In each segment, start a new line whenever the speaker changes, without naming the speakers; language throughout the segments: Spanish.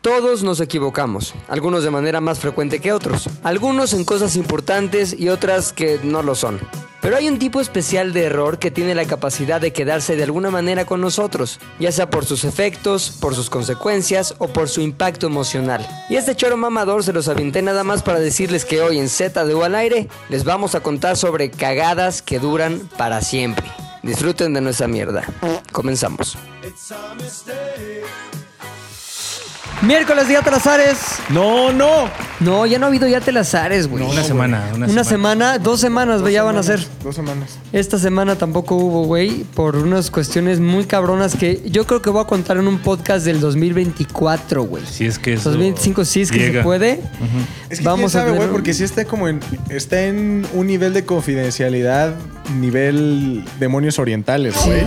Todos nos equivocamos, algunos de manera más frecuente que otros, algunos en cosas importantes y otras que no lo son. Pero hay un tipo especial de error que tiene la capacidad de quedarse de alguna manera con nosotros, ya sea por sus efectos, por sus consecuencias o por su impacto emocional. Y este choro mamador se los aventé nada más para decirles que hoy en Z de U al aire les vamos a contar sobre cagadas que duran para siempre. Disfruten de nuestra mierda. Comenzamos.
Miércoles de Atelazares.
No, no.
No, ya no ha habido ya telazares, güey.
No, una semana. Una,
Una, semana, dos semanas ya van a ser.
Dos semanas.
Esta semana tampoco hubo, güey, por unas cuestiones muy cabronas que yo creo que voy a contar en un podcast del 2024, güey.
Si es que eso
2025, sí, es que
llega.
se puede.
Es que Vamos quién sabe, güey, porque sí está como en. Está en un nivel de confidencialidad, nivel demonios orientales, güey.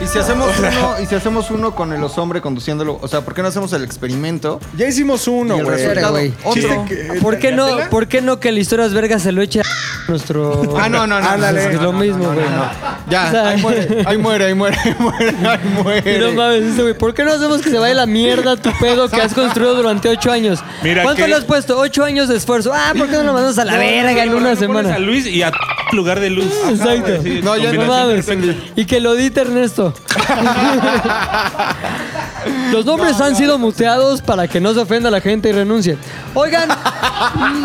Y si hacemos uno, y si hacemos uno con el hombre conduciéndolo, o sea, ¿por qué no hacemos el experimento?
Ya hicimos
Y
uno,
el
güey.
resultado,
güey.
Otro.
Chiste que- eh,
¿Por qué no,
¿Tela?
¿Por qué no que el historias vergas se lo eche a nuestro?
Ah, no, no, no.
Ándale.
no, no,
Es
no,
lo
no,
mismo,
no, no,
güey.
no, no.
O sea-
Ya, ahí muere, ahí muere, ahí muere, ahí muere, ahí
Y
muere.
no mames, dice, güey, ¿por qué no hacemos que se vaya la mierda tu pedo que has construido durante ocho años?
Mira
¿Cuánto
que-
le has puesto? Ocho años de esfuerzo. Ah, ¿por qué no lo mandamos a la verga en una semana? Ah,
A Luis y a lugar de Luz.
Exacto.
No, ya
no mames. Y que lo edite Ernesto. Los nombres han sido muteados para que no se ofenda la gente y renuncie. Oigan,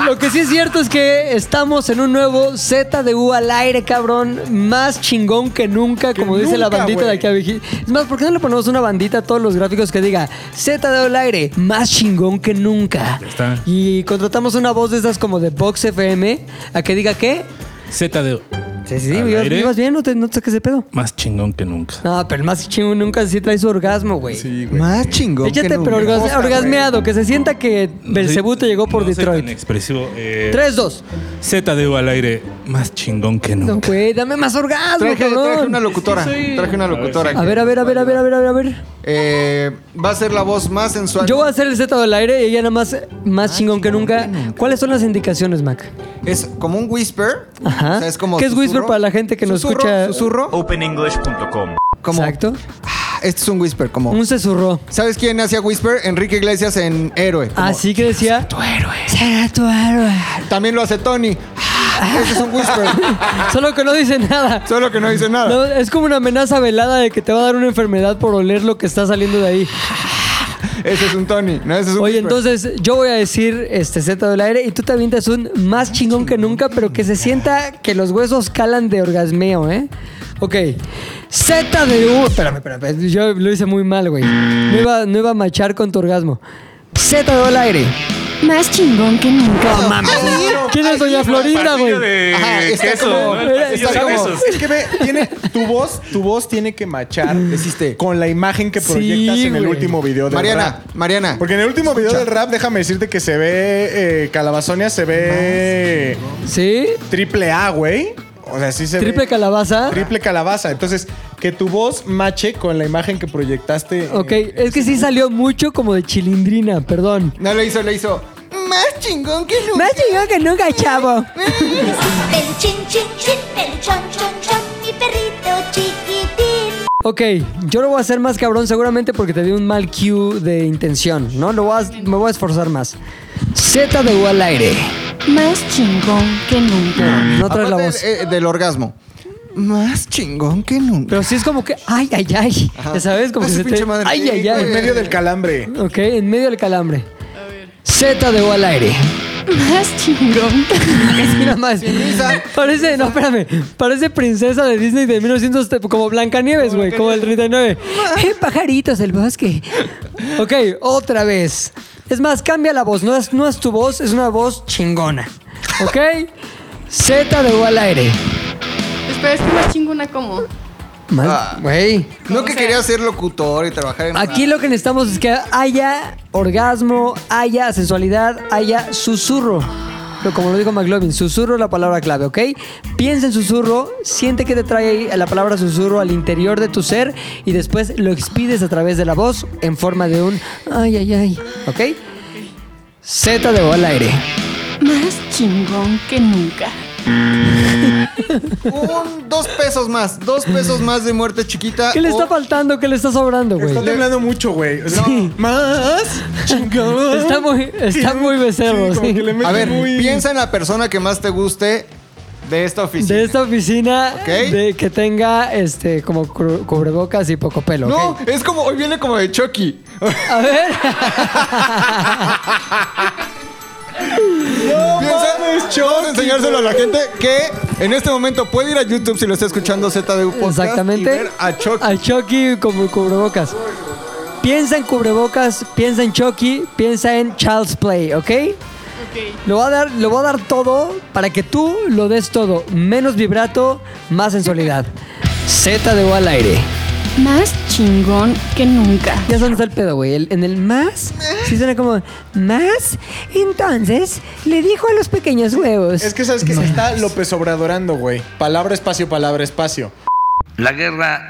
lo que sí es cierto es que estamos en un nuevo ZDU al aire, cabrón. Más chingón que nunca, como dice la
nunca,
bandita de
güey.
aquí a Vigil. Es más, ¿por qué no le ponemos una bandita a todos los gráficos que diga ZDU al aire? Más chingón que nunca.
Ya está.
Y contratamos una voz de esas como de Box FM a que diga qué.
Z de
Sí, sí,
¿Al
ibas,
aire?
ibas bien, no te, no te saques de pedo.
más chingón que nunca.
No, pero el más chingón nunca sí trae su orgasmo, güey.
Sí, güey.
Más chingón.
Échate,
que
pero
nunca.
orgas- orgasmeado, que se sienta que Belcebú te llegó por
No soy tan
Detroit.
expresivo. Eh,
3-2.
Z de al aire más chingón que
No, pues,
nunca.
güey, dame más orgasmo,
Traje, traje
cabrón.
una locutora. Traje una locutora.
A ver, a ver, a ver, a ver, a ver, a ver, a ver.
Eh, va a ser la voz más sensual.
Yo voy a hacer el Z del aire y ella nada más, más Ah, chingón que nunca. ¿Cuáles son las indicaciones, Mac?
Es como un whisper.
Ajá.
O sea, es como
¿Qué es whisper para la gente que no
Susurro,
escucha?
Susurro.
openenglish.com.
Como,
Exacto.
ah, Este es un whisper, como.
Un susurro.
¿Sabes quién hacía whisper? Enrique Iglesias en Héroe. como-
Así que decía. Tu héroe. Será tu héroe.
También lo hace Tony. Ah, Ese es un whisper.
Solo que no dice nada.
Solo que no dice nada.
No, es como una amenaza velada de que te va a dar una enfermedad por oler lo que está saliendo de ahí.
Ese es un Tony. No, ese es un
Oye,
whisper.
entonces yo voy a decir este Z del aire y tú te avientas un más chingón que nunca, pero que se sienta que los huesos calan de orgasmeo, ¿eh? Ok. Z de U. Espérame, espérame. espérame. Yo lo hice muy mal, güey. No iba, no iba a machar con tu orgasmo. Z del aire.
Más chingón que nunca.
No mames. ¿Quién es Doña Florinda, güey?
Pasillo de
Ajá, está
queso,
como-
¿no? El
era-
pasillo
está
de
como-
besos.
Es que ve, tiene tu voz, tu voz tiene que machar
Existe.
con la imagen que proyectas
Sí,
en el
güey.
último video del
Mariana,
rap.
Mariana.
Porque en el último video del rap, déjame decirte que se ve eh, Calabazonia, se ve
¿Sí?
triple A, güey. O sea, sí se
Triple
ve.
calabaza.
Triple calabaza. Entonces, que tu voz mache con la imagen que proyectaste.
Ok,
eh,
es que sí salió mucho como de chilindrina, perdón.
No lo hizo, lo hizo. Más chingón que nunca.
Más chingón que nunca, chavo.
Pelu chin chin chin, pelu chon chon chon, mi perrito chiquitín.
Ok, yo lo voy a hacer más cabrón seguramente porque te di un mal cue de intención, ¿no? Lo voy a- me voy a esforzar más. Z de U al aire.
Más chingón que nunca.
No traes la
Aparte,
voz.
eh, del orgasmo. Más chingón que nunca.
Pero sí es como que, ay, ay, ay. Ya sabes, como
Ah,
que
su
se te...
pinche madre.
Ay, ay,
En
ay.
medio del calambre.
Ok, en medio del calambre. Z de U al aire.
Más chingón que
Casi nada más.
risa.
Parece, no, espérame. Parece princesa de Disney de 1900, te- como Blancanieves, güey, como el 39. Eh, pajaritos del bosque. Ok, otra vez. Es más, cambia la voz. No es, no es tu voz, es una voz chingona. ¿Ok? Z de U al aire.
Espera, es que más chingona como.
Mal-
Ah.
Güey.
No que quería ser locutor y trabajar en.
Aquí lo que necesitamos es que haya orgasmo, haya sensualidad, haya susurro. Pero como lo dijo McLovin, susurro es la palabra clave, ¿ok? Piensa en susurro, siente que te trae la palabra susurro al interior de tu ser y después lo expides a través de la voz en forma de un ay, ay, ay, ¿ok? Z de O al aire.
Más chingón que nunca.
Un, dos pesos más. Dos pesos más de muerte chiquita.
¿Qué le está
o-
faltando? ¿Qué le está sobrando, güey?
Está temblando mucho, güey. O sea,
Sí.
Más chingón.
Está muy- está muy becerro,
como
sí.
que le mete
A ver,
muy-
piensa en la persona que más te guste de esta oficina.
De este- esta oficina
Ok.
de que tenga este como cru- cubrebocas y poco pelo.
No,
¿ok?
es como, hoy viene como de Chucky.
A ver.
Piensa, vamos a enseñárselo a la gente que en este momento puede ir a YouTube si lo está escuchando ZDU Podcast
Exactamente.
y ver a Chucky.
A Chucky como cubrebocas. Piensa en cubrebocas, piensa en Chucky, piensa en Child's Play, ¿ok?
Ok.
Lo voy a dar, lo voy a dar todo para que tú lo des todo. Menos vibrato, más sensualidad. Z de O al aire.
Más chingón que nunca.
Ya sabes dónde está el pedo, güey. El- en el más, sí suena como más. Entonces, le dijo a los pequeños huevos.
Es que sabes que se está López Obradorando, güey. Palabra, espacio, palabra, espacio.
La guerra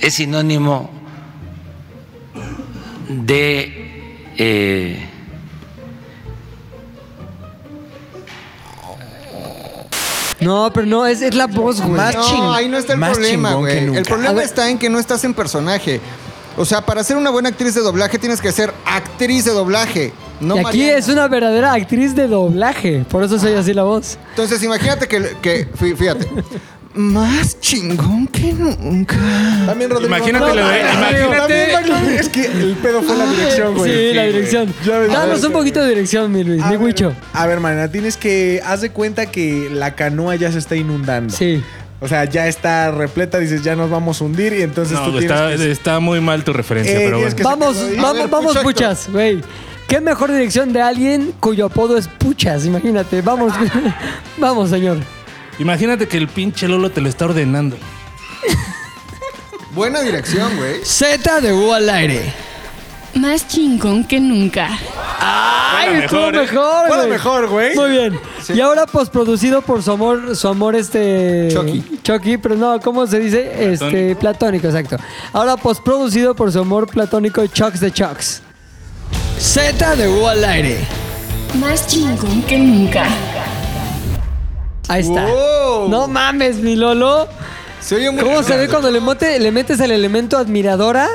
es sinónimo de eh,
No, pero no, es, es la voz, güey.
Más
Pues no,
ching-
ahí no está el
más
problema,
chingón que
güey.
nunca.
El
A
problema
ver.
está en que no estás en personaje. O sea, para ser una buena actriz de doblaje tienes que ser actriz de doblaje. No
y aquí
Mariana.
es una verdadera actriz de doblaje. Por eso soy así la voz.
Entonces, imagínate que, que fí- fíjate. Más chingón que nunca.
También Rodrigo.
Imagínate lo de- imagínate-
También, Rodrigo, Es que el pedo fue la dirección, güey.
Sí, la dirección.
Ya ves.
Danos un poquito de dirección, mi Luis,
A
mi
ver,
Huicho.
A ver, mana, tienes que. Haz de cuenta que la canoa ya se está inundando.
Sí.
O sea, ya está repleta, dices, ya nos vamos a hundir y entonces tú
No,
tienes
está,
que-
está muy mal tu referencia,
Eh,
pero
es
bueno.
que-
Vamos,
se quedó ahí. A
vamos,
ver,
vamos,
Puchactor.
puchas, güey. ¿Qué mejor dirección de alguien cuyo apodo es Puchas? Imagínate, vamos,
Ah.
vamos, señor.
Imagínate que el pinche Lolo te lo está ordenando.
Buena dirección, güey.
Z de U al aire.
Más chingón que nunca.
Ay,
Fuera
estuvo
mejor, ¿eh?
mejor,
Fue lo
güey.
mejor, güey.
Muy bien. Y ahora posproducido por su amor, su amor este
Chucky.
Chucky, pero no, ¿cómo se dice? Este platónico, exacto. Ahora posproducido por su amor platónico Chucks de Chucks. Z de U al aire.
Más chingón que nunca.
Ahí está.
Wow.
No mames, mi Lolo.
Se oye muy
¿Cómo se ve
grande.
cuando le, mote- le metes el elemento admiradora?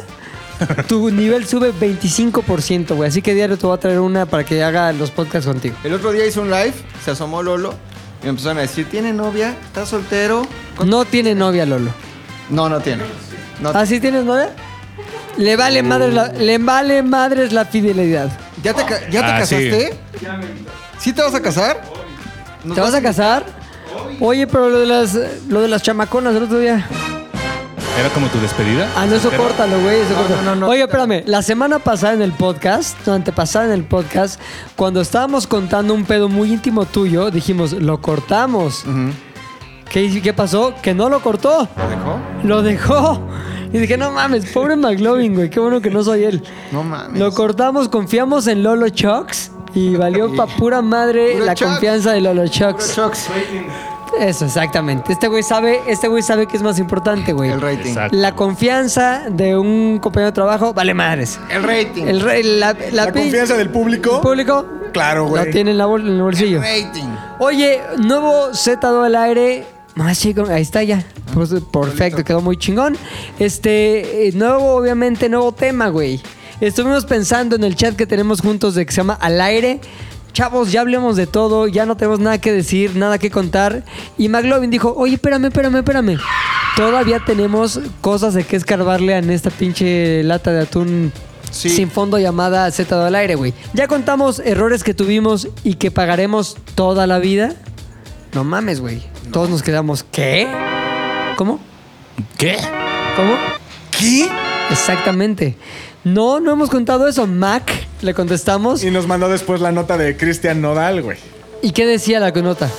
Tu nivel sube 25%, güey. Así que diario te voy a traer una para que haga los podcasts contigo.
El otro día hice un live, se asomó Lolo y me empezaron a decir, ¿tiene novia? ¿Está soltero?
No tiene novia, Lolo.
No, no tiene. No
¿Ah, sí tienes novia? Le vale madre la, le vale madres la fidelidad.
¿Ya te, ca- ya te
Ah, sí.
casaste? Sí. te vas a casar?
¿Te vas a casar? Oye, pero lo de las lo de las chamaconas del otro día.
¿Era como tu despedida?
Ah, no, eso córtalo, güey. eso
No,
córtalo.
no, no, no.
Oye, espérame. La semana pasada en el podcast, no, antepasada en el podcast, cuando estábamos contando un pedo muy íntimo tuyo, dijimos, lo cortamos. ¿Qué, hice- ¿Qué pasó? Que no lo cortó.
¿Lo dejó?
Lo dejó. Y dije, no mames, pobre McLovin, güey. Qué bueno que no soy él.
No mames.
Lo cortamos, confiamos en Lolo Chucks y valió pa' pura madre
Puro
la
Chucks.
confianza de Lolo
Puro
Chucks.
shocks.
Eso, exactamente. Este güey sabe, este güey sabe que es más importante, güey.
El rating.
Exacto.
La confianza de un compañero de trabajo vale madres.
El rating.
El, re- la, la
La
pi-
confianza del público.
el público
Claro,
la
güey.
tiene en, la bol- en el bolsillo.
rating.
Oye, nuevo Z2 al aire. Más chico, ahí está ya. Pues, Perfecto, quedó muy chingón. Este, eh, nuevo, obviamente, nuevo tema, güey. Estuvimos pensando en el chat que tenemos juntos de que se llama Al aire. Chavos, ya hablemos de todo, ya no tenemos nada que decir, nada que contar. Y McLovin dijo, oye, espérame, espérame, espérame. Todavía tenemos cosas de qué escarbarle en esta pinche lata de atún
Sí.
sin fondo llamada Z al aire, güey. Ya contamos errores que tuvimos y que pagaremos toda la vida. No mames, güey. Todos nos quedamos, ¿qué? ¿Cómo?
¿Qué?
¿Cómo? ¿Qué? Exactamente. No, no hemos contado eso. Mac, le contestamos.
Y nos mandó después la nota de Cristian Nodal, güey.
¿Y qué decía la nota?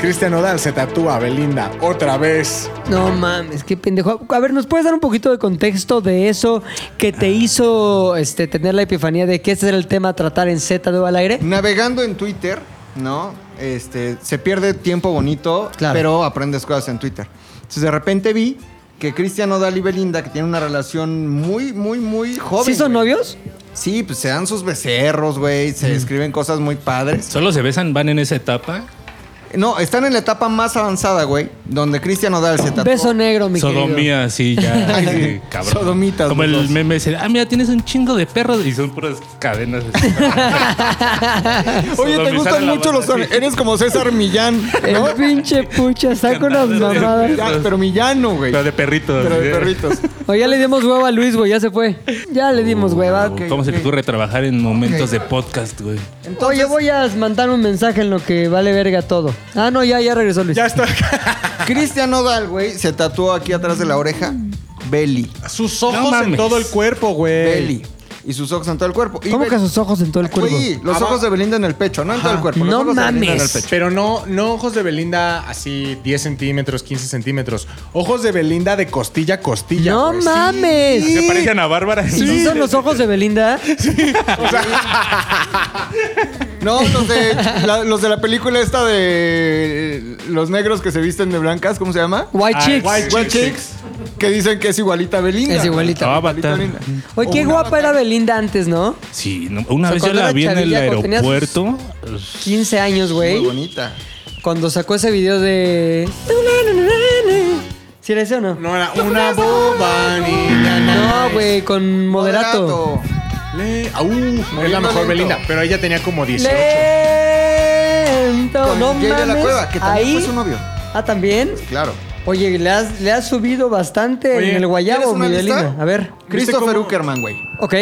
Cristian Nodal se tatúa a Belinda otra vez.
No mames, qué pendejo. A ver, ¿nos puedes dar un poquito de contexto de eso que te hizo este, tener la epifanía de que este era el tema a tratar en Z de al aire?
Navegando en Twitter, ¿no? Este, se pierde tiempo bonito,
Claro.
pero aprendes cosas en Twitter. Entonces, de repente vi que Cristian Odal y Belinda, que tienen una relación muy, muy, muy joven.
¿Sí son
güey.
novios?
Sí, pues se dan sus becerros, güey.
Mm.
Se escriben cosas muy padres.
Solo se besan, van en esa etapa.
No, están en la etapa más avanzada, güey. Donde Cristian Odal se tatuó.
Beso negro, mi querido.
Sodomía, sí, ya.
Ay, sí.
Sí, cabrón.
Sodomitas,
Como
los
el
dos.
meme ese, ah, mira, tienes un chingo de perros y son puras cadenas.
Oye, te
Sodomizar a
gustan
la
mucho los...
banda, sí.
Eres como César Millán.
El pinche pucha saca unas mamadas.
Ya, pero Millano, güey.
Pero de perritos.
Pero de
¿sí?
perritos.
O ya le dimos hueva a Luis, güey, ya se fue. Ya le dimos hueva.
Oh, ¿Cómo se te ocurre trabajar en momentos de podcast, güey?
Oye, voy a mandar un mensaje en lo que vale verga todo. Ah, no, ya, ya regresó Luis.
Ya está.
Cristian Odal, güey, se tatuó aquí atrás de la oreja. Belly.
Sus
No
ojos en
mames.
todo el cuerpo, güey.
Belly. Y sus ojos en todo el cuerpo. Y
¿Cómo que
Bel-
sus ojos en todo el cuerpo?
Güey, los
Aba-
ojos de Belinda en el pecho, no en todo el cuerpo.
No
los ojos de Belinda en el
mames.
pecho.
Pero no, no ojos de Belinda así 10 centímetros, 15 centímetros. Ojos de Belinda de costilla a costilla.
¡No
güey. Sí.
mames!
Se parecen a Bárbara.
¿Y si son los ojos de Belinda?
No, los de, la, los de la película esta de los negros que se visten de blancas, ¿cómo se llama?
White
Ah,
Chicks.
White
White Chicks. Que dicen que es igualita a Belinda.
Es igualita.
No,
Igualita a
Ah, Avatar.
Belinda.
Oye, qué
Una
guapa era
avatar.
Belinda antes, ¿no?
Sí, no- una
O sea,
vez yo
cuando
la
era
vi en el
chavilla, cuando tenía sus-
aeropuerto. pues,
15 años,
Muy
güey.
bonita.
Cuando sacó ese video de... ¿Sí era ese o no?
No era una boba niña.
No, güey, con moderato.
Le- Au, es la mejor
lento.
Belinda, pero ella tenía como 18.
Lento.
Con
no
Jay de la
mames.
Cueva, que también
Ahí.
fue su novio.
Ah, ¿también?
Claro.
Oye, le has, le has subido bastante
Oye,
en el guayabo,
¿quieres una
mi
lista?
Belinda. A ver.
Christopher
cómo-
Uckerman, güey.
Ok.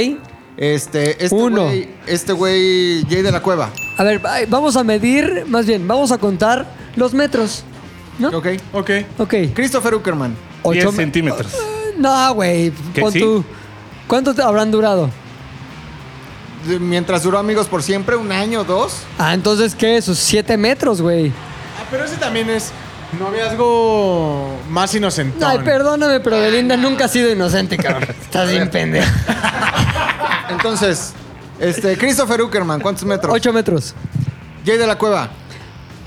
Este, este
Uno.
güey, este güey, Jay de la Cueva.
A ver, va- vamos a medir, más bien, vamos a contar los metros. ¿No?
Ok.
Ok.
Ok.
Christopher Uckerman.
10
Ocho me-
centímetros.
No, güey.
¿Que
Pon
sí?
tú. ¿Cuánto te habrán durado?
De- Mientras duró Amigos por Siempre, un año, dos.
Ah, entonces, ¿qué? Sus siete metros, güey.
Ah, pero ese también es noviazgo más inocente.
Ay, perdóname, pero Belinda nunca ha sido inocente, cabrón. Estás bien pendejo.
Entonces, este, Christopher Uckerman, ¿cuántos metros?
Ocho metros.
Jay de la Cueva,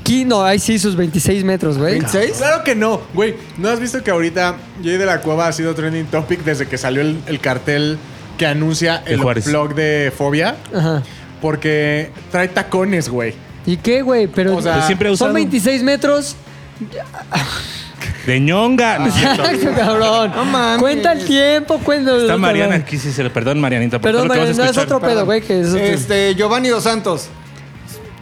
Qui- no, ahí sí, sus 26 metros, güey.
¿26?
Claro que no, güey. ¿No has visto que ahorita Jay de la Cueva ha sido trending topic desde que salió el, el cartel que anuncia
De
el
Juárez.
vlog de Fobia?
Ajá.
Porque trae tacones, güey.
¿Y qué, güey? Pero
O sea,
Pues siempre he
son
usado.
26 metros.
De ñonga.
Ah,
no es cierto.
Exacto, cabrón.
No mames.
Cuenta el tiempo, cuenta.
Está Mariana aquí, sí, se le- perdón, Marianita. Por
Perdón,
todo lo que
Mariana,
vas
no
a
es
escuchar.
otro pedo, güey, que es otro.
Este, Giovanni Dos Santos.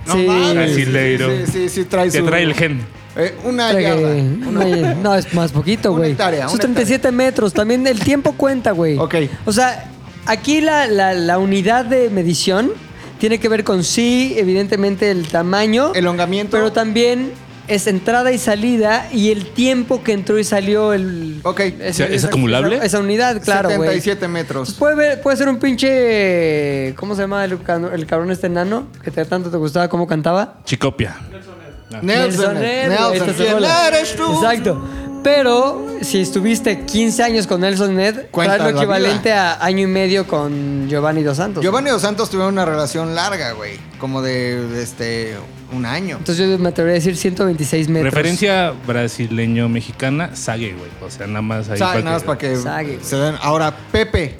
No Sí. mames.
Brasileiro.
Sí, sí, sí, sí, trae
Te
su-
trae el gen.
Eh, una
Trae-
yarda.
una- no, es más poquito,
Una
güey.
hectárea,
Son
una
37 metros. También el tiempo cuenta, güey.
Ok.
O sea, aquí la, la- la unidad de medición tiene que ver con sí, evidentemente, el tamaño.
Elongamiento.
Pero también es entrada y salida y el tiempo que entró y salió el...
Ok.
¿Es- es acumulable?
Esa, esa unidad, claro, güey.
77
Pues
metros.
puede, ver- puede ser un pinche. ¿Cómo se llama el, cano- el cabrón este enano? Que te, tanto te gustaba cómo cantaba.
Chicopia.
Nelson.
Ed,
Nelson.
güey, esta este se
¿quién
rola.
eres tú?
Exacto. Pero si estuviste 15 años con Nelson Ned,
Cuenta
traes lo
la
equivalente a año y medio con Giovanni Dos Santos.
Giovanni Dos Santos tuvieron una relación larga, güey. Como de, de, este, un año.
Entonces yo me atrevería a decir 126 metros.
Referencia brasileño-mexicana, sague, güey. O sea, nada más
O
ahí.
sea,
pa'
nada más para que
Sague, güey.
se den. Ahora, Pepe.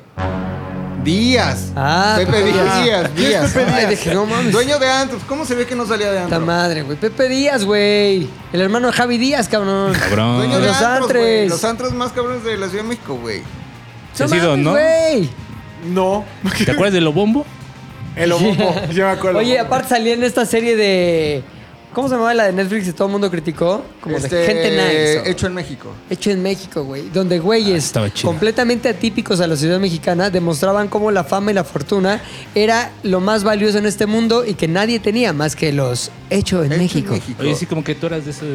Díaz.
Ah,
Pepe
Pepe Díaz.
Díaz. Díaz.
¿Quién es
Díaz.
Pepe
Ay, dije, no mames.
Dueño de Antros. ¿Cómo se ve que no salía de
Puta
Antros?
madre, güey. Pepe Díaz, güey. El hermano de Javi Díaz, cabrón.
Cabrón.
Dueño de
Los
antros,
antres.
güey. Los antros más cabrones de la Ciudad de México, güey.
Sí ha sido,
mames,
¿no?
güey.
No.
¿Te acuerdas de lo bombo?
El homófobo. Yo me acuerdo.
Oye, aparte salía en esta serie de. ¿Cómo se llamaba la de Netflix que todo el mundo criticó? Como de
Este,
gente nice. o-
Hecho en México.
Hecho en México, güey. Donde güeyes
estaba chido.
completamente atípicos a la ciudad mexicana demostraban cómo la fama y la fortuna era lo más valioso en este mundo y que nadie tenía más que los hecho en
Hecho
México.
Oye, sí, como que tú eras de ese.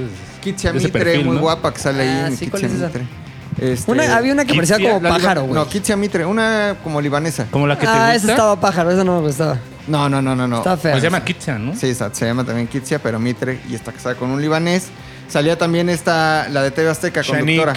Kitsia
de ese
Mitre,
perfil,
muy
¿no?
guapa que sale
Ah,
ahí. en
sí,
Kitsia
¿cuál es esa?
Mitre. Este,
Una- había una que parecía
Kitsia,
como
la liba-
pájaro, güey.
No, Kitsia Mitre, una como libanesa.
Como la que te
ah,
gusta.
esa estaba pájaro, esa no me gustaba.
No, no, no, no, no.
Está fea.
Pues se llama Kitsa, ¿no?
Sí, esa- se llama también Kitsia, pero Mitre y está casada con un libanés. Salía también esta, la de TV Azteca,
Shanique.
conductora.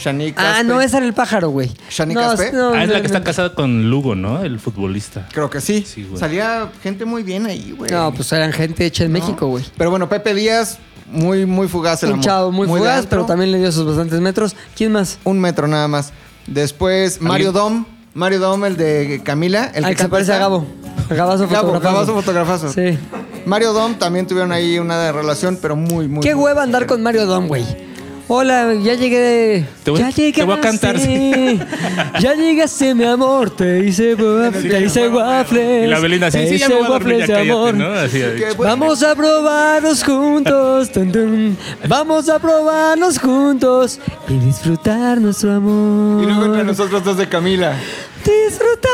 Shanique
Ah,
Caspe.
no, esa era el pájaro, güey.
¿Shani
no,
Caspe?
no,
Ah, es la
no,
que está
no.
casada con Lugo, ¿no? El futbolista.
Creo que sí.
Sí, güey.
Salía gente muy bien ahí, güey.
No, pues eran gente hecha en
¿No?
México, güey.
Pero bueno, Pepe Díaz, muy, muy fugaz el
Un
amor.
chavo muy,
de
fugaz,
antro,
pero también le dio sus bastantes metros. ¿Quién más?
Un metro nada más. Después, Mario Dom. Mario Dom, el de Camila. El
Al que se
canta
parece a
esta.
Gabo. A Gabazo
Gabo,
fotografazo.
Gabazo fotografazo.
Sí.
Mario Dom también tuvieron ahí una relación, pero muy, muy.
Qué
muy
hueva andar con Mario Dom, güey. Hola, ya llegué.
Te voy-
ya
te voy a cantar, sí.
llegaste. Ya llegaste, mi amor. Te hice waffles. Te hice waffles.
Y la Belinda, sí,
te
sí, ya
hice
me voy a dormir, ya
waffles de
cállate,
amor.
¿no? Así, así.
Que-
Vamos a probarnos juntos. tun, tun. Vamos a probarnos juntos y disfrutar nuestro amor.
Y luego entre nosotros dos de Camila.
Disfrutar.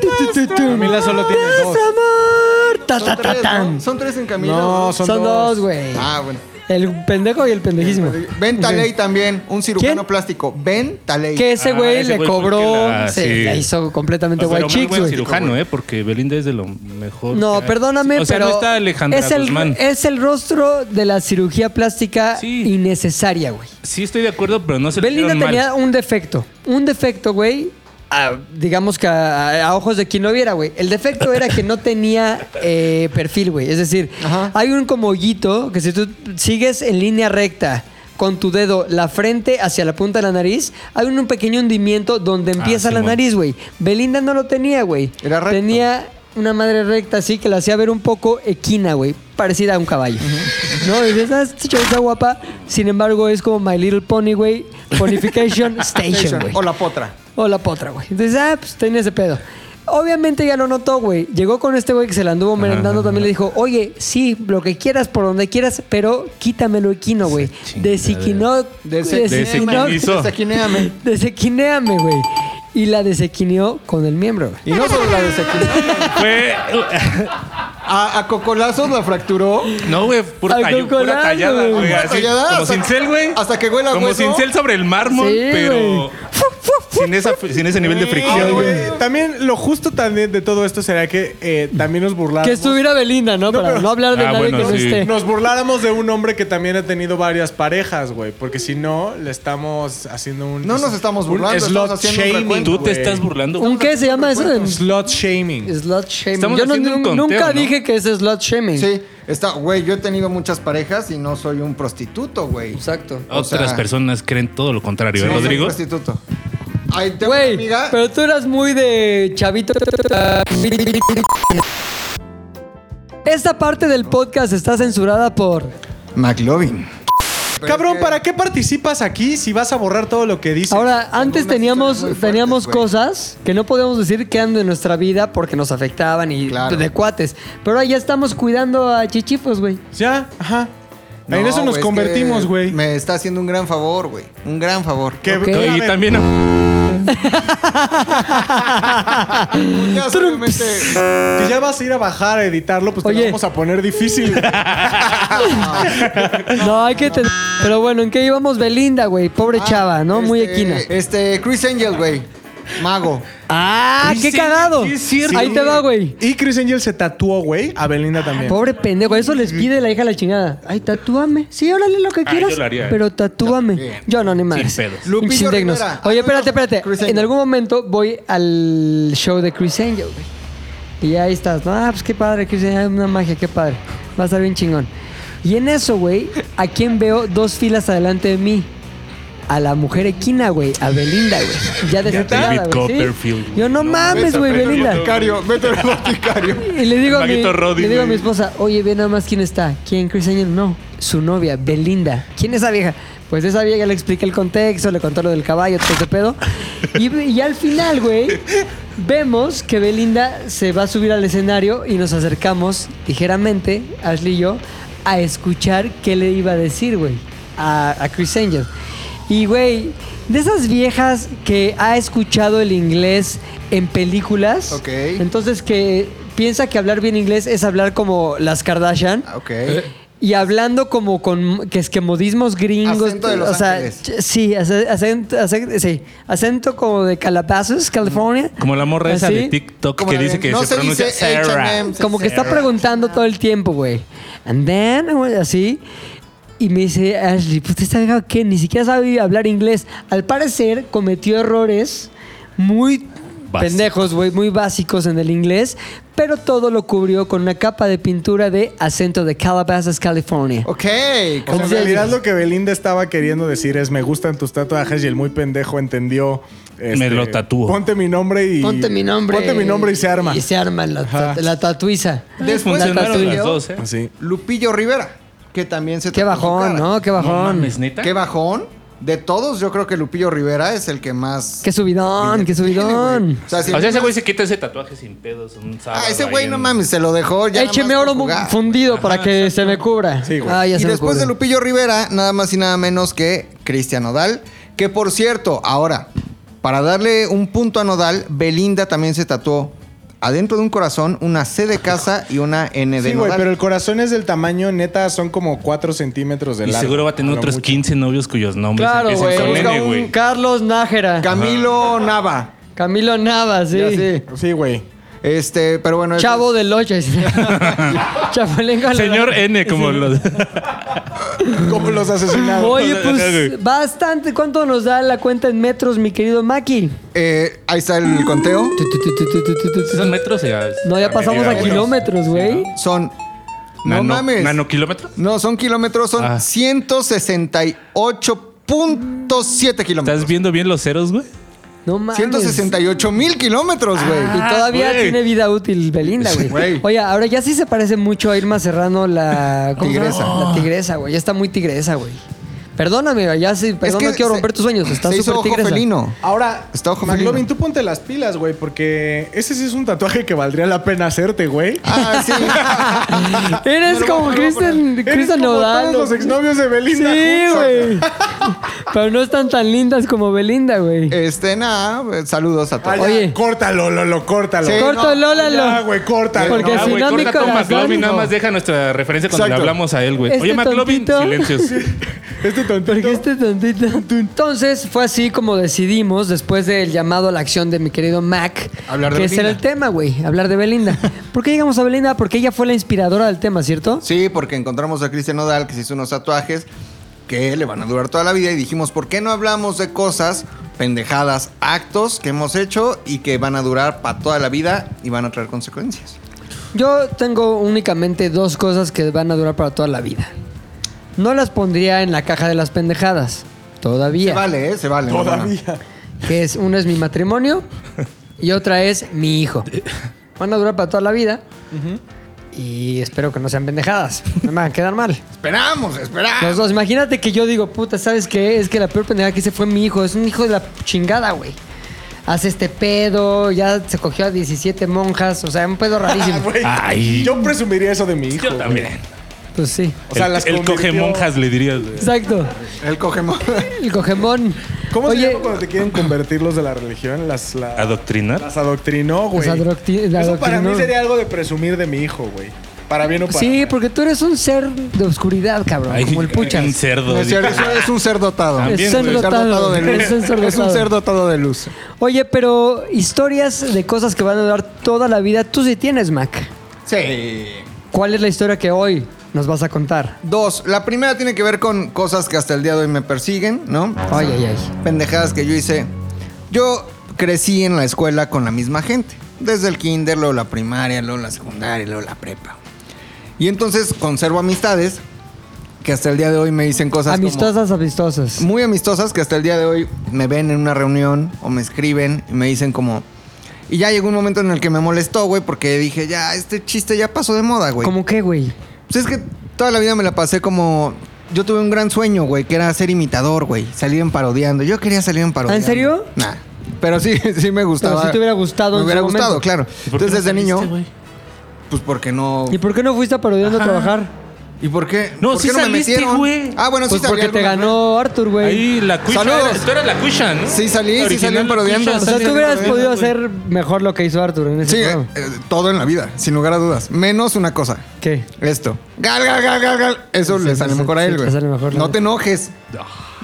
Tu, tu, tu,
nuestro
tu.
amor,
Camila solo tiene dos.
nuestro amor. Ta, ta,
Son
ta,
tres,
tan.
¿no? Son tres en Camila.
No, son,
Son
dos.
dos, güey.
Ah, bueno.
El pendejo y el pendejismo.
Ben Taley también, un cirujano
¿Quién?
plástico. Ben Taley.
Que ese
Ah,
güey
ese
le
güey fue el
cobró,
que la-
se
sí.
la hizo completamente
Pero
white
muy
chicks,
buen
güey.
cirujano, ¿eh? Porque Belinda es de lo mejor.
No,
que hay.
perdóname,
O sea,
pero
no está Alejandra
es, el,
Guzmán.
es el rostro de la cirugía plástica
Sí.
innecesaria, güey.
Sí, estoy de acuerdo, pero no se le
Belinda
hicieron mal.
tenía un defecto, un defecto, güey, a- digamos que a, a ojos de quien lo viera, güey. El defecto era que no tenía eh, perfil, güey. Es decir,
Ajá.
hay un como hoyito que si tú sigues en línea recta con tu dedo la frente hacia la punta de la nariz, hay un, un pequeño hundimiento donde empieza la
Ah, Simón.
nariz, güey. Belinda no lo tenía, güey.
Era recto.
Tenía una madre recta así que la hacía ver un poco equina, güey. Parecida a un caballo. ¿No? Y dices, "Ah, esta chava está guapa. Sin embargo, es como My Little Pony, güey. Ponification Station, güey.
O la potra.
O la potra, güey. Entonces, ah, pues tenía ese pedo. Obviamente ya lo notó, güey. Llegó con este güey que se la anduvo merendando. También le dijo, oye, sí, lo que quieras, por donde quieras, pero quítamelo equino, güey.
chingadera.
Desequinó. Desequinó.
Desequinizó.
Desequineame.
Desequineame, güey. Y la desequineó con el miembro, güey.
Y no solo la desequineó.
Fue.
A, a cocolazos la fracturó.
No, güey, pura,
Al
tallo-
cocolado,
pura tallada,
güey.
güey.
Pura
así,
tallada,
Como
hasta-
cincel, güey.
hasta que huela
Como
hueso.
cincel sobre el mármol,
Sí,
pero.
güey. Fu, fu, fu.
Sin, esa, sin ese nivel de
Ah,
fricción, güey.
güey, También lo justo también de todo esto será que eh, también nos burlamos.
Que estuviera Belinda, ¿no? Para no hablar de
Ah,
nadie
bueno,
que no
sí.
esté.
Nos burláramos de un hombre que también ha tenido varias parejas, güey. Porque si no, le estamos haciendo un.
No nos estamos burlando,
Un
estamos
slot
haciendo un
shaming.
recuento,
Tú te
güey.
estás burlando.
¿Un qué se llama eso?
Slot shaming.
Slot shaming.
Estamos
Yo no-
haciendo un
nun-
conteo,
nunca
¿no?
dije que es slot shaming.
Sí, está, güey, yo he tenido muchas parejas y no soy un prostituto, güey.
Exacto.
o sea-
Otras personas creen todo lo contrario,
Sí,
¿eh,
no soy
Rodrigo?
un prostituto. Ay, tengo una
Güey,
amiga.
pero tú eras muy de chavito. Esta parte del podcast está censurada por.
McLovin.
Cabrón, ¿para qué participas aquí si vas a borrar todo lo que dices?
Ahora, antes
unas
teníamos,
historias muy fuertes,
teníamos
güey.
cosas que no podíamos decir que eran de nuestra vida porque nos afectaban y
Claro.
de cuates. Pero ahora ya estamos cuidando a chichifos, güey.
Ya, ajá.
No,
en eso
güey,
nos
es que
convertimos, güey.
Me está haciendo un gran favor, güey. Un gran favor.
Que-
Ok.
que- a
Y
ver,
también.
Ya, obviamente,
que ya vas a ir a bajar a editarlo, pues te
Oye.
lo vamos a poner difícil.
No, Ah, hay que tener. Pero bueno, ¿en qué íbamos? Belinda, güey. Pobre chava, ¿no? Muy
este,
equina.
Este, Chris Angel, güey. Mago.
¡Ah! ¡Qué
Sí,
cagado!
sí, es cierto.
Ahí te va, güey.
Y Chris Angel se tatuó, güey, a Belinda también.
Pobre pendejo, eso les pide la hija a la chingada. Ay, tatúame. Sí, órale lo que
yo
quieras.
lo haría, eh.
Pero tatúame. Yo no, ni más.
pedos.
Lupillo Rivera.
Oye,
Ah,
espérate,
no, no,
espérate.
Chris
En
Angel.
algún momento voy al show de Chris Angel, güey. Y ahí estás. ¿no? Ah, pues qué padre, Chris Angel. Una magia, qué padre. Va a estar bien chingón. Y en eso, güey, ¿a quién veo dos filas adelante de mí? A la mujer equina, güey. A Belinda, güey. Ya desesperada,
David
güey. ¿sí?
Copperfield.
Yo, no, mames,
Vete a
güey,
ver al
Belinda.
boticario, vete a ver al boticario.
Y le digo, a mi,
Maguito Roddy,
le digo a
güey.
mi esposa, oye, ve nada más quién está. ¿Quién? Chris Angel, no. Su novia, Belinda. ¿Quién es esa vieja? Pues esa vieja le expliqué el contexto, le contó lo del caballo, todo ese pedo. Y, y al final, güey, vemos que Belinda se va a subir al escenario y nos acercamos ligeramente, Ashley y yo, a escuchar qué le iba a decir, güey, a, a Chris Angel. Y, güey, de esas viejas que ha escuchado el inglés en películas,
Ok.
en entonces que piensa que hablar bien inglés es hablar como las Kardashian
Ah, Ok.
y hablando como con que es que modismos gringos,
Acento de Los
o sea,
Ángeles.
ch- sí, ace- acento, acento- sí, acento como de Calabasas, California.
Como la morra esa
Así.
de TikTok
Como
que
la
dice
de-
que
no
se
se
pronuncia
dice
Sarah.
H&M, se-
Como que está
Sarah.
preguntando todo el tiempo, güey. And then, güey, así. Y me dice Ashley, pues esta vieja que ni siquiera sabe hablar inglés. Al parecer cometió errores muy
Básico.
pendejos, güey, muy básicos en el inglés, pero todo lo cubrió con una capa de pintura de acento de Calabasas, California.
O
Ok.
sea, en
Sí.
realidad lo que Belinda estaba queriendo decir es me gustan tus tatuajes y el muy pendejo entendió. este,
lo tatúo.
Ponte mi nombre y.
Ponte mi nombre.
Ponte mi nombre y se arma.
Y se arma la, ta-
Ajá.
la tatuiza.
Después
La
funcionaron
tatuilla.
las dos, ¿eh?
Sí.
Lupillo Rivera, que también se
Qué
tatuó su
bajón,
cara.
¿no? Qué
No
bajón.
mames, ¿neta?
Qué bajón. De todos, yo creo que Lupillo Rivera es el que más.
qué subidón, qué
tiene,
subidón.
güey. O sea, si
O sea, ese
empiezas-
güey se quita ese tatuaje sin pedos un sábado
Ah, ese güey
ahí
no
en-
mames, se lo dejó ya. nada
Écheme
más por
oro mu-
jugar.
fundido para que se me cubra.
Sí, güey.
Ah, ya
Y
se me
después
cubre.
de Lupillo Rivera, nada más y nada menos que Cristian Nodal. Que por cierto, ahora, para darle un punto a Nodal, Belinda también se tatuó adentro de un corazón una C de casa y una N de
Sí, güey,
Nodal.
pero el corazón es del tamaño, neta, son como 4 centímetros de
Y
largo.
seguro va a tener
Pero
otros
mucho.
15 novios cuyos nombres
Claro, güey.
empiezan con
Busca
N,
un
güey.
Carlos Nájera.
Camilo Nava.
Camilo Navas, sí.
Ya sé.
Sí, güey.
Este, pero bueno. eso
Chavo
es-
del Ocho. Chapalenco. de la-
Señor N, como los...
¿Cómo los asesinados?
Oye,
Ajá,
pues bastante. ¿Cuánto nos da la cuenta en metros, mi querido Maki?
eh, ahí está
Mm.
el conteo.
Tu, tu, tu, tu, tu, tu, tu, tu.
¿Son metros? Ya,
No, ya pasamos a
medida, güey.
kilómetros, güey.
Son.
Nano-
no mames.
¿Nanokilómetros?
No, son kilómetros, son
Ah.
168.7 kilómetros.
¿Estás viendo bien los ceros, güey?
No mames.
168 mil kilómetros, Ah, güey.
Y todavía
güey.
tiene vida útil Belinda, güey.
Güey.
Oye, ahora ya sí se parece mucho a Irma Serrano, la ¿cómo se llama?
Tigresa.
La tigresa, güey. Ya está muy tigresa, güey. Perdóname, ya sí, perdón, no quiero
se-
romper tus sueños. Está
se hizo
súper
ojo
tigresa.
felino.
Ahora,
Está ojo
McLovin,
felino.
tú ponte las pilas, güey, porque ese sí es un tatuaje que valdría la pena hacerte, güey.
Ah, sí.
Eres
Me lo
como
voy a poner,
Kristen,
Eres
Kristen
como
Nodal.
todos los exnovios de
Sí,
Belinda. Hudson.
güey. Pero no están tan lindas como Belinda, güey.
Este, nada, pues, saludos a
Ah,
todos.
ya,
Oye.
Córtalo, Lolo, córtalo.
Sí,
Corto,
no,
Lola, lo-
Ya, güey, córtalo.
Porque
No,
Ah,
si
güey,
no, mi
corta todo
corazón,
McLovin, nada
hijo.
más deja nuestra referencia cuando le
Exacto.
hablamos a él, güey.
Este
Oye, McLovin,
tontito.
silencios.
Este tontito.
Porque este tontito. Entonces fue así como decidimos, después del llamado a la acción de mi querido Mac,
Hablar de
que ese
Belinda.
era el tema, güey, hablar de Belinda. ¿Por qué llegamos a Belinda? Porque ella fue la inspiradora del tema, ¿cierto?
Sí, porque encontramos a Cristian Nodal que se hizo unos tatuajes que le van a durar toda la vida y dijimos, ¿por qué no hablamos de cosas, pendejadas, actos que hemos hecho y que van a durar para toda la vida y van a traer consecuencias?
Yo tengo únicamente dos cosas que van a durar para toda la vida. No las pondría en la caja de las pendejadas,
Se
todavía.
vale, ¿eh? Se vale. no,
Todavía.
Que es, una es mi matrimonio y otra es mi hijo. Van a durar para toda la vida. Y espero que no sean pendejadas. No me van a quedar mal.
Esperamos, esperamos.
Los dos, imagínate que yo digo, puta, ¿sabes qué? Es que la peor pendeja que hice fue mi hijo. Es un hijo de la chingada, güey. Hace este pedo, ya se cogió a 17 monjas, o sea, un pedo rarísimo.
Güey,
Ay.
Yo presumiría eso de mi hijo.
Yo también.
pues sí.
O sea,
el,
las
el coge
convirtió-
monjas, le dirías, eh, güey.
Exacto.
Él coge mo-
El cojemón.
¿Cómo se
Oye,
llama cuando te quieren convertir los de la religión? Las, la-
¿Adoctrinar?
las adoctrinó, güey.
Los adocti-
Eso para
adoctrinó.
mí sería algo de presumir de mi hijo, güey. Para bien o para
Sí,
mal.
porque tú eres un ser de oscuridad, cabrón,
Ay,
como el
Un
puchas.
cerdo.
Es cierto, eso es un ser dotado.
También,
Es
güey.
ser
Un ser
dotado,
dotado de luz.
es un ser
Es un
dotado.
ser dotado de luz.
Oye, pero historias de cosas que van a durar toda la vida, tú sí tienes, Mac.
Sí.
¿Cuál es la historia que hoy nos vas a contar?
Dos, la primera tiene que ver con cosas que hasta el día de hoy me persiguen, ¿no?
Ay, ay, ay.
Pendejadas que yo hice. Yo crecí en la escuela con la misma gente. Desde el kinder, luego la primaria, luego la secundaria, luego la prepa. Y entonces conservo amistades que hasta el día de hoy me dicen cosas como-
Amistosas, amistosas.
muy amistosas que hasta el día de hoy me ven en una reunión o me escriben y me dicen como... Y ya llegó un momento en el que me molestó, güey, porque dije, ya, este chiste ya pasó de moda, güey.
¿Cómo qué, güey?
Pues es que toda la vida me la pasé como. Yo tuve un gran sueño, güey, que era ser imitador, güey. Salir en parodiando. Yo quería salir en parodiando.
¿En serio?
Nah. Pero sí, sí me gustaba.
Pero sí te hubiera gustado en
Me hubiera
su
gustado,
momento.
claro.
¿Por qué
Entonces,
no
desde
saliste,
niño.
güey?
Pues porque no.
¿Y por qué no fuiste a parodiando a trabajar?
¿Y por qué?
No,
¿por
sí
qué me
saliste,
metieron?
güey.
Ah, bueno,
Pues
sí salí
porque te
alguna vez.
ganó Arthur, güey.
Ahí la cuisha.
Saludos.
eras- Tú eras la cuisha, ¿no?
Sí salí, sí salí en parodiando.
O sea,
salí
tú hubieras
alguna vez,
podido
güey.
hacer mejor lo que hizo Arthur en ese
Sí, eh,
programa.
eh, todo en la vida, sin lugar a dudas. Menos una cosa.
¿Qué?
Esto. Gal, gal, gal, gal, gal. Eso
Sí,
le
sí,
sale
sí,
mejor a
sí,
él,
te
güey.
sale mejor, la
No
neta.
te enojes.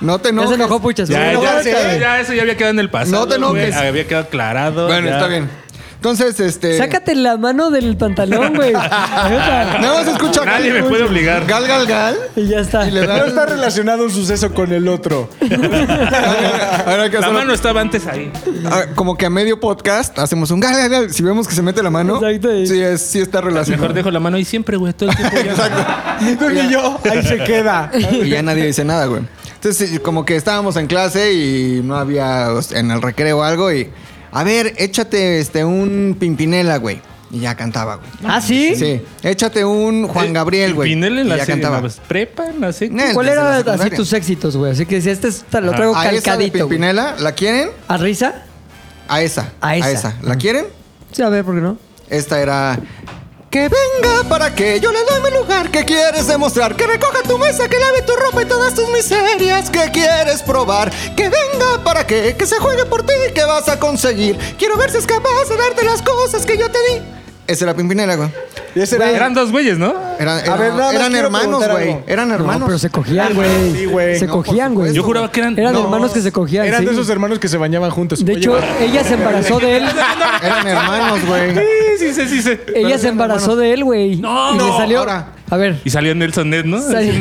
No te
Ya
enojes.
se enojó Puchas.
Ya,
güey.
ya,
No,
sí,
cállate.
ya, eso ya había quedado en el pasado.
No te
güey.
enojes.
Había quedado aclarado.
Bueno,
ya.
está bien. Entonces, este.
Sácate la mano del pantalón, güey. Neta.
Nada más escucha.
Nadie me puede obligar.
Gal, gal, gal.
y ya está.
Y le
No
da.
está relacionado un suceso con el otro.
Ahora hay que
La
hacerlo-
mano estaba antes ahí.
Ah, como que a medio podcast hacemos un gal, gal, gal. Si vemos que se mete la mano,
Exacto.
sí, es, sí está
Mejor
relacionado.
dejo la mano ahí siempre, güey. Todo el tiempo ya.
Tú y yo, ahí se queda.
Y ya nadie dice nada, güey. Entonces, sí, como que estábamos en clase y no había o sea, en el recreo algo y. A ver, échate este un pimpinela, güey. Y ya cantaba, güey.
¿Ah, sí?
Sí, échate un Juan Gabriel, güey.
Pinel en
Y
Eh, la
ya
secu-
cantaba.
en la prepa, en la secu.
Eh,
¿Cuál
desde la
era así
secundaria.
tus éxitos, güey? Así que decía, este está- lo traigo
A esa de
calcadito. güey.
Pimpinela, ¿la quieren?
¿A risa?
A esa.
A esa.
¿La quieren?
Sí, a ver, ¿por qué no?
Esta era. Que venga para que yo le doy mi lugar. Que quieres demostrar? Que recoja tu mesa, que lave tu ropa y todas tus miserias. Que quieres probar? Que venga para que que se juegue por ti. Que vas a conseguir? Quiero ver si es capaz de darte las cosas que yo te di. Esa era Pimpinela, güey.
Y ese era-
Eran dos güeyes, ¿no?
Era- era-
ver, nada más
eran
quiero
hermanos,
preguntar
güey.
algo.
Eran
No,
hermanos.
pero se cogían, güey.
Sí, güey.
Se
No, por
cogían, güey.
supuesto.
Yo juraba que eran.
Eran
No,
hermanos que se cogían.
eran
sí.
de esos hermanos que se bañaban juntos.
De
Oye,
hecho, ella se embarazó de él.
Eran hermanos, güey.
Sí, sí, sí, sí, sí.
Ella se embarazó de él, güey.
No,
y le
no,
salió.
ahora.
A ver.
Y salió Nelson Ned, ¿no?
salió-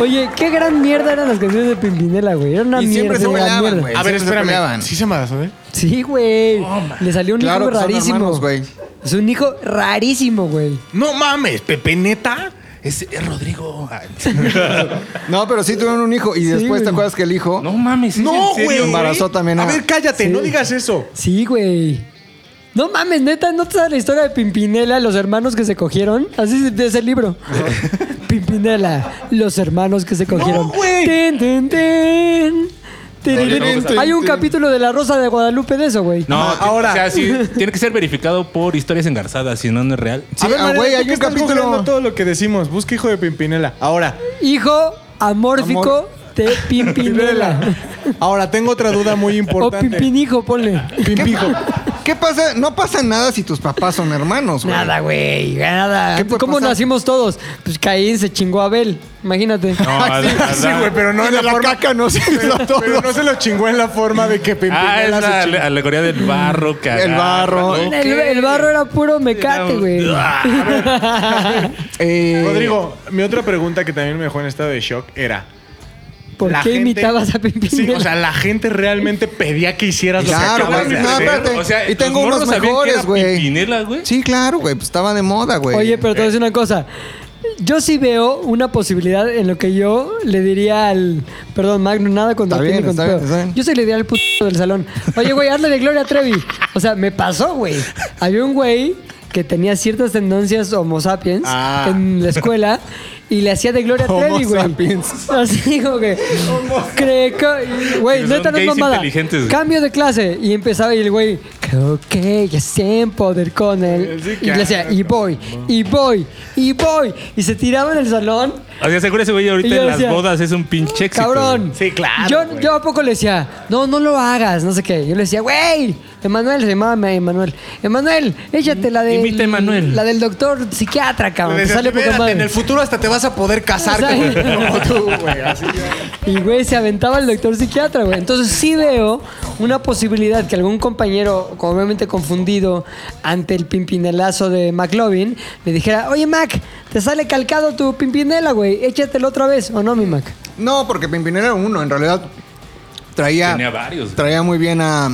Oye, qué gran mierda eran las canciones de Pimpinela, güey. Era una
Y
mierda.
siempre se
mierda.
peleaban, güey.
a ver,
siempre se
espérame.
peleaban.
¿Sí se embarazó de él?
Sí, güey. le salió un
Claro
hijo
que son
rarísimo.
hermanos, güey.
es un hijo rarísimo, güey.
No mames, Pepe Neta.
Es, es Rodrigo. Ay,
No, pero sí tuvieron un hijo. Y después te
güey.
acuerdas que el hijo
No mames. ¿es
No,
en serio?
güey.
Embarazó también
A
a-
ver, cállate,
Sí.
no digas eso.
Sí, güey. No mames, neta, ¿no te sabes la historia de Pimpinela, los hermanos que se cogieron? Así es- es el libro. Pimpinela, los hermanos que se cogieron.
güey.
Tin, tin, tin. Tin,
Oye,
tin,
no,
tin. Hay un capítulo de La Rosa de Guadalupe de eso, güey.
No,
ahora.
ahora. O sea, sí, tiene que ser verificado por historias engarzadas, si no, no es real.
Sí,
a ver,
ah,
Mariana,
güey,
¿tú
hay
qué
un
estás
capítulo-
googleando todo lo que decimos. Busca hijo de Pimpinela. Ahora,
Hijo amórfico
Amor.
de Pimpinela.
ahora tengo otra duda muy
o
importante.
Pimpinijo, ponle.
Pimpijo.
¿Qué pasa? No pasa nada si tus papás son hermanos, güey.
Nada, güey, nada.
¿Qué puede
¿Cómo
pasar?
nacimos todos? Pues Caín se chingó a Abel, imagínate.
No,
Ay, Ah, sí,
Adán-
sí,
Adán.
güey, pero no en la, caca no se hizo todo.
Pero no se lo chingó en la forma de que
Ah, es
Pimpinela
la
se
ale-
chingó.
alegoría del barro, cagada.
El barro.
El,
¿no?
el barro era puro mecate, güey.
Eh,
Rodrigo, mi otra pregunta que también me dejó en estado de shock era...
¿Por
la
qué
gente-
imitabas a Pimpinela?
Sí, o sea, la gente realmente pedía que hicieras
Claro,
lo que acabas
güey.
de
No,
hacer.
espérate.
O sea,
Y tengo
los morros
unos
sabían que
mejores,
era
güey.
Pimpinela, güey.
Sí, claro, güey. Pues estaba de moda, güey.
Oye, pero te voy a decir una cosa. Yo sí veo una posibilidad en lo que yo le diría al. Perdón, Magno, nada contra
Está
ti ni
bien,
contra
está
el
bien,
pedo.
está bien.
Yo sí le diría al puto del salón. Oye, güey, hazle de Gloria Trevi. O sea, me pasó, güey. Había un güey que tenía ciertas tendencias Homo sapiens
Ah.
en la escuela y le hacía de Gloria
Homo
Trevi, güey.
sapiens.
Así como que. Creo que- Güey,
Son
neta, no es
gays
mamada.
inteligentes, güey.
Cambio de clase. Y empezaba y el güey. Creo que ya sé en poder con él.
Sí,
y le hacía,
claro.
y voy, y voy, y voy. Y se tiraba en el salón.
O sea, seguro ese güey ahorita
Y yo
en las
decía,
bodas es un pinche éxito.
Cabrón.
güey.
Sí, claro,
Yo,
güey.
yo a poco le decía, no, no lo hagas, no sé qué. Yo le decía, güey, Emanuel, se llamaba Ma- Emanuel. Emanuel, échate la de.
Mm, Imita a Emanuel.
La del doctor psiquiatra, cabrón.
Le
que
decías,
sale poca
"Espérate,
madre".
en el futuro hasta te vas a poder casar
O sea,
güey, como tú, güey. Así
Y güey, se aventaba el doctor psiquiatra, güey. Entonces sí veo una posibilidad que algún compañero, obviamente confundido ante el pimpinelazo de McLovin, le dijera, oye Mac, te sale calcado tu pimpinela, güey, échatelo otra vez, ¿o no, mi Mac?
No, porque Pimpinela era uno. En realidad traía.
Tenía varios.
Traía muy bien a,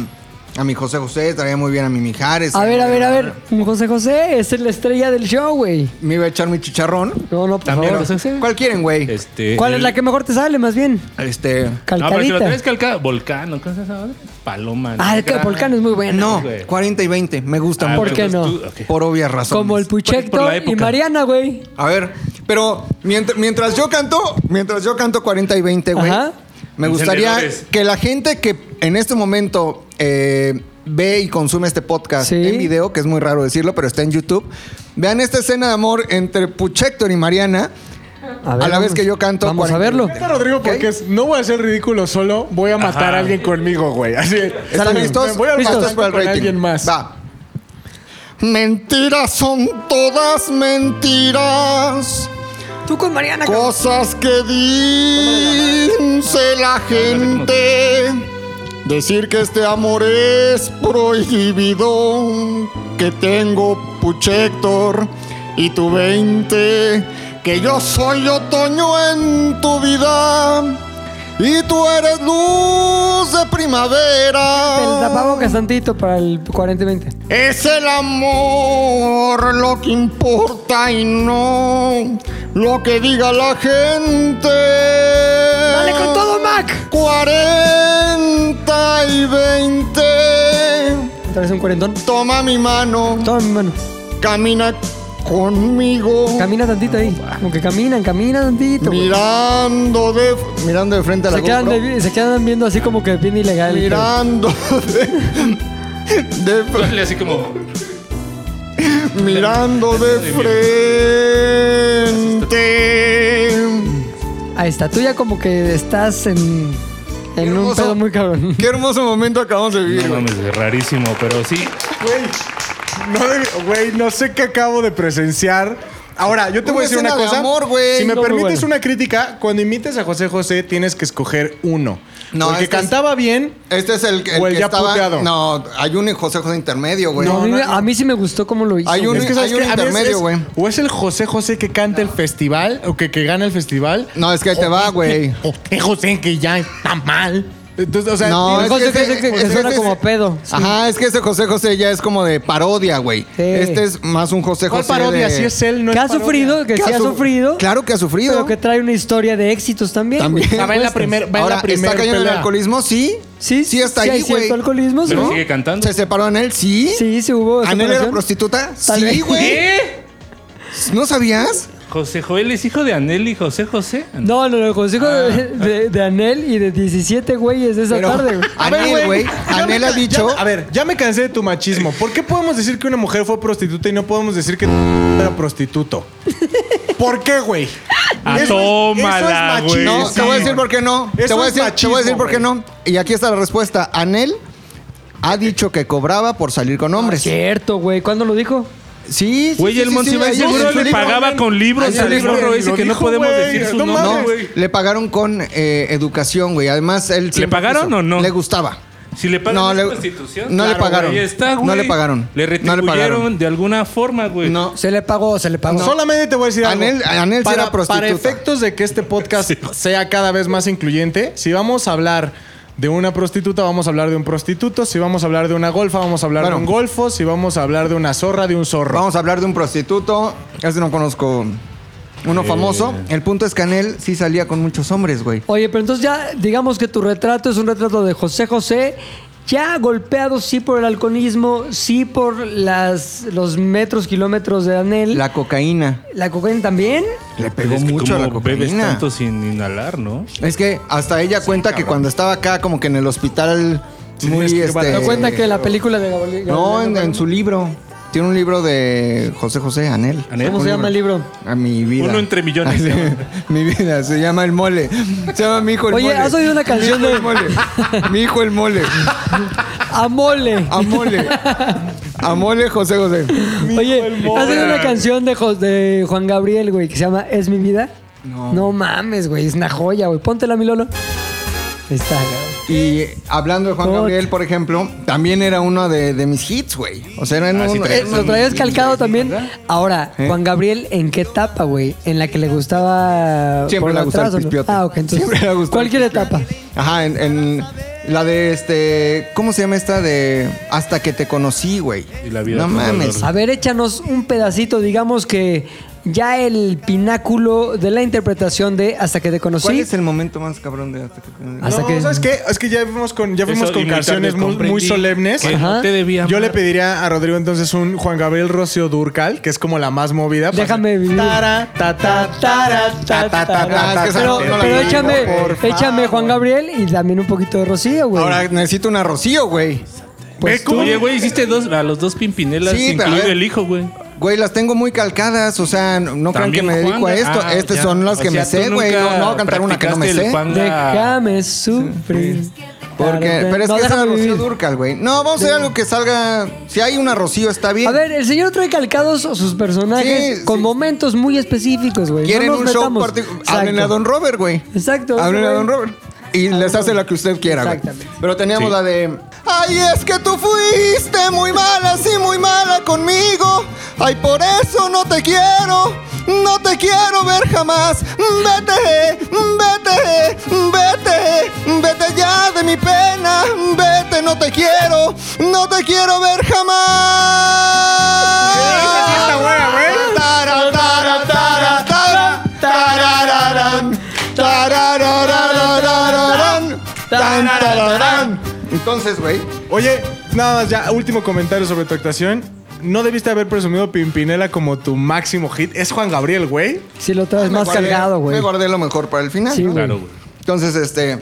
a mi José José, traía muy bien a mi Mijares. eh,
A ver, a ver, a ver, José José es la estrella del show, güey.
Me iba a echar mi chicharrón.
No, no, por
También
favor.
José José.
¿Cuál quieren, güey?
Este,
¿Cuál
el-
es la que mejor te sale, más bien?
Este.
No, pero si lo
Calcadita.
traes calcada, volcán, ¿qué es esa madre? Paloma.
ah, el
negra.
volcán es muy bueno.
No,
güey.
40 y 20. Me gusta
Ah,
mucho.
¿por qué
pues
no?
tú- ok.
Por obvias razones.
Como el
por
Puchecto
la
y
época.
Mariana, güey.
A ver, pero mientras, mientras yo canto, mientras yo canto 40 y 20, güey,
Ajá.
me gustaría
Encendedores.
que la gente que en este momento eh, ve y consume este podcast
Sí.
en video, que es muy raro decirlo, pero está en YouTube, vean esta escena de amor entre Puchector y Mariana.
A,
la vez que yo canto
Vamos a
40.
verlo.
Neta, Rodrigo, porque es, no voy a ser ridículo solo, voy a matar
Ajá.
a alguien conmigo, güey. Así
¿Están
Me-
listos?
me voy a
Listos
matar
para el
con
rating.
alguien más.
Va. Mentiras son todas mentiras.
Tú con Mariana, cabrón.
Cosas que dice la gente.
Decir que este amor es prohibido, que tengo Puchector y tu 20, que yo soy otoño en tu vida y tú eres luz de
El
primavera.
tapabocas tantito para el 40-20.
Es el amor lo que importa y no lo que diga la gente.
¡Dale con todo, Mac!
40 y 20.
Otra vez un cuarentón.
Toma mi mano,
Toma mi mano.
camina conmigo.
Uh.
Camina tantito ahí. Como que caminan, caminan tantito. güey.
Mirando de, mirando de frente a la
Se quedan,
GoPro.
de- se quedan viendo así como que bien ilegal.
Mirando de, de fr-
Dale así como.
mirando de frente.
Ahí está. Tú ya como que estás en, en un
hermoso.
pedo muy cabrón.
Qué hermoso momento acabamos de vivir.
No
güey.
mames, es rarísimo, pero sí.
Güey, no, deb- güey, no sé qué acabo de presenciar. Ahora, yo te
Una
voy a decir una
escena de
cosa.
amor, güey.
si me
No, muy
permites
bueno.
una crítica, cuando imites a José José tienes que escoger uno.
No,
Porque
este es-
cantaba bien.
Este es el, el
O el
que
ya
estaba.
puteado.
No, hay un José José intermedio, güey.
a, mí, me- a mí sí me gustó cómo lo hizo.
Hay un-
güey.
Es que sabes
hay un
que a veces
intermedio,
es-
güey.
O es el José José que canta el festival o que, que gana el festival.
No, es que ahí te
O
va,
este
güey.
José José que ya está mal. Entonces, o sea,
No,
tienes-
es
José
que ese-
José que- que
ese-
suena
ese-
como pedo.
Ajá, es que ese José José ya es como de parodia, güey.
Sí.
Este es más un José
¿cuál
José.
parodia?
de-
Si es él, no
que
es
ha
parodia.
sufrido, que
que
sí ha sufrido.
Claro que ha sufrido.
Pero que trae una historia de éxitos también. güey. pues,
O
También.
sea, va en la primer- va en
Ahora,
la primer
¿está cayendo en el
pelea.
alcoholismo? Sí.
Sí,
Sí está
sí
ahí,
hay cierto
güey.
alcoholismo, sí.
Pero sigue cantando.
¿Se separó en él? Sí.
Sí, sí hubo.
¿Anel era
separación.
prostituta?
Tal
sí,
vez.
güey.
¿Qué?
¿No sabías?
José Joel es hijo de Anel y José José.
No, no, no, el consejo de, de, de Anel y de 17 güeyes de esa
Pero-
tarde, güey.
A ver,
Anel, güey.
ya
Anel
me
ha
ca-
dicho.
ya- a ver, ya me cansé de tu machismo. ¿Por qué podemos decir que una mujer fue prostituta y no podemos decir que era prostituto? ¿Por qué, güey?
Ah,
Eso es-
tómala,
eso es
güey.
No,
machismo.
te voy a decir por qué no. Te
Eso
voy a
es
decir, te voy a decir
machismo,
por qué
güey.
no. Y aquí está la respuesta. Anel ha dicho que cobraba por salir con hombres. Sí,
Cierto, güey. ¿Cuándo lo dijo?
sí.
Güey,
sí,
el
sí,
Monsi
sí,
va a
ahí
decir,
en
"Bro,
su
le
libro,
pagaba
güey".
con
Ahí
libros
en el
al
libro
morro
lo
ese que no
dijo,
podemos
güey.
decir su
No
nombre,
No,
mames.
güey.
le pagaron con eh, educación, güey. Además, él siempre
pagaron
quiso.
o no?
Le gustaba.
Si le pagan
No,
es
le-
prostitución.
no le
Claro,
pagaron.
güey, ahí está,
No
güey.
le pagaron.
Le
No le
retribuyeron
pagaron.
de alguna forma, güey.
No.
Se le pagó, se le pagó.
Solamente te voy a decir algo.
Anel- Anel sí
para,
era prostituta.
Para efectos de que este podcast sea cada vez más incluyente, si vamos a hablar de una prostituta, vamos a hablar de un prostituto. Si vamos a hablar de una golfa, vamos a hablar
Bueno.
de un golfo. Si vamos a hablar de una zorra, de un zorro.
Vamos a hablar de un prostituto. Ese no conozco.
Eh.
Uno famoso. El punto es que Anel sí salía con muchos hombres, güey.
Oye, pero entonces ya digamos que tu retrato es un retrato de José José, ya golpeado sí por el alcoholismo, sí por las, los metros, kilómetros de Anel. La,
La cocaína.
cocaína también.
Le
Pero
pegó
es que
mucho a la
como bebes
cocaína.
tanto sin inhalar, ¿no?
Es que hasta ella cuenta que cuando estaba acá, como que en el hospital, muy
es que
este.
Pero cuenta que la película de Gabriel.
No,
Gabriel-
en, en su libro. Tiene un libro de José José Anel.
Anel.
¿Cómo se llama el libro?
A mi vida.
Uno entre millones,
Ah, sí.
se llama.
mi vida, se llama El Mole. Se llama Mi hijo el
Oye,
mole.
¿has oído una
Mi
canción
hijo
de-
el mole? Mi hijo el mole.
Ah, Amole.
Amole. Amole José José.
Oye, ¿has oído una canción de, Jo- de Juan Gabriel, güey, que se llama Es mi vida? No. No mames, güey, es una joya, güey. Póntela, mi Lolo. Ahí Está, güey.
Y hablando de Juan
Puta.
Gabriel, por ejemplo, también era uno de, de mis hits, güey. O sea, era uno-
Eh, Lo traías calcado también. Ahora,
¿Eh?
Juan Gabriel, ¿en qué etapa, güey? ¿En la que le gustaba.
Siempre
por
le ha gustado
atrás
el
o no?
pispiote.
Ah, ok, entonces.
Siempre le ha gustado
cualquier
el
etapa.
Ajá, en, en la de este. ¿Cómo se llama esta de Hasta que te conocí, güey?
Y la vida
No
con
mames.
A ver, échanos un pedacito, digamos que ya el pináculo de la interpretación de Hasta que te conocí.
¿Cuál es el momento más cabrón de Hasta que te conocí?
Hasta
no,
que-
¿sabes qué? Es que ya fuimos con, ya fuimos
Eso, y
con
muy
canciones
tarde
muy, muy
comprendí
solemnes.
que no
Ajá.
te debía
Yo le
amar.
pediría a Rodrigo entonces un Juan Gabriel Rocio Durcal, que es como la más movida. para-
Déjame vivir.
Tara, ta, ta, tara, ta, ta, ta, ta,
Ah, Es que esa
Pero,
no la
pero
vi,
échame,
por
échame Juan Gabriel y también un poquito de Rocío, güey.
Ahora necesito una Rocío, güey.
Pues
Ve,
tú-
¿Eh, Oye, güey, hiciste dos, a los dos pimpinelas,
Sí, pero a
incluido
ver.
el hijo, güey.
Güey, las tengo muy calcadas, o sea, no no crean que
También
me dedico
Juanga.
a esto.
Ah,
Estas
ya.
son las
O
que
sea,
me
tú
sé, güey. No,
nunca
no voy a cantar una que no me
practicaste
sé.
el Juanga.
Déjame sufrir.
Porque,
Tarde-
pero es
No,
que esa es
déjame
Rocío
vivir.
Durcal, güey. No, vamos a hacer algo que salga. Si hay una Rocío, está bien.
A ver, el señor trae calcados sus personajes
Sí,
con
sí.
momentos muy específico, güey.
quieren
no nos
un show
metamos.
particular.
Exacto.
Háblenle a Don Robert, güey.
Exacto.
Háblenle a
güey.
Don Robert. y les hace la que usted quiera, güey.
Exactamente.
Pero teníamos
Sí.
la de. Ay, es que tú fuiste muy mala, sí, muy mala conmigo. Ay, por eso no te quiero, no te quiero ver jamás. Vete, vete, vete, vete ya de mi pena. Vete, no te quiero, no te quiero ver jamás. Tara, tara, tara, tara, tarararán, tararararararán, tan, tararán. Entonces, güey.
Oye, nada más ya, último comentario sobre tu actuación. No debiste haber presumido Pimpinela como tu máximo hit. Es Juan Gabriel, güey.
Si lo traes más
me guardé-
cargado,
Me
güey.
guardé lo mejor para el final.
Sí,
¿no?
güey.
Claro, güey.
Entonces, este.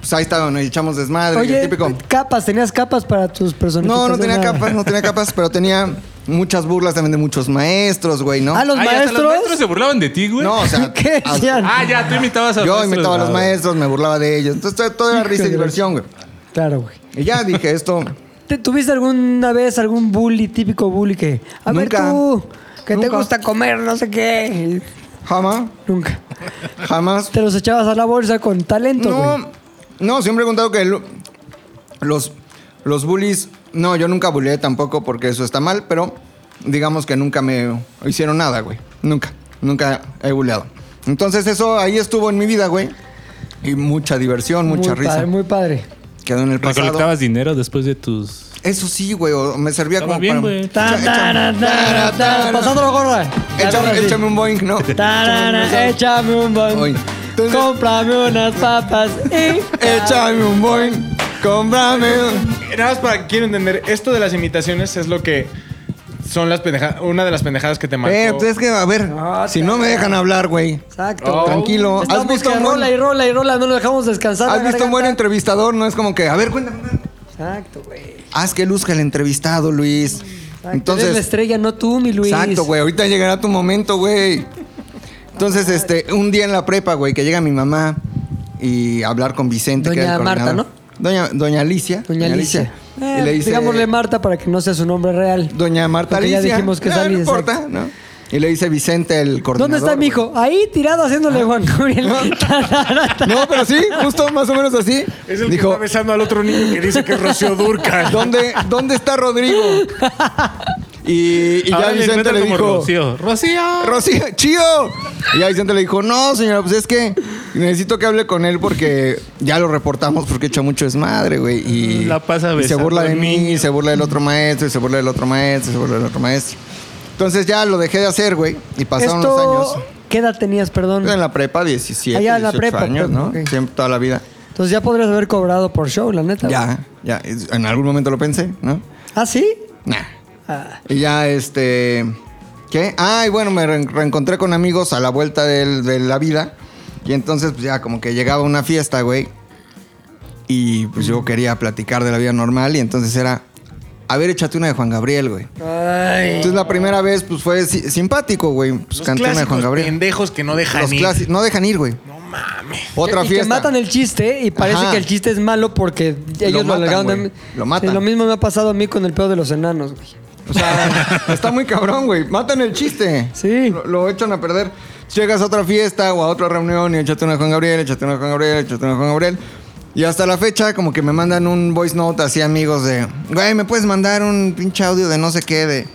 Pues ahí está donde echamos desmadre. y el
Oye,
típico.
capas, tenías capas para tus
No,
personificaciones.
no tenía
nada.
capas, no tenía capas, pero tenía muchas burlas también de muchos maestros, güey, ¿no?
¿A Ah, los
Ay, hasta
maestros?
los maestros se burlaban de ti, güey.
No, o sea.
¿Qué
a-
decían?
Ah, ya, tú imitabas a los
Yo imitaba a los
Ah,
maestros, me burlaba de ellos. Entonces, todo- todo era risa y
de la-
diversión, güey.
Claro, güey.
Y ya dije esto.
¿Te- ¿Tuviste alguna vez algún bully, típico bully que... A
Nunca.
ver tú, que te
Nunca.
gusta comer, no sé qué.
Jamás,
Nunca.
jamás.
Te los echabas a la bolsa con talento, güey.
No, no, siempre he contado que lo- los, los bullies. No, yo nunca bulleé tampoco porque eso está mal, pero digamos que nunca me hicieron nada, güey. Nunca, nunca he bulleado. Entonces, eso ahí estuvo en mi vida, güey. Y mucha diversión, mucha
muy
risa.
Padre, muy padre.
Quedó en el pasado.
Recolectabas dinero después de tus.
Eso sí, güey, o- me servía
Estaba
como
bien,
para.
güey.
Tan, tan, tan, tan, Pasando la gorra.
Échame, échame un boing, ¿no?
Tarara, échame un
Oye,
bon.
entonces-
Cómprame unas papas ¿eh? y...
Échame un boing. Cómprame un.
Nada más para quiero entender, esto de las imitaciones es lo que son las pendeja- una de las pendejadas que te
Ah,
marcó.
Eh, pues es que, a ver,
No,
si no me dejan hablar, güey.
Exacto.
Oh. Tranquilo.
Estamos
¿Has visto
que
un buen-
rola y rola y rola, no lo dejamos descansar.
¿Has
la
visto un buen
garganta.
entrevistador? No es como que, a ver, cuéntame.
Exacto, güey.
Haz que luzca el entrevistado, Luis.
Eres la
Entonces,
estrella, no tú, mi Luis.
exacto, güey. Ahorita llegará tu momento, güey. Entonces, este, un día en la prepa, güey, que llega mi mamá y hablar con Vicente, que era el
Doña Marta,
coordinador. Doña, Doña Alicia.
Doña Alicia.
y
Eh,
le dice,
digámosle Marta para que no sea su nombre real.
Doña Marta
Porque ya
Alicia.
dijimos que es
Ah, no
Ali,
importa,
exacto.
¿no? Y le dice Vicente, el coordinador.
¿Dónde está mi hijo? Ahí tirado haciéndole Juan Gabriel.
güey. No, Ah. pero sí, justo más o menos así.
Es el que
Dijo,
está besando al otro niño que dice que es Rocío Durca.
¿Dónde, ¿Dónde está Rodrigo? Y, y ya
Ahora le
Vicente
encuentran
le
como
dijo,
Rocío. ¡Rocío!
Rocío, chío. Y ya Vicente le dijo, no, señora, pues es que necesito que hable con él porque ya lo reportamos porque echa mucho desmadre, güey. Y,
La pasa
y se
besando
burla de
al
mí,
niño.
y se burla del otro maestro, y se burla del otro maestro, y se burla del otro maestro. Entonces ya lo dejé de hacer, güey. Y pasaron los
Esto,
años. Pues
¿qué edad tenías, perdón?
En la prepa, 17,
Allá en la
18
prepa, pues,
años, ¿no?
ok. Ah,
Siempre, toda la vida.
Entonces ya podrías haber cobrado por show, la neta. güey.
Ya, ya. En algún momento lo pensé, ¿no?
¿Ah, sí?
Nah.
Ah,
Y ya, este. ¿Qué? Ay, bueno, me re- reencontré con amigos a la vuelta del- de la vida. Y entonces, pues ya, como que llegaba una fiesta, güey. Y pues yo quería platicar de la vida normal. Y entonces era. A ver, échate una de Juan Gabriel, güey. Entonces la primera vez, pues fue si- simpático, güey. Pues
Los
canté una de
clásicos
Juan Gabriel.
pendejos que no dejan
Los
ir.
clásicos. No dejan ir, güey. No mames. Otra
y
fiesta.
que matan el chiste y parece
Ajá.
que el chiste es malo porque ellos lo,
matan,
alargaron de
güey.
mí.
Lo matan.
Sí, lo mismo me ha pasado a mí con el pedo de los enanos, güey.
O sea, está muy cabrón, güey. Matan el chiste.
Sí.
Lo, lo echan a perder. Llegas a otra fiesta o a otra reunión y échate una Juan Gabriel, échate una Juan Gabriel, échate una Juan Gabriel. Y hasta la fecha, como que me mandan un voice note así, amigos, de, güey, ¿me puedes mandar un pinche audio de no sé qué? De...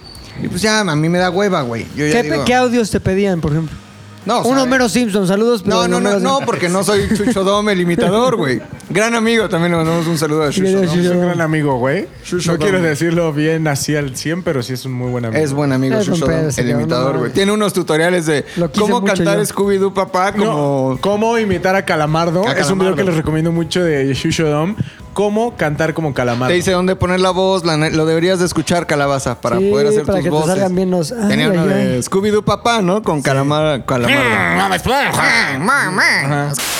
Y pues ya, a mí me da hueva, güey. Yo ya
¿Qué,
digo,
qué audios te pedían, por ejemplo?
no, o sea,
Un Homero Simpson, saludos. pero
No,
de
no, no,
Homero
no,
Simpson.
porque no soy Chucho Dome, el imitador, güey. Gran amigo, también le mandamos un saludo a Chucho
Mira,
Dome.
Es un gran amigo, güey.
Shusho
No quiero
Dome.
decirlo bien así al 100, pero sí es un muy buen amigo.
Es buen amigo
Es buen
Shusho
pedo,
Dom, el
señor,
imitador,
no
güey.
mames.
Tiene unos tutoriales de
Lo quise
cómo
mucho
cantar
yo.
Scooby-Doo papá como...
No, cómo imitar a Calamardo.
A
Es un video
Calamardo.
que les recomiendo mucho de Shusho Dom. Cómo cantar como Calamardo.
Te dice dónde poner la voz, la ne- lo deberías de escuchar, Calabaza, para
Sí,
poder hacer
para
tus
que te
voces.
salgan bien los- Ay,
Tenía
ay,
una de
ay.
Scooby-Doo papá, ¿no? Con calamar,
Mm,
calamardo.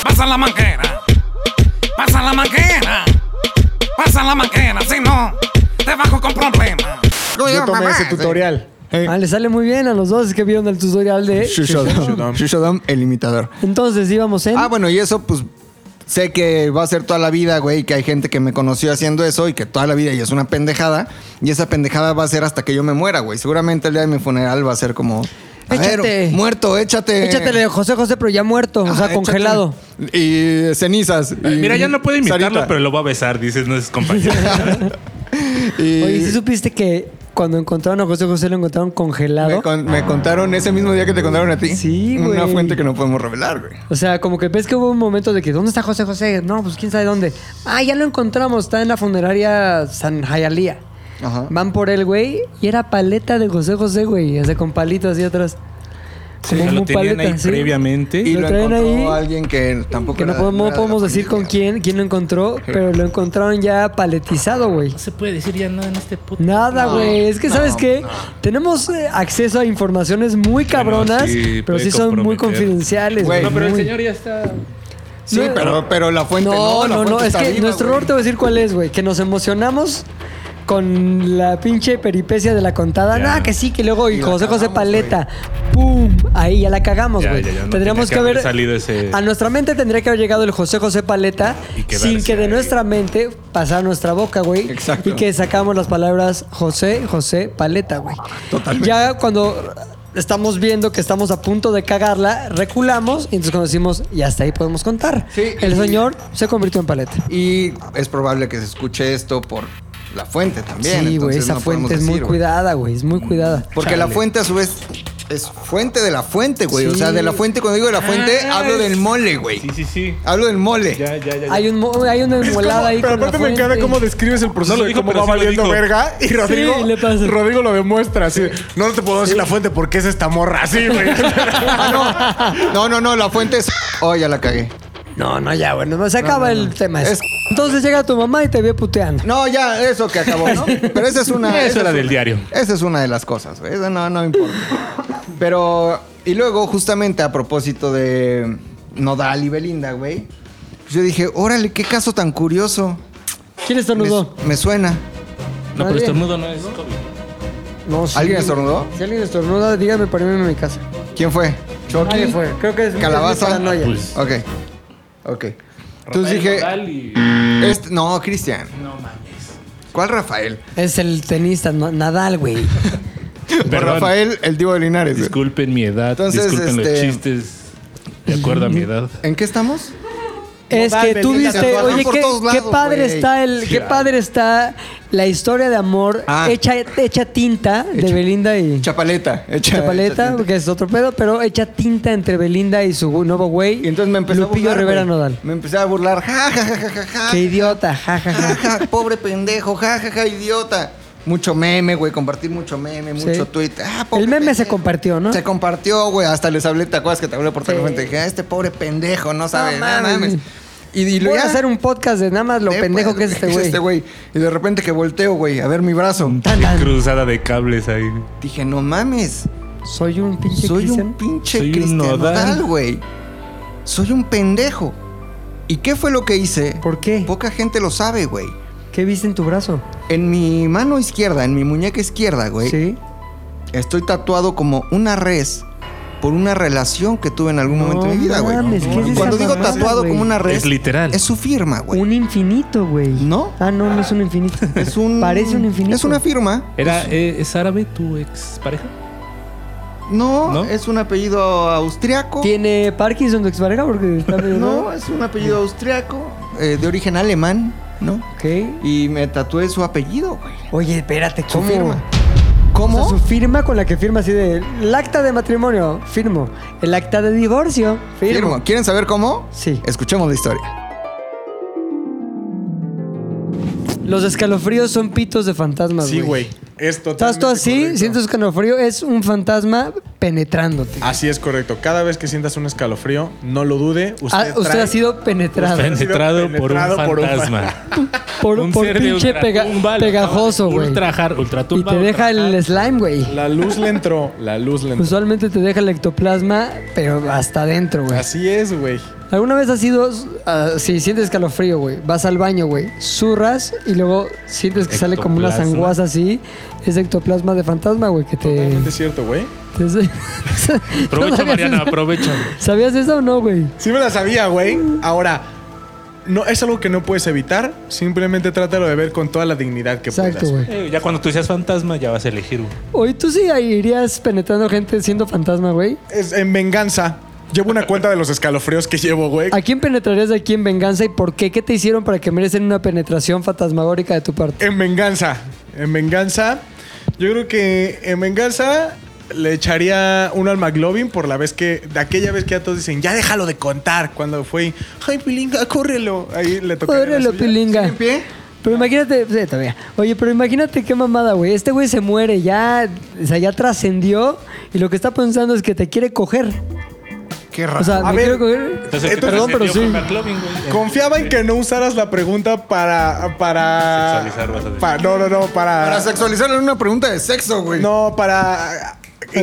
Pasa la manguera. Pasa la manguera. Pasa la manguera, si no, te bajo con problemas.
Yo tomé ese tutorial.
Ah, le sale muy bien a los dos que vieron el tutorial de...
Shushodom. Shushodom, el imitador.
Entonces íbamos en...
Ah, bueno, y eso, pues, sé que va a ser toda la vida, güey, que hay gente que me conoció haciendo eso y que toda la vida y es una pendejada. Y esa pendejada va a ser hasta que yo me muera, güey. Seguramente el día de mi funeral va a ser como... A ver,
Échate.
muerto, échate.
Échatele de José José, pero ya muerto, o sea,
Ajá,
congelado.
échate. Y eh, cenizas. y-
Ah, Mira, ya no puede imitarlo,
Sarita.
pero lo va a besar, dices, no es compañero.
Y
Oye, ¿sí supiste que cuando encontraron a José José lo encontraron
me,
congelado?
con- me contaron ese mismo día que te contaron a ti.
Sí,
Una
güey.
fuente que no podemos revelar, güey.
O sea, como que ves que hubo un momento de que, ¿dónde está José José? No, pues quién sabe dónde. Ah, ya lo encontramos, está en la funeraria San Jayalía.
Ajá.
Van por él, güey, y era paleta de José José, güey, o sea, con palitos y atrás.
Sí, ya lo
muy
tenían ahí
sí.
previamente.
Y
Lo
lo,
traen
encontró
ahí,
alguien que tampoco
Que no
era-
podemos,
era de la
podemos decir con
familia.
quién, quién lo encontró, pero lo encontraron ya paletizado, güey.
No se puede decir ya nada en este puto.
Nada, güey. es que, ¿sabes
no,
qué? Tenemos eh, acceso a informaciones muy cabronas,
sí,
pero
puede
sí son muy
comprometer.
confidenciales,
Güey,
güey.
no, pero el
muy.
señor ya está.
Sí,
No.
pero, pero la fuente
No,
no. la
no, no.
fuente
Es
está
que
viva,
nuestro
güey.
error te voy a decir cuál es, güey. Que nos emocionamos con la pinche peripecia de la contada.
Ya.
Nada, que sí, que luego. Y,
Y la
José José
cagamos,
Paleta. ¡Pum! Ahí ya la cagamos,
Ya,
güey.
ya, ya, no
Tendríamos
tenía
que
que haber
haber.
salido ese-
A nuestra mente tendría que haber llegado el José José Paleta
Y quedarse
sin que de
ahí.
nuestra mente pasara nuestra boca, güey.
Exacto.
Y que sacamos las palabras José José Paleta, güey. Totalmente. Ya cuando. Estamos viendo que estamos a punto de cagarla, reculamos y entonces cuando decimos, y hasta ahí podemos contar.
Sí,
el
y-
señor se convirtió en paleta.
Y es probable que se escuche esto por la fuente también.
sí, güey,
entonces
esa
no podemos
fuente es muy
decir, güey. Mm.
cuidada, güey, es muy cuidada.
Porque la fuente a su vez es fuente de la fuente, güey. O
Sí.
sea, de la fuente, cuando digo de la fuente,
Ah,
hablo
es-
del mole, güey.
Sí, sí, sí.
Hablo del mole.
Ya, ya, ya. ya.
Hay, un, mo- hay una
Es como-
enmolada ahí.
pero
con la
aparte me encanta
fuente.
cómo describes el proceso
No lo
de
dijo,
cómo
pero sí
va
lo
valiendo
dijo.
verga y Rodrigo,
le pasa.
Rodrigo lo demuestra así. No te puedo decir la fuente porque es esta morra así, güey.
Ah, no. No, no, no, la fuente es. Oh, ya la cagué.
No, no, ya, bueno, se acaba el tema. ese.
Es-
Entonces llega tu mamá y te ve puteando.
No, ya, eso que acabó, ¿no? Pero esa es una.
Eso
esa
era
es
del
una-
diario.
Esa es una de las cosas, güey. Esa no, no importa. Pero. Y luego, justamente a propósito de Nodal y Belinda, güey. pues yo dije, órale, qué caso tan curioso.
¿Quién
Me,
estornudó?
me suena.
No, pero
Nadie.
estornudo no es COVID.
No, sí.
¿Alguien estornudó?
Si alguien estornuda, dígame para irme a mi casa.
¿Quién fue? ¿Chucky?
Nadie fue. Creo que es
Calabaza. Ah,
es mi paranoia.
Pues,
Ok. Ok. Entonces dije.
Rafael Nadal y-
Este- no, Cristian. No mames. ¿Cuál Rafael?
Es el tenista no- Nadal, güey.
Perdón.
Rafael, el Divo de Linares. güey.
Disculpen mi edad,
Entonces,
disculpen los
este-
chistes de acuerdo a mi edad.
¿En qué estamos?
Es
Nodal,
que tú
Belinda,
viste,
tatuaje
oye,
por
qué,
todos
qué
lados,
padre
güey.
está el, qué padre está la historia de amor
Ah.
hecha, hecha tinta de
Hecha-
Belinda y
Chapaleta. Echa-
Chapaleta,
echa-
que es otro pedo, pero hecha tinta entre Belinda y su nuevo güey.
Y entonces me empecé
Lupillo
a burlar.
Rivera
güey.
Nodal.
Me empecé a burlar. Ja, ja, ja, ja, ja, ja.
Qué idiota, jajaja.
Ja, ja, pobre pendejo. Ja, ja, ja, idiota. Mucho meme, güey. Compartir mucho meme,
Sí.
mucho tweet. Ah, pobre
El meme se
pendejo.
compartió, ¿no?
Se compartió, güey. Hasta les hablé, ¿te acuerdas que te hablé por teléfono? Y Te dije, ah, este pobre pendejo, no sabe. No
mames.
mames. Y, y
Voy
ya.
a hacer un podcast de nada más lo
Eh,
pendejo
pues,
que es este güey.
Y de repente que volteo, güey, a ver mi brazo.
Tan, tan.
Cruzada de cables ahí.
Dije, no mames.
Soy un pinche
Soy un
Cristian.
pinche
Soy un
Cristian
nodal.
Nodal, güey. Soy un pendejo. ¿Y qué fue lo que hice?
¿Por qué?
Poca gente lo sabe, güey.
¿Qué viste en tu brazo?
En mi mano izquierda, en mi muñeca izquierda, güey,
Sí.
estoy tatuado como una res por una relación que tuve en algún momento de mi vida, güey.
mames, ¿qué es esa
Cuando digo
mamada,
tatuado
güey?
como una res,
Es literal.
Es su firma, güey.
Un infinito, güey.
¿No?
Ah, no, no es un infinito.
Es un
Parece un infinito.
Es una firma.
Era, eh, ¿Es árabe tu ex pareja?
No,
¿No?
es un apellido austriaco.
¿Tiene Parkinson tu expareja? Porque está medio...
No, es un apellido austriaco, eh, de origen alemán, ¿no?
Ok.
Y me tatué su apellido, güey.
Oye, espérate, ¿cómo?
firma.
O
¿Cómo?
sea, su firma con la que firma así de... El acta de matrimonio, firmo. El acta de divorcio, firmo.
Firmo. ¿Quieren saber cómo?
Sí.
Escuchemos la historia.
Los escalofríos son pitos de fantasmas,
Sí, güey. Es
Estás tú
totalmente
así,
correcto.
sientes escalofrío, es un fantasma penetrándote.
Así es correcto. Cada vez que sientas un escalofrío, no lo dude. Usted,
Ah, Usted,
trae-
ha sido penetrado
Penetrado, por un
penetrado por un
fantasma.
por,
Un
por
ser de
pinche pega-
ultratumba, lo
pegajoso,
acaban de
güey.
Ultrajar, ultratumba.
Y te deja el slime, güey.
La luz le entró. La luz le entró.
Usualmente te deja el ectoplasma, pero hasta adentro, güey.
Así es, güey.
¿Alguna vez has sido, ah, si sientes escalofrío, güey, vas al baño, güey, zurras y luego sientes que sale como una
Ectoplasma.
sanguaza así, es ectoplasma de fantasma, güey, que te...
Es cierto, güey.
te-
Aprovecha,
¿Sabías
Mariana,
eso?
aprovecha.
¿Sabías eso o no, güey?
Sí me la sabía, güey. Ahora, no, es algo que no puedes evitar. Simplemente trátalo de ver con toda la dignidad que
Exacto,
puedas.
güey.
Eh, ya cuando tú seas fantasma, ya vas a elegir, güey.
Hoy tú sí irías penetrando gente siendo fantasma, güey.
Es en venganza. Llevo una cuenta de los escalofríos que llevo, güey.
¿A quién penetrarías de aquí en venganza y por qué? ¿Qué te hicieron para que merecen una penetración fantasmagórica de tu parte?
En venganza. En venganza. Yo creo que en venganza le echaría uno al McLovin por la vez que. De aquella vez que ya todos dicen, ya déjalo de contar. Cuando fue. Ay, pilinga, córrelo. Ahí le tocó.
Órale, pilinga.
pie?
Pero imagínate, sí, todavía. Oye, pero imagínate qué mamada, güey. Este güey se muere, ya, o sea, ya trascendió y lo que está pensando es que te quiere coger.
Qué
O
raro.
sea,
A
me
ver,
quiero coger.
Entonces, ¿qué
Perdón,
te
pero
sirvió
sí.
fue McLovin, güey?
Confiaba en que no usaras la pregunta para. Para.
Sexualizar, vas a decir.
pa- no, no, no. Para.
Para sexualizarle una pregunta de sexo, güey.
no, para.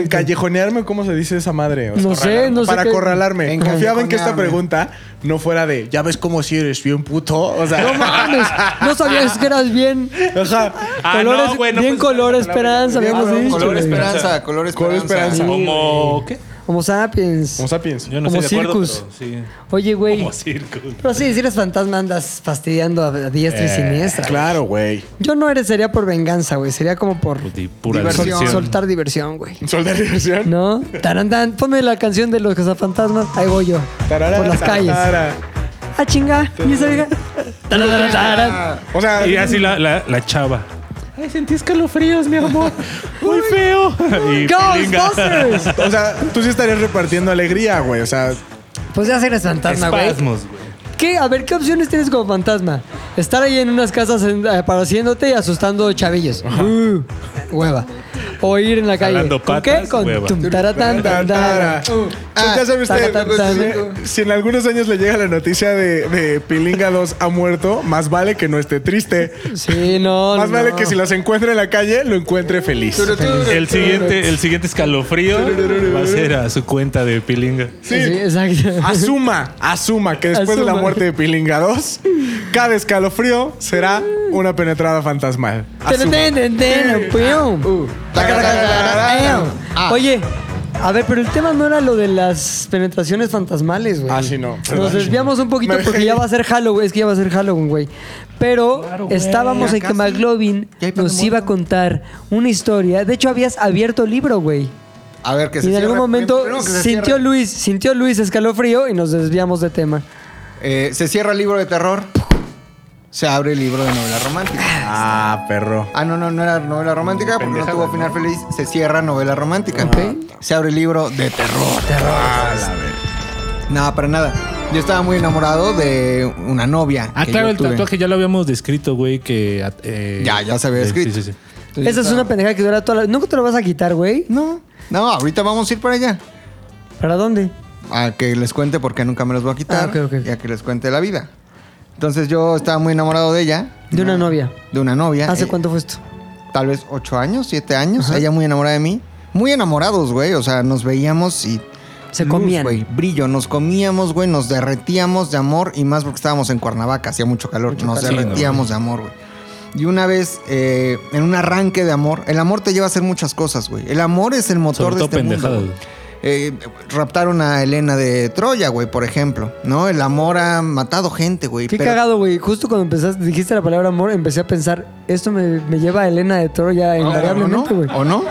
Encallejonearme, ¿cómo se dice esa madre? O sea,
No sé, no sé.
para
qué-
acorralarme.
Venga,
Confiaba en que esta
encajonearme.
pregunta no fuera de, ya ves cómo si eres bien puto. O sea,
No mames, no sabías que eras bien.
Ajá.
Ah,
colores,
no, ah, güey, no
bien
pensé en
color
esa palabra.
esperanza,
Bien,
habíamos
color,
dicho.
color
güey.
esperanza, color
Color
esperanza.
esperanza.
¿Homo qué?
Homo sapiens.
Homo sapiens.
Yo no
Como
estoy de acuerdo,
circus.
pero sí.
Oye, güey.
Como circus.
Pero sí, si eres fantasma andas fastidiando a a diestra y siniestra.
Eh, Claro, güey.
Yo no eres, sería por venganza, güey. Sería como por
Pues, di- Pura
Diversión.
sol-
diversión.
soltar diversión, güey.
Sol de diversión.
¿No? Tarantan, ponme la canción de los cazafantasmas. Ahí voy yo.
Tarara,
por las calles.
tarara.
Ah, chinga. ¿Y esa vieja? Tarara, tarara.
O sea,
Y así la, la, la chava. Ay, sentí escalofríos, mi amor. Muy feo. Y pilinga.
¡Ghostbusters!
o sea, tú sí estarías repartiendo alegría, güey. O sea,
Pues ya eres fantasma, güey.
Espasmos, güey.
¿Qué? A ver, ¿qué opciones tienes como fantasma? Estar ahí en unas casas en- apareciéndote y asustando chavillos. Uh, hueva. O ir en la calle.
Jalando
¿Con
patas,
qué? Con
hueva. Ah,
tum, taratán, tan, Uh,
tara.
tara.
Sí, ya sabe usted,
taca, taca, taca.
si- si en algunos años le llega la noticia de, de Pilinga 2 ha muerto, más vale que no esté triste.
Sí, no.
Más
no.
vale que si los encuentra en la calle, lo encuentre feliz.
El siguiente, el siguiente escalofrío va a ser a su cuenta de pilinga.
Sí, sí, exacto.
Asuma, asuma que después de la
Asuma.
muerte de Pilinga 2, cada escalofrío será una penetrada fantasmal.
Ah,
Ten, ten, ten, ten, pium. Taca, taca, taca, pium.
Ah.
Oye, a ver, pero el tema no era lo de las penetraciones fantasmales, güey.
Ah, sí, no.
Nos
Perdón.
desviamos un poquito
Me-
porque ya va a ser Halloween, es que ya va a ser Halloween, güey. Pero estábamos
Ya
en que
casi.
McLovin
Ya hay pan de
nos iba a
muerto.
contar una historia. De hecho, habías abierto el libro, güey.
A ver, que
Y
se
en algún
cierre.
momento
Primero que se
sintió
cierre.
Luis, sintió Luis escalofrío y nos desviamos de tema.
Eh, se cierra el libro de terror. Se abre el libro de novela romántica.
Ah, perro.
Ah, no, no, no era novela romántica porque no
pendejada,
tuvo final feliz. Se cierra novela romántica. Se abre el libro de terror. Ah, No, para nada. Yo estaba muy enamorado de una novia.
Ah,
que
claro,
yo
el
tuve.
tatuaje ya lo habíamos descrito, güey, que... at- eh,
Ya, ya se había
sí,
descrito.
Sí, sí, sí.
Entonces
Esa es
estaba-
una pendejada que dura toda la... Nunca te lo vas a quitar, güey.
No, no, ahorita vamos a ir para allá.
¿Para dónde?
A que les cuente porque nunca me los voy a quitar.
Ah, ok, ok.
Y a que les cuente la vida. Entonces yo estaba muy enamorado de ella.
De una novia.
De una novia.
¿Hace
Eh,
cuánto fue esto?
Tal vez ocho años, siete años. Ella muy enamorada de mí. Muy enamorados, güey. O sea, nos veíamos y...
Se
luz,
comían.
güey, brillo. Nos comíamos, güey. Nos derretíamos de amor. Y más porque estábamos en Cuernavaca. Hacía mucho calor. nos
calor.
derretíamos de amor, güey. Y una vez, eh, en un arranque de amor... El amor te lleva a hacer muchas cosas, güey. El amor es el motor
Sobre
de
todo
este mundo,
pendejadas.
güey. Eh, raptaron a Elena de Troya, güey, por ejemplo. ¿No? El amor ha matado gente, güey.
Qué
pero-
cagado, güey. Justo cuando empezaste, dijiste la palabra amor, empecé a pensar, esto me, me lleva a Elena de Toro ya invariablemente, güey.
¿O no?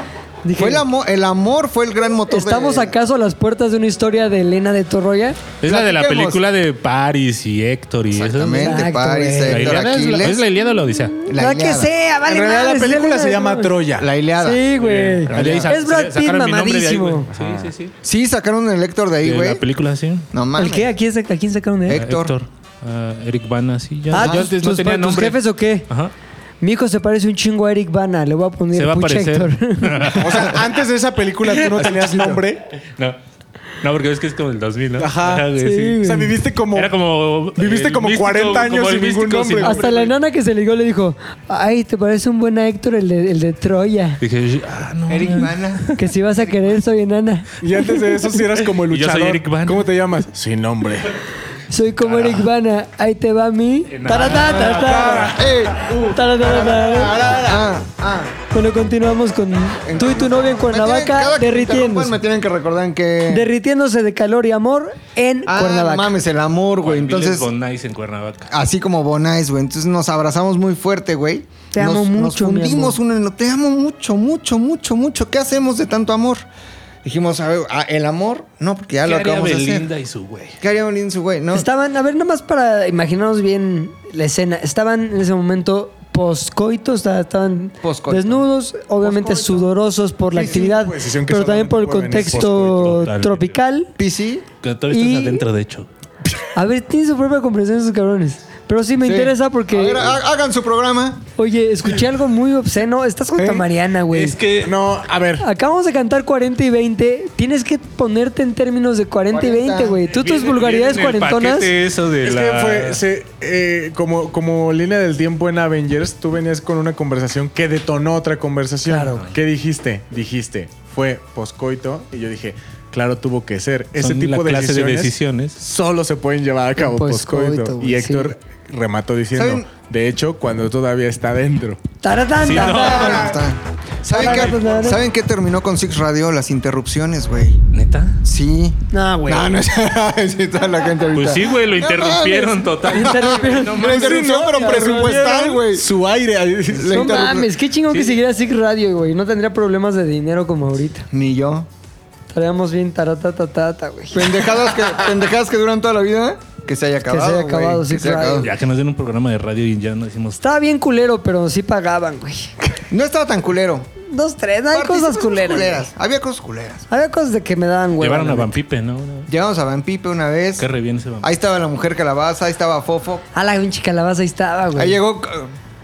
Dije-
fue el, amor, el amor fue el gran motor. de-
¿Estamos acaso a las puertas de una historia de Elena de Torroya?
Es la de la
Platiquemos.
película de Paris y Héctor y eso.
Exactamente,
Exacto,
Paris,
güey.
La
Héctor,
Iliada es la,
Aquiles.
es la Iliada o la Odisea.
La
La
Ilíada.
que sea, Eh, vale
en realidad
madres,
la
es
película
Elena
se
de
llama
Torroya.
Troya.
La Iliada.
Sí, güey.
De ahí sa-
Es Brad Pitt
sacaron mi nombre de ahí, güey.
mamadísimo.
Sí, sí, sí.
Ah. Sí, sacaron el Héctor de ahí,
De
güey.
la película, sí.
No mames.
¿El qué? ¿A quién, sac- a quién sacaron de él?
Héctor.
Ah, Eric Bana, sí. Ya,
Ah,
ya
¿tus,
antes no
tus-
tenía
tus
nombre.
jefes o qué?
Ajá.
Mi hijo se parece un chingo a Eric Bana. Le voy a poner
Se va a
Puch
parecer.
Héctor.
O sea, antes de esa película tú no tenías nombre.
No. No, porque ves que es como el 2000, ¿no?
Ajá,
güey,
sí,
O sea, viviste como.
Era como...
Viviste
el
como 40 años
como el
sin ningún
místico
nombre.
sin
Hasta la enana que se ligó le dijo, ay, te parece un buen Héctor el de, el de Troya.
Dije, ah, no.
Eric Bana.
Que si vas a querer, soy enana.
Y antes de eso sí eras como el
Y yo soy
luchador.
Eric Bana.
¿Cómo te llamas? Sin nombre.
Soy como Eric Bana. Ahí te va mi. Taratata.
Ah, ah.
Bueno, continuamos con tú y tu novia en
Me tienen-
Cuernavaca
cada que me interrumpan,
derritiéndose.
Me tienen que recordar en que.
Derritiéndose de calor y amor en
Ah,
Cuernavaca.
mames, el amor, güey. Entonces,
Entonces. Bonais en Cuernavaca.
así como Bonais, güey. Entonces nos abrazamos muy fuerte, güey.
Te
Nos-
amo
Nos
mucho, mi
fundimos uno en lo. Te amo mucho, mucho, mucho, mucho. ¿Qué hacemos de tanto amor? Dijimos, a ver, ah, el amor, no, porque ya
¿Qué
lo
haría
acabamos de hacer.
Belinda y su güey?
¿Qué haría Belinda, y su güey? No.
Estaban, a ver, nomás para imaginarnos bien la escena. Estaban en ese momento poscoitos, estaban
Poscoito.
desnudos, obviamente sudorosos por la
Sí, sí,
actividad,
pues, decisión que
pero también
solamente
por el
puede venir
contexto
poscoito.
Totalmente.
tropical.
PC.
Que todavía estás
Y-
adentro, de hecho.
A ver, tienen su propia comprensión esos cabrones. Pero sí me
Sí.
interesa porque,
A ver,
ah.
ha- hagan su programa.
oye, escuché algo muy obsceno. Estás junto a
¿Eh?
Mariana, güey.
Es que.
No, a ver.
Acabamos de cantar 40 y 20. Tienes que ponerte en términos de 40, y
40.
20, güey. Tú tus
Viene-
vulgaridades
viene en el
cuarentonas.
paquete Eso de
Es
la...
que fue, se- eh, como, como línea del tiempo en Avengers, tú venías con una conversación que detonó otra conversación.
Claro.
¿Qué dijiste? Dijiste, fue poscoito, y yo dije, claro, tuvo que ser. Ese
Son
tipo
la
de
clase
decisiones,
de decisiones.
solo se pueden llevar a cabo
poscoito,
poscoito.
güey,
y Héctor remató diciendo,
¿Saben?
de hecho, cuando todavía está dentro.
Taratán,
Sí, no.
taratán.
Ah, está. ¿Saben,
Ah, pues, nada,
qué,
nada.
¿Saben qué terminó con Six Radio? Las interrupciones, güey.
¿Neta?
Sí.
No, güey.
No, no es. sí, toda la gente ahorita.
Pues sí, güey, lo interrumpieron total.
Interrumpieron.
Una interrupción, pero presupuestal, güey.
Su aire.
La
No
interrupción.
mames, qué chingón que siguiera Sig Radio, güey. No tendría problemas de dinero como ahorita.
Ni yo.
Estaríamos bien taratatata, güey.
Pendejadas que, pendejadas que duran toda la vida. Que se haya acabado.
haya
güey.
acabado, sí,
Que se haya
claro.
acabado.
Ya que nos den un programa de radio y ya no decimos.
Estaba bien culero, pero sí pagaban, güey.
No estaba tan culero.
Dos, tres, hay
Participaciones
cosas culeras. güey.
Había cosas culeras.
Había cosas de que me daban, güey.
Llevaron a Van Pipe, ¿no? Una vez.
Llegamos a Van Pipe una vez.
Que re bien ese Van
Ahí estaba la mujer calabaza, ahí estaba Fofo.
A la pinche calabaza ahí estaba, güey.
Ahí llegó.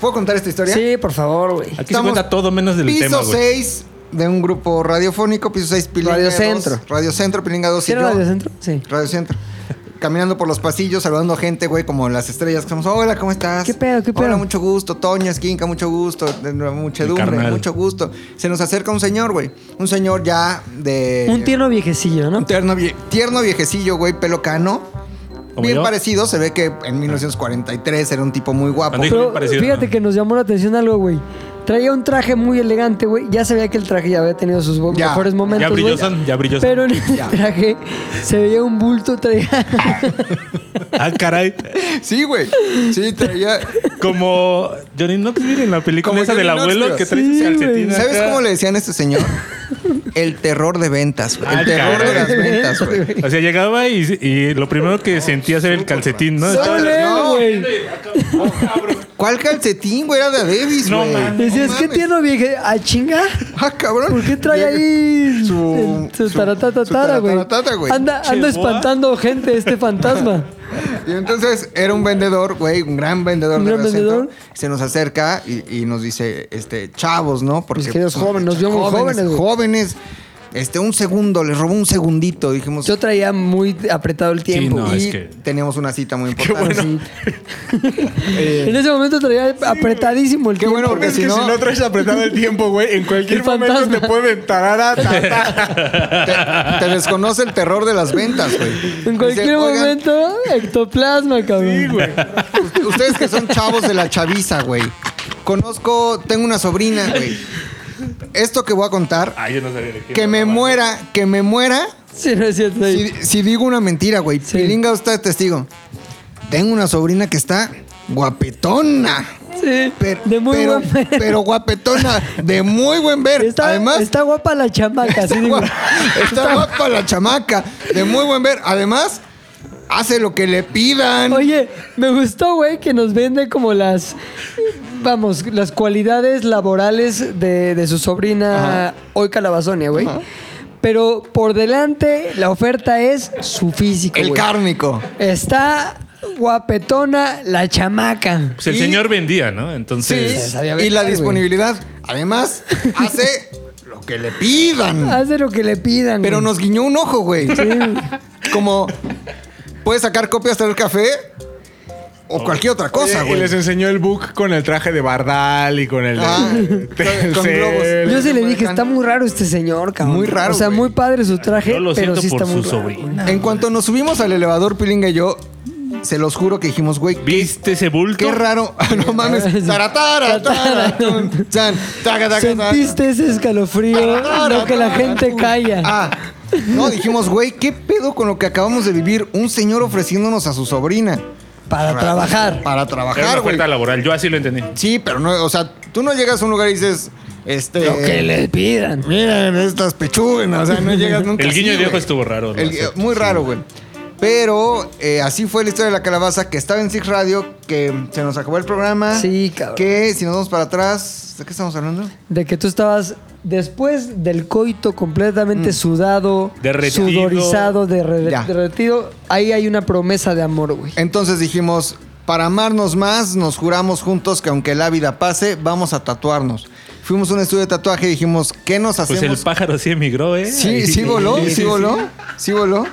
¿Puedo contar esta historia?
Sí, por favor, güey.
Aquí se cuenta todo menos del
piso
tema, güey.
6 de un grupo radiofónico, piso 6 Pilinga
Radio
2,
Centro.
Radio Centro, Pilinga 2 y
¿Sí era
yo.
Radio Centro? Sí.
Radio Centro. Caminando por los pasillos, saludando a gente, güey, como las estrellas que somos. Hola, ¿cómo estás?
¿Qué pedo, qué pedo?
Hola, mucho gusto. Toño, Esquinca, mucho gusto. De- de-
Mi
Muchedumbre,
carnal.
mucho gusto. Se nos acerca un señor, güey. Un señor ya de...
Un tierno viejecillo, ¿no?
Eh, Un tierno, vie- tierno viejecillo, güey, pelo cano.
¿Como
Bien
yo? Ah.
parecido, se ve que en 1943 era un tipo muy guapo.
Cuando dijo
Pero
bien parecido,
fíjate
¿no?
que nos llamó la atención algo, güey. Traía un traje muy elegante, güey. Ya sabía que el traje ya había tenido sus bo-
Ya.
mejores momentos.
Ya brilló
güey.
San, ya brilló San.
Pero en el traje se veía un bulto, traía.
Ah, caray.
Sí, güey. Sí, traía...
Como Johnny Knoxville en la película
Como
esa
Johnny
del abuelo
Knoxville.
que trae sus
Sí, güey.
calcetines.
¿Sabes
acá.
cómo le decían a este señor? El terror de ventas, güey.
Ah,
El terror de las
caray.
ventas, güey.
O sea, llegaba y, y lo primero que sentía era el calcetín, ¿no? Estaba-
¡Sole,
no,
güey!
¿Cuál calcetín, güey? Era de Davis,
No
güey.
mames.
Decías,
No
¿qué
mames.
tierno vieje? ¡Ah, chinga!
Ah, cabrón.
¿Por qué trae ahí su, su, taratatatara, güey?
taratatatara, güey.
Anda, anda
Cheboa.
espantando gente este fantasma.
Y entonces era un vendedor, güey, un gran vendedor.
Un
de
gran
Radio Centro.
vendedor.
Se nos acerca y, y nos dice, este, chavos, ¿no?
Mis queridos jóvenes, nos vio muy jóvenes, güey.
Jóvenes. Este, un segundo, les robó un segundito, dijimos.
Yo traía muy apretado el tiempo.
no,
y
es que-
teníamos una cita muy importante.
Sí. en ese momento traía apretadísimo el
Qué
tiempo.
bueno, porque
Es
si
que
no-
si no traes apretado el tiempo, güey, en cualquier
El
momento
fantasma.
te pueden tarar
Te, te desconoce el terror de las ventas, güey.
En
Dice,
cualquier
"Oigan,
momento, ectoplasma, cabrón.
Ust- Ustedes que son chavos de la chaviza, güey. Conozco, tengo una sobrina, güey. Esto que voy a contar,
Ay, Ah, yo no sabía de quién
que me
hablaba.
muera, que me muera
Sí, no es cierto.
si, si digo una mentira, güey.
Sí.
Pilinga está de testigo. Tengo una sobrina que está guapetona.
Sí,
Pero,
de muy
pero,
guapa.
pero guapetona, de muy buen ver.
Está,
Además,
está guapa la chamaca, sí,
Está
digo.
guapa, está guapa la chamaca, de muy buen ver. Además, hace lo que le pidan.
Oye, me gustó, güey, que nos vende como las. Vamos, las cualidades laborales de, de su sobrina hoy Calabazonia, güey. Pero por delante, la oferta es su físico.
el
güey.
cárnico.
Está guapetona la chamaca.
Pues el
Y-
señor vendía, ¿no?
Sí,
Entonces.
sabía
y
vender,
la
güey.
disponibilidad. Además, hace lo que le pidan.
Hace lo que le pidan.
Pero
güey.
nos guiñó un ojo, güey. Como, puedes sacar copias del café o cualquier otra cosa,
Oh. Y
güey.
les enseñó el book con el traje de Bardal y con el de-
Ah,
Telcel.
con globos.
Yo sí le
Muy
dije,
bacán.
está muy raro este señor, cabrón.
Muy raro,
O sea,
güey.
muy padre su traje,
Yo lo
pero
siento
sí está
por
muy
su
raro.
sobrina.
En cuanto nos subimos al elevador, Pilinga y yo, se los juro que dijimos, güey,
¿Viste ese bulto?
qué raro. Ah, no mames. Taratara, tara, tun, tan, taca, taca, taca.
¿Sentiste ese escalofrío? Lo que la gente calla.
Ah, no, dijimos, güey, ¿qué pedo con lo que acabamos de vivir? Un señor ofreciéndonos a su sobrina.
Para trabajar.
Era
Para
una
trabajar, güey.
oferta laboral. Yo así lo entendí.
Sí, pero no, o sea, tú no llegas a un lugar y dices, este.
Lo que les pidan.
Miren estas pechugas, o sea, no llegas nunca.
El guiño
así,
de ojo
güey.
estuvo raro. lo
El-
acepto,
muy
sí.
raro, güey. Pero eh, así fue la historia de la calabaza que estaba en Six Radio, que se nos acabó el programa.
Sí, cabrón.
Que si nos vamos para atrás, ¿de qué estamos hablando?
De que tú estabas después del coito completamente sudado,
Derretido.
sudorizado, derre-
Mm. Ya.
derretido. Ahí hay una promesa de amor, güey.
Entonces dijimos, para amarnos más, nos juramos juntos que aunque la vida pase, vamos a tatuarnos. Fuimos a un estudio de tatuaje y dijimos, ¿qué nos
Pues
hacemos?
el pájaro sí emigró, ¿eh?
Sí, sí voló, sí, voló, sí voló.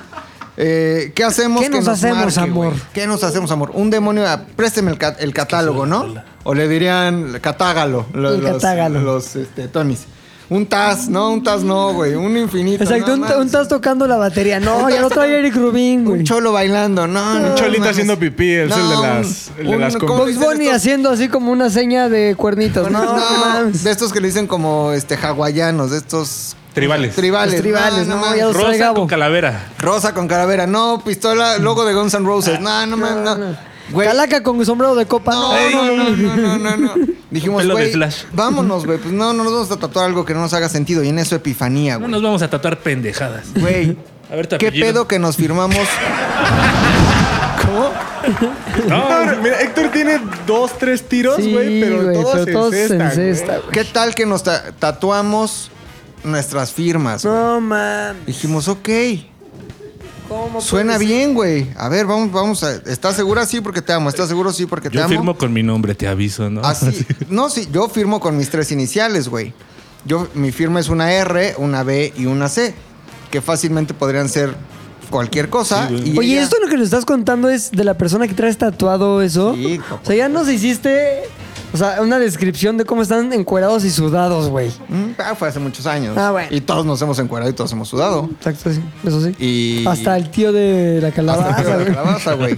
Eh, ¿Qué hacemos?
¿Qué nos hacemos, amor?
güey? ¿Qué nos hacemos, amor? Un demonio, ah, présteme el, ca- el catálogo, ¿no? O le dirían catágalo. lo-
El
los,
catágalo.
Los este, Tonys. Un Taz, no, un Taz no, güey. Un infinito.
Exacto,
no
un,
mames.
un estás tocando la batería. No, ya lo trae Eric Rubin, güey.
Un cholo bailando, no. no,
Un cholito
mames.
haciendo pipí, es el de las- el de las
¿cómo
com-
Bugs
dicen
Bunny
estos?
haciendo así como una seña de cuernitos. No,
No,
mames.
de estos que le dicen como este hawaianos, de estos
Tribales.
tribales.
Los tribales, no,
mames.
ya los- Soy
Rosa
Gabo.
con calavera.
Rosa con calavera, no, pistola, logo de Guns N' Roses. No, no mames, no. Güey,
Calaca con sombrero de copa. No,
no,
no,
no, no, no, no, no. Dijimos,
Pelo de
güey,
Flash.
vámonos, güey. Pues no, no nos vamos a tatuar algo que no nos haga sentido. Y en eso epifanía,
No
güey.
nos vamos a tatuar pendejadas.
Güey,
A ver, tu
¿qué
apellido.
pedo que nos firmamos? ¿Cómo?
No, mira, Héctor tiene dos, tres tiros,
Sí,
güey, pero
güey,
todos
pero todos
se
se
encestan,
encesta,
güey.
güey.
¿Qué tal que nos ta- tatuamos nuestras firmas? güey?
No, mames.
Dijimos, ok,
¿Cómo
suena
puedes?
bien, güey. A ver, vamos, vamos a. ¿Estás segura? Sí, porque te amo. ¿Estás seguro? Sí, porque te
Yo
amo.
firmo con mi nombre, te aviso, ¿no?
Así. No, Ah, sí, yo firmo con mis tres iniciales, güey. Yo, mi firma es una R, una B y una C, que fácilmente podrían ser cualquier cosa. y
Oye,
ella-
esto lo que nos estás contando es de la persona que traes tatuado eso.
Sí,
o sea, ya nos hiciste, o sea, una descripción de cómo están encuerados y sudados, güey.
Mm, ah, fue hace muchos años.
Ah, bueno.
Y todos nos hemos encuadrado y todos hemos sudado.
Exacto, sí, eso sí.
Y-
Hasta el tío de la
Hasta
calabaza.
arriba de la
güey.
calabaza, güey.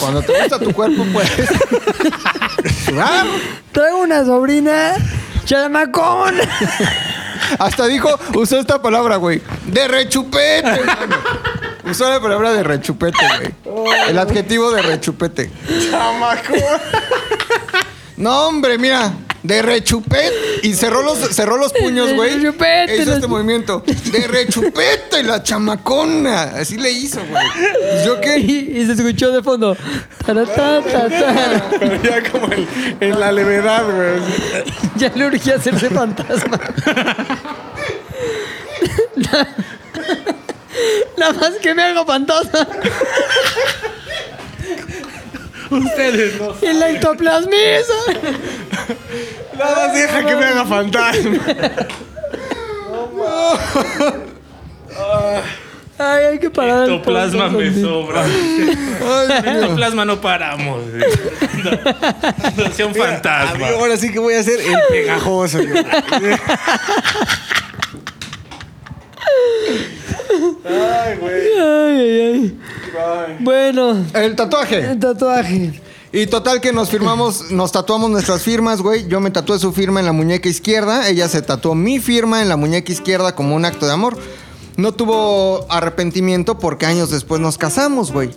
Cuando te gusta tu cuerpo, puedes sudar.
Traigo una sobrina chalamacón.
Hasta dijo, usó esta palabra, güey. De rechupete. mano. Usó la palabra de rechupete, güey. El adjetivo de rechupete. No, hombre, mira. De rechupete. Y cerró los, cerró los puños,
De
güey.
rechupete,
E Hizo
los-
este movimiento. De rechupete, la chamacona. Así le hizo, güey. ¿Yo qué?
y, y se escuchó de fondo. Taratatata.
Pero ya como el- en la levedad, güey.
Ya le urgía hacerse fantasma. Nada más que me hago fantasma.
Ustedes, ¿no?
Y la ectoplasmisa.
Nada más deja que me haga fantasma.
Ay, hay que parar. el
Ectoplasma
podcast,
me
Santi.
sobra. Ectoplasma no paramos. No, no sea un fantasma.
Ahora sí que voy a hacer el pegajoso, güey.
Ay, ay, ay. Bueno,
El tatuaje.
el tatuaje.
Y total que nos firmamos, nos tatuamos nuestras firmas, güey. Yo me tatué su firma en la muñeca izquierda, ella se tatuó mi firma en la muñeca izquierda como un acto de amor. No tuvo arrepentimiento porque años después nos casamos, güey.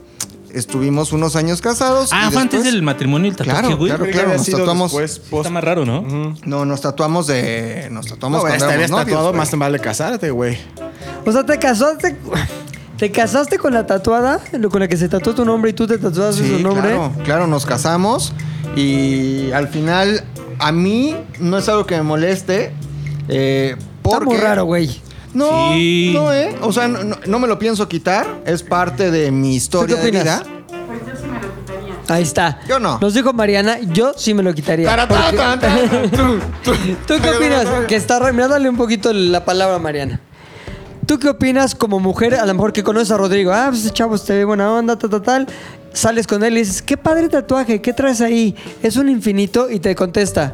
Estuvimos unos años casados.
Ah,
y
fue antes
después-
del matrimonio el tatuaje,
Claro,
güey.
claro.
Creo que había
nos
sido
tatuamos.
después, post-
Está más raro, ¿no?
No, nos tatuamos de. Nos tatuamos
No,
cuando
estarías
éramos novios,
tatuado,
güey.
más te vale casarte, güey.
O sea, te casaste. Te casaste con la tatuada, lo- con la que se tatuó tu nombre y tú te tatuaste
Sí,
su nombre.
Claro, claro, nos casamos y al final a mí no es algo que me moleste. Eh,
Está muy
porque-
raro, güey.
No,
Sí.
no, ¿eh? O sea, no, no- no me lo pienso quitar. Es parte de mi historia de
opinas?
vida.
Ahí está.
Yo no.
Nos dijo Mariana, yo sí me lo quitaría.
Taratata, taratata, tum, tum.
¿Tú qué opinas? Que está re- mira, dale un poquito la palabra a Mariana. ¿Tú qué opinas como mujer, a lo mejor que conoces a Rodrigo? Ah, pues chavo, te ve buena onda, tal, tal, tal. Sales con él y dices, qué padre tatuaje, ¿qué traes ahí? Es un infinito y te contesta.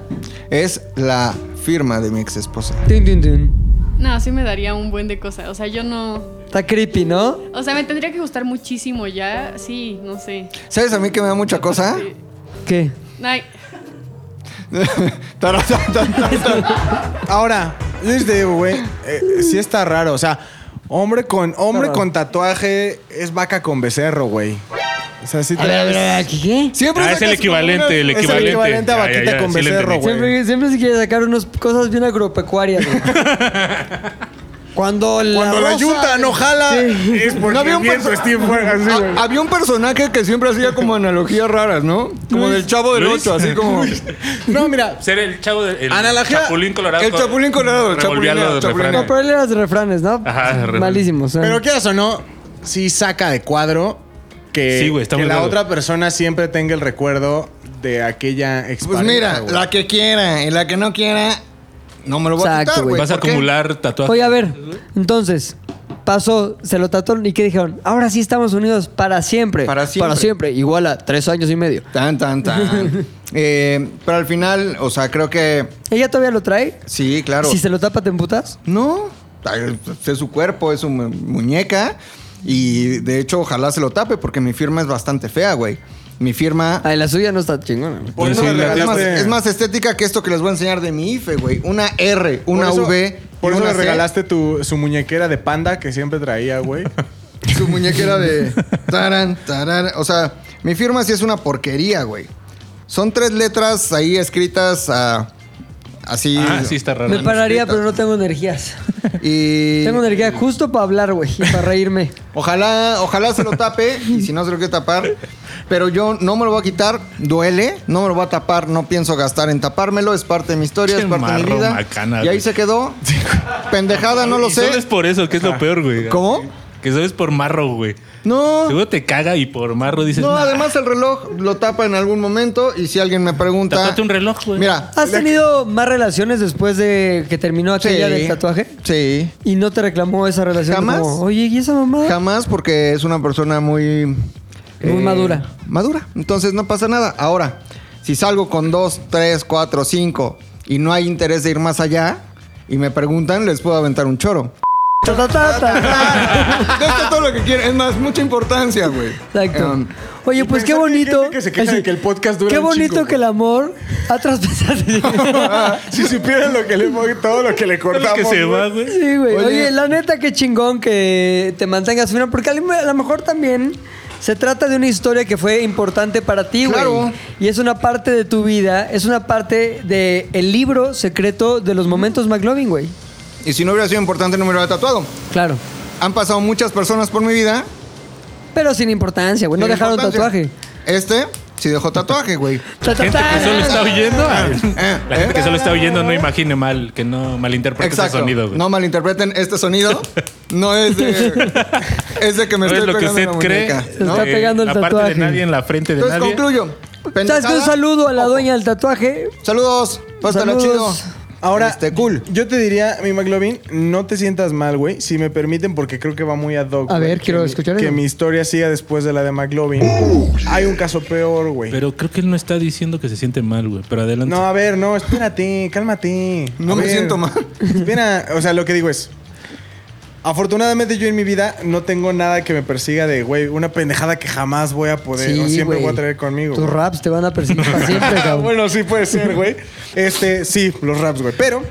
Es la firma de mi ex esposa.
Tin, tin, tin.
No, sí me daría un buen de cosas. O sea, yo no.
Está creepy, ¿no?
O sea, me tendría que gustar muchísimo ya. Sí, no sé.
¿Sabes a mí que me da mucha cosa?
¿Qué?
Ay,
Ahora, yo les digo, güey, eh, sí está raro. O sea, hombre con hombre
raro.
con tatuaje es vaca con becerro, güey. O sea, sí
A ver, a ver, a ver, ¿qué?
Siempre
Ah, es el
sacas como una-
equivalente, el
es el
equivalente.
equivalente a
Ya, ya,
vaquita
ya,
con
sí le
becerro,
entendí.
güey.
Siempre, siempre se quiere sacar unas cosas bien agropecuarias. güey. Cuando la,
Cuando la
rosa-
yunta no jala,
Sí.
es porque
había un
viento
perso-
Steve Fuerga, sí, güey.
Ha- Ah, Había un personaje que siempre hacía como analogías raras, ¿no? Como del chavo del
Luis.
Ocho, así como.
No, mira,
Ser el chavo del el
Analogía-
chapulín colorado.
El
con-
chapulín colorado, el
revolvía
ah,
chapulín,
lo de
el chapulín.
refranes.
No, pero él era de refranes, ¿no?
Ajá, refranes.
Malísimos. ¿eh?
pero quieras o no, sí saca de cuadro que,
Sí, güey, está
que
muy
la
raro.
otra persona siempre tenga el recuerdo de aquella
Pues
expareja.
mira,
güey.
la que quiera y la que no quiera, no me lo voy a
Exacto,
quitar,
güey.
güey.
Vas a
¿Por qué?
acumular tatuajes.
Oye, a ver, entonces, pasó, se lo tatuaron y ¿qué dijeron? Ahora sí estamos unidos para siempre.
Para siempre.
Para siempre, igual a tres años y medio.
Tan, tan, tan. Eh, pero al final, o sea, creo que
¿Ella todavía lo trae?
sí, claro.
Si se lo tapa, ¿te emputas?
No, ay, es su cuerpo, es su mu- muñeca. Y de hecho, ojalá se lo tape porque mi firma es bastante fea, güey. Mi firma
Ay, la suya no está chingona.
Por
es,
eso le
más,
regalaste-
es más estética que esto que les voy a enseñar de mi IFE, güey. Una R,
Por
una
eso-
V.
Por
y
eso
una
le
C.
regalaste tu, su muñequera de panda que siempre traía, güey.
su muñequera de taran, taran. O sea, mi firma sí es una porquería, güey. Son tres letras ahí escritas ah, así.
Ah, sí, está raro.
Me pararía, pero no tengo energías.
Y
Tengo energía justo para hablar, güey, y para reírme.
ojalá, ojalá se lo tape y si no se lo quiero tapar. Pero yo no me lo voy a quitar, duele, no me lo voy a tapar, no pienso gastar en tapármelo, es parte de mi historia,
Qué
es parte de mi
marro,
vida.
macana,
y ahí
güey.
se quedó. Pendejada, no lo
Y solo
sé.
es por eso, que es lo peor, güey.
¿Cómo?
Que sabes por marro, güey.
No.
Seguro te caga y por marro dices.
No,
"Nah,
además el reloj lo tapa en algún momento y si alguien me pregunta...
Tatuate un reloj, güey.
Mira,
¿Has tenido más relaciones después de que terminó aquella del tatuaje?
Sí.
¿Y no te reclamó esa relación?
Jamás.
Como, Oye, ¿y esa mamá?
Jamás porque es una persona muy... Muy
madura.
Madura. Entonces no pasa nada. Ahora, si salgo con dos, tres, cuatro, cinco y no hay interés de ir más allá y me preguntan, les puedo aventar un choro.
Ta, ta, ta, ta.
Esto es todo lo que quieren. Es más, mucha importancia, güey.
Exacto.
Um,
Oye,
Em, Y
pues qué
pensar que hay gente
bonito.
que se queja de que el podcast dura
Qué
un
bonito
chingo,
que el amor ha traspasado.
si supieran lo que le todo lo que le
Solo
cortamos.
que se
güey.
va, güey.
sí, güey. Oye,
Oye.
la neta, qué chingón que te mantengas firme. Porque a lo- a lo mejor también se trata de una historia que fue importante para ti, güey.
Claro.
Y es una parte de tu vida, es una parte del el libro secreto de los momentos McLovin, güey.
y si no hubiera sido importante, no me lo hubiera tatuado.
Claro.
Han pasado muchas personas por mi vida.
Pero sin importancia, güey. No
Sin
dejaron
importancia.
tatuaje.
Este sí dejó tatuaje, güey.
Ta, ta,
Gente que
ta.
solo está oyendo.
ah.
Eh,
La gente que solo está oyendo no imagine mal, que no malinterprete ese
Exacto.
sonido, güey.
no malinterpreten este sonido. No es de, es de que me
No
estoy
es lo que
pegando
usted
en la
cree.
muñeca,
Se
¿no?
está
Eh,
pegando el
la parte
tatuaje.
de nadie en la frente de
Entonces
nadie.
concluyo.
¿Sabes qué?
Pendejada.
Un saludo a la dueña del tatuaje.
Saludos. Pásalo chido.
Saludos.
Ahora,
Este, cool.
yo te diría, mi McLovin, no te sientas mal, güey. Si me permiten, porque creo que va muy ad hoc.
A
güey,
ver,
que
quiero
mi-
escuchar
Que
eso.
mi historia siga después de la de McLovin. Hay un caso peor, güey.
Pero creo que él no está diciendo que se siente mal, güey. Pero adelante.
No, a ver, no, espérate, cálmate.
No
A
me
ver,
siento mal.
Espera, o sea, lo que digo es. Afortunadamente yo en mi vida no tengo nada que me persiga de, güey, una pendejada que jamás voy a poder o siempre
güey.
voy a traer conmigo.
Tus
güey.
raps te van a perseguir para siempre, cabrón.
Ah, bueno, sí puede ser, güey. Este, sí, los raps, güey. Pero,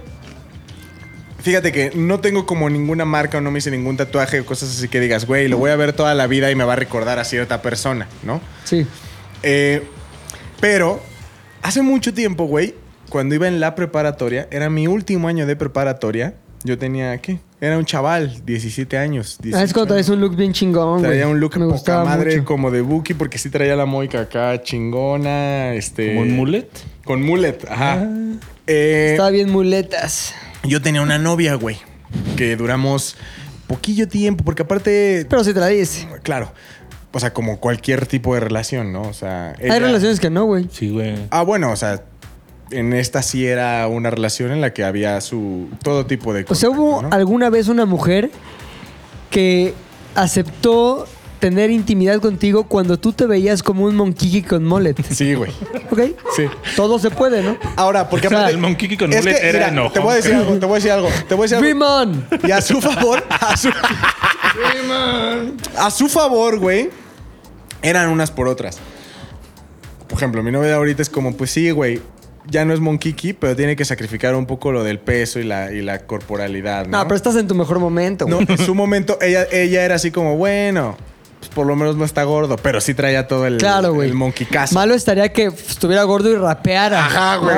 fíjate que no tengo como ninguna marca o no me hice ningún tatuaje o cosas así que digas, güey, lo voy a ver toda la vida y me va a recordar a cierta persona, ¿no?
Sí.
Eh, pero hace mucho tiempo, güey, cuando iba en la preparatoria, era mi último año de preparatoria. Yo tenía, ¿qué? Era un chaval, 17 años.
Ah, es
18
cuando traes
años.
un look bien chingón, güey.
Traía un look
Me
poca
gustaba
madre
mucho.
como de Buki, porque sí traía la moica acá chingona, este...
eh,
Como un mullet.
Con mullet, ajá.
Ah.
Eh,
Estaba bien muletas.
yo tenía una novia, güey, que duramos poquillo tiempo, porque aparte,
Pero sí te la dice.
claro, o sea, como cualquier tipo de relación, ¿no? O sea,
Hay
ella-
relaciones que no, güey.
Sí, güey.
Ah, bueno, o sea, en esta sí era una relación en la que había su todo tipo de
O sea, ¿hubo
contacto, ¿no?
alguna vez una mujer que aceptó tener intimidad contigo cuando tú te veías como un monquiqui con mullet?
Sí, güey.
¿Ok?
Sí.
Todo se puede, ¿no?
Ahora, porque
O sea,
aparte-
el Monkey con
es que,
mullet era
mira,
enojón,
Te voy a decir
cabrón.
algo, te voy a decir algo, te voy a decir algo.
Dream on.
Y a su favor, a su, A su favor, güey, eran unas por otras. Por ejemplo, mi novia de ahorita es como, pues sí, güey, ya no es Monkiki, pero tiene que sacrificar un poco lo del peso y la, y la corporalidad, ¿no?
No, pero estás en tu mejor momento,
No,
güey.
en su momento ella, ella era así como, bueno, pues por lo menos no está gordo, pero sí traía todo el,
Claro, güey.
el monkey caso.
Malo estaría que estuviera gordo y rapeara.
Ajá, güey.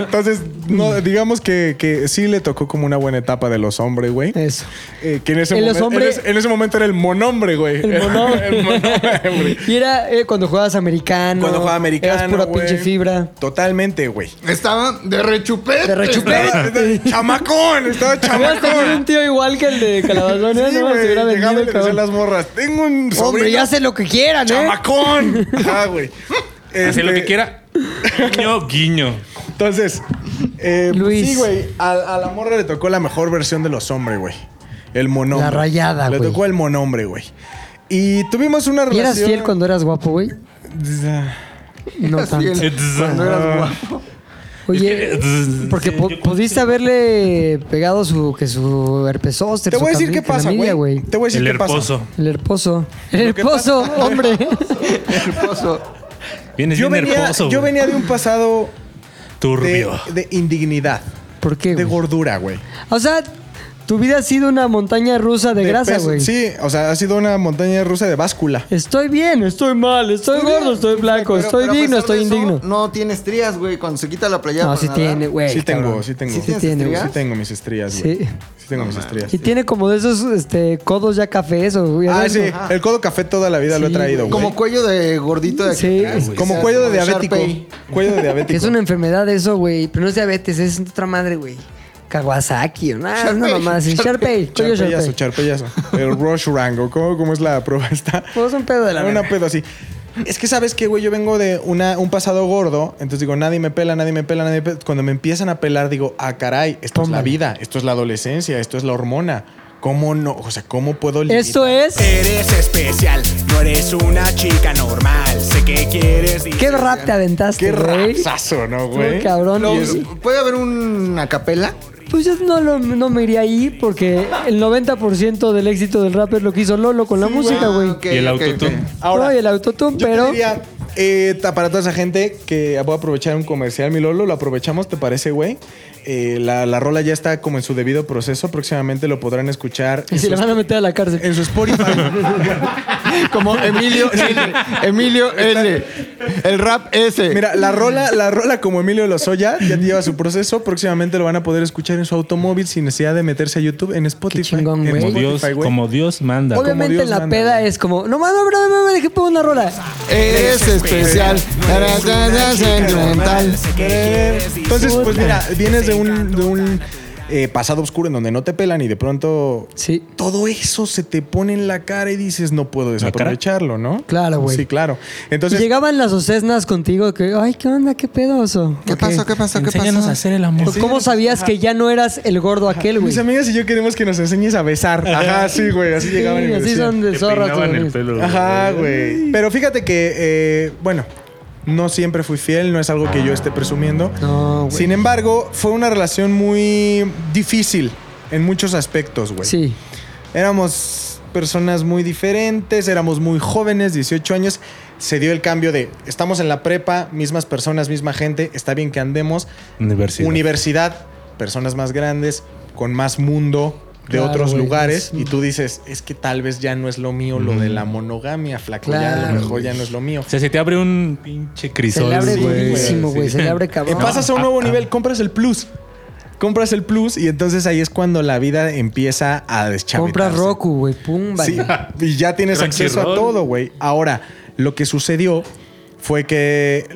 Entonces, no, digamos que, que sí le tocó como una buena etapa de los hombres, güey.
Eso.
Eh, que en ese,
En los
momen-
hombres-
en ese- en ese momento era el monombre, güey.
El monombre.
El monombre.
Y era eh, cuando jugabas americano.
Cuando jugaba americano,
Eras pura
güey.
pinche fibra.
Totalmente, güey.
Estaba de rechupete.
De rechupete.
Estaba- chamacón, estaba
Habías tenido un
chamacón.
tío igual que el de Calabazones,
Sí,
¿no? Se
güey,
hubiera vendido
llegaba
el
y le decía
cabrón.
a las morras. Tengo un sobrino.
Hombre, ya hace lo que quieran, ¿eh?
chamacón. Ah, güey.
Hace lo
Este-
que quiera. Guiño, guiño.
Entonces, eh, pues
Luis.
sí, güey, a, a la morra le tocó la mejor versión de los hombres, güey. El monombre.
La rayada,
Le
güey.
tocó el monombre, güey. Y tuvimos una
¿Y
relación.
eras fiel cuando eras guapo, güey? No tanto.
Cuando
Ah.
eras guapo.
Oye, porque po- pudiste haberle pegado su que su herpesóster.
Te
su
voy a decir
cami-
qué pasa,
clamidia,
güey. Te voy a decir
El
qué pasa.
herposo.
El herposo. El
Lo que pasa-
herposo, hombre.
Hermoso.
Vienes
Yo
bien
venía,
herposo.
yo
güey.
venía de un pasado de,
Turbio.
de indignidad,
¿Por qué?
de
güey?
gordura, güey.
O sea, tu vida ha sido una montaña rusa de,
De
grasa,
peso.
güey.
Sí, o sea, ha sido una montaña rusa de báscula.
Estoy bien, estoy mal, estoy gordo, estoy blanco,
Pero-
estoy
pero a
digno,
pesar de
estoy
eso,
indigno.
No tienes trías, güey. Cuando se quita la playera.
No,
para
sí
nadar.
tiene, güey.
sí tengo,
cabrón.
sí tengo.
¿Sí
Sí,
tienes
tiene, güey.
estrías?
tengo mis estrías, güey.
Sí.
Sí. tengo mis estrías.
Y tiene como de esos este, codos ya cafés o güey,
Ah,
¿sabes?
sí, el codo café toda la vida lo he
Sí,
traído, güey.
Como cuello de gordito de
Sí.
atrás, güey.
Como
O sea,
cuello de diabético.
Sharpay.
Cuello de
Que
diabético.
es una enfermedad eso, güey. Pero no es diabetes, es otra madre, güey. Kawasaki o nada, es una
Sharpei,
mamá así. Sharpei, coño
Charpellazo,
Sharpei.
charpellazo. El Rush Rango. ¿Cómo, cómo es la prueba esta?
Pues un pedo de la
Una
verga.
pedo así. Es que sabes que, güey, yo vengo de una, un pasado gordo. Entonces digo, nadie me pela, nadie me pela, nadie me pela. Cuando me empiezan a pelar, digo, ah, caray, esto es la
Tómala.
vida, esto es la adolescencia, esto es la hormona. ¿Cómo no? O sea, ¿cómo puedo lidiar?
Esto es.
Eh,
Eres especial, no eres una chica normal. Sé que quieres.
¿Qué rap te aventaste,
Qué
güey?
rapsazo, ¿no,
Tú,
güey?
cabrón.
Lo-
Y es-
¿Puede haber una capela?
Pues yo no, lo- no me iría ahí porque el 90% del éxito del rap es lo que hizo Lolo con la música, güey.
Ah, ok,
Y el
ok, ok.
autotune.
Ahora,
no, y el autotune,
Yo te
pero.
diría, eh, ta- para toda esa gente que voy a aprovechar un comercial, mi Lolo, lo aprovechamos, ¿te parece, güey? Eh, la, la rola ya está como en su debido proceso, próximamente lo podrán escuchar
Y
en,
se
su,
le van a meter a la cárcel.
en su Spotify.
Como Emilio L. Emilio L. El rap S.
Mira, la rola, la rola como Emilio Lozoya ya lleva su proceso, próximamente lo van a poder escuchar en su automóvil sin necesidad de meterse a YouTube en Spotify.
chingón,
En
güey.
Como
Spotify,
Dios,
güey.
como Dios manda.
Obviamente
Dios
en la
manda,
peda
güey.
es como, no mames, no, no, no, no, deje pongo una rola.
Eres especial. Sentimental.
Entonces, pues mira, vienes de un, de un eh, pasado oscuro en donde no te pelan y de pronto
Sí.
todo eso se te pone en la cara y dices, no puedo desaprovecharlo, ¿no?
Claro, güey.
Sí, claro.
Y
Entonces,
llegaban las ocesnas contigo que, ay, ¿qué onda? ¿Qué pedoso?
¿Qué pasó? ¿Qué pasó? ¿Qué
Enséñanos
pasó?
a hacer el amor.
¿Cómo sabías que ya no eras el gordo aquel, güey?
mis amigas y yo queremos que nos enseñes a besar. Ajá, sí, güey. Así llegaban y
Sí,
me
así
decían.
son de
Te
zorras.
peinaban
güey.
el pelo, güey.
Ajá, güey. Pero fíjate que, eh, bueno, no siempre fui fiel, no es algo que yo esté presumiendo.
No, güey.
Sin embargo, fue una relación muy difícil en muchos aspectos, güey.
Sí.
Éramos personas muy diferentes, éramos muy jóvenes, 18 años. Se dio el cambio de estamos en la prepa, mismas personas, misma gente, está bien que andemos.
Universidad.
Universidad, personas más grandes, con más mundo de
Claro,
otros
güey,
lugares.
es-
Y tú dices, es que tal vez ya no es lo mío lo de la monogamia, flaco. ya a
Claro,
lo mejor
güey.
ya no es lo mío.
o sea, se te abre un pinche
Se
crisol.
le abre
güey.
durísimo, güey.
Sí.
Se le abre
Eh,
cabrón.
pasas a un nuevo nivel, compras el plus. Compras el plus y entonces ahí es cuando la vida empieza a deschavetarse.
Compras Roku, güey. Pum,
Sí,
vale.
y ya tienes acceso a
Crunchyroll.
todo, güey. Ahora, lo que sucedió fue que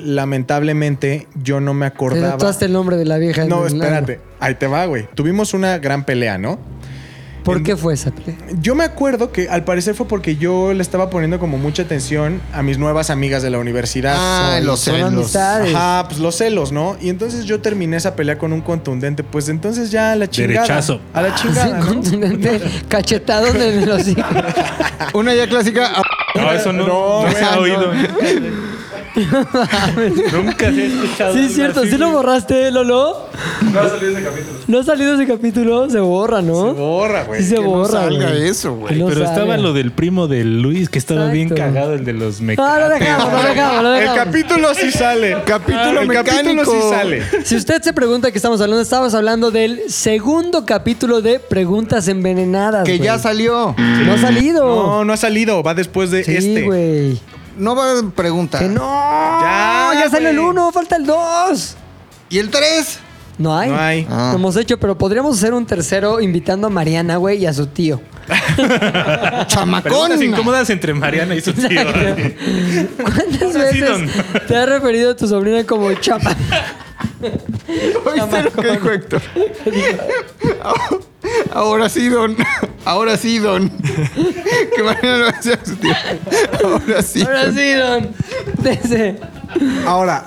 lamentablemente yo no me
Te
acordaba.
tatuaste el nombre de la vieja. en
No,
el
espérate. Ahí te va, güey. Tuvimos una gran pelea, ¿no?
labio. ¿Por qué fue esa pelea?
Yo me acuerdo que al parecer fue porque yo le estaba poniendo como mucha atención a mis nuevas amigas de la universidad.
Ah,
Soy-
los
Son
celos.
amistades.
Ajá, pues los celos, ¿no? Y entonces yo terminé esa pelea con un contundente. Pues entonces ya a la chingada.
Derechazo.
A la
Así,
chingada. ¿no?
contundente. Cachetado en el hocico.
Una ya clásica.
No, eso no,
No,
no se ha
güey,
oído.
Nunca
había escuchado
Sí,
algo
es cierto.
así,
¿Sí lo
güey.
borraste, Lolo?
No ha salido ese capítulo.
¿No ha salido ese capítulo? Se borra, ¿no? Se
borra,
Sí, se borra. güey. Que no
Pero estaba
salga.
lo del primo de Luis, que estaba bien cagado, el de los
Ah, lo dejamos, lo dejamos, lo dejamos.
El capítulo sí sale.
Ah,
el capítulo sí sale.
Si usted se pregunta qué estamos hablando, estamos hablando del segundo capítulo de Preguntas Envenenadas.
Que ya
salió.
No ha salido.
No, no ha salido. Va después de
Sí,
este.
güey.
No va a preguntar.
Que no. Ya, ya salió el 1, falta el 2.
¿Y el 3?
No hay.
No hay. Ah.
Lo hemos hecho, pero podríamos hacer un tercero invitando a Mariana, güey, y a su tío.
Preguntas incómodas entre Mariana y su tío.
¿Cuántas
Ahora sí,
veces
don.
te has referido a tu sobrina como chapa?
¿Oíste lo que dijo Héctor? Ahora sí, don. Ahora sí, don. Que mañana lo hacía su tío. Ahora sí.
Ahora sí, don. Desde-
Ahora,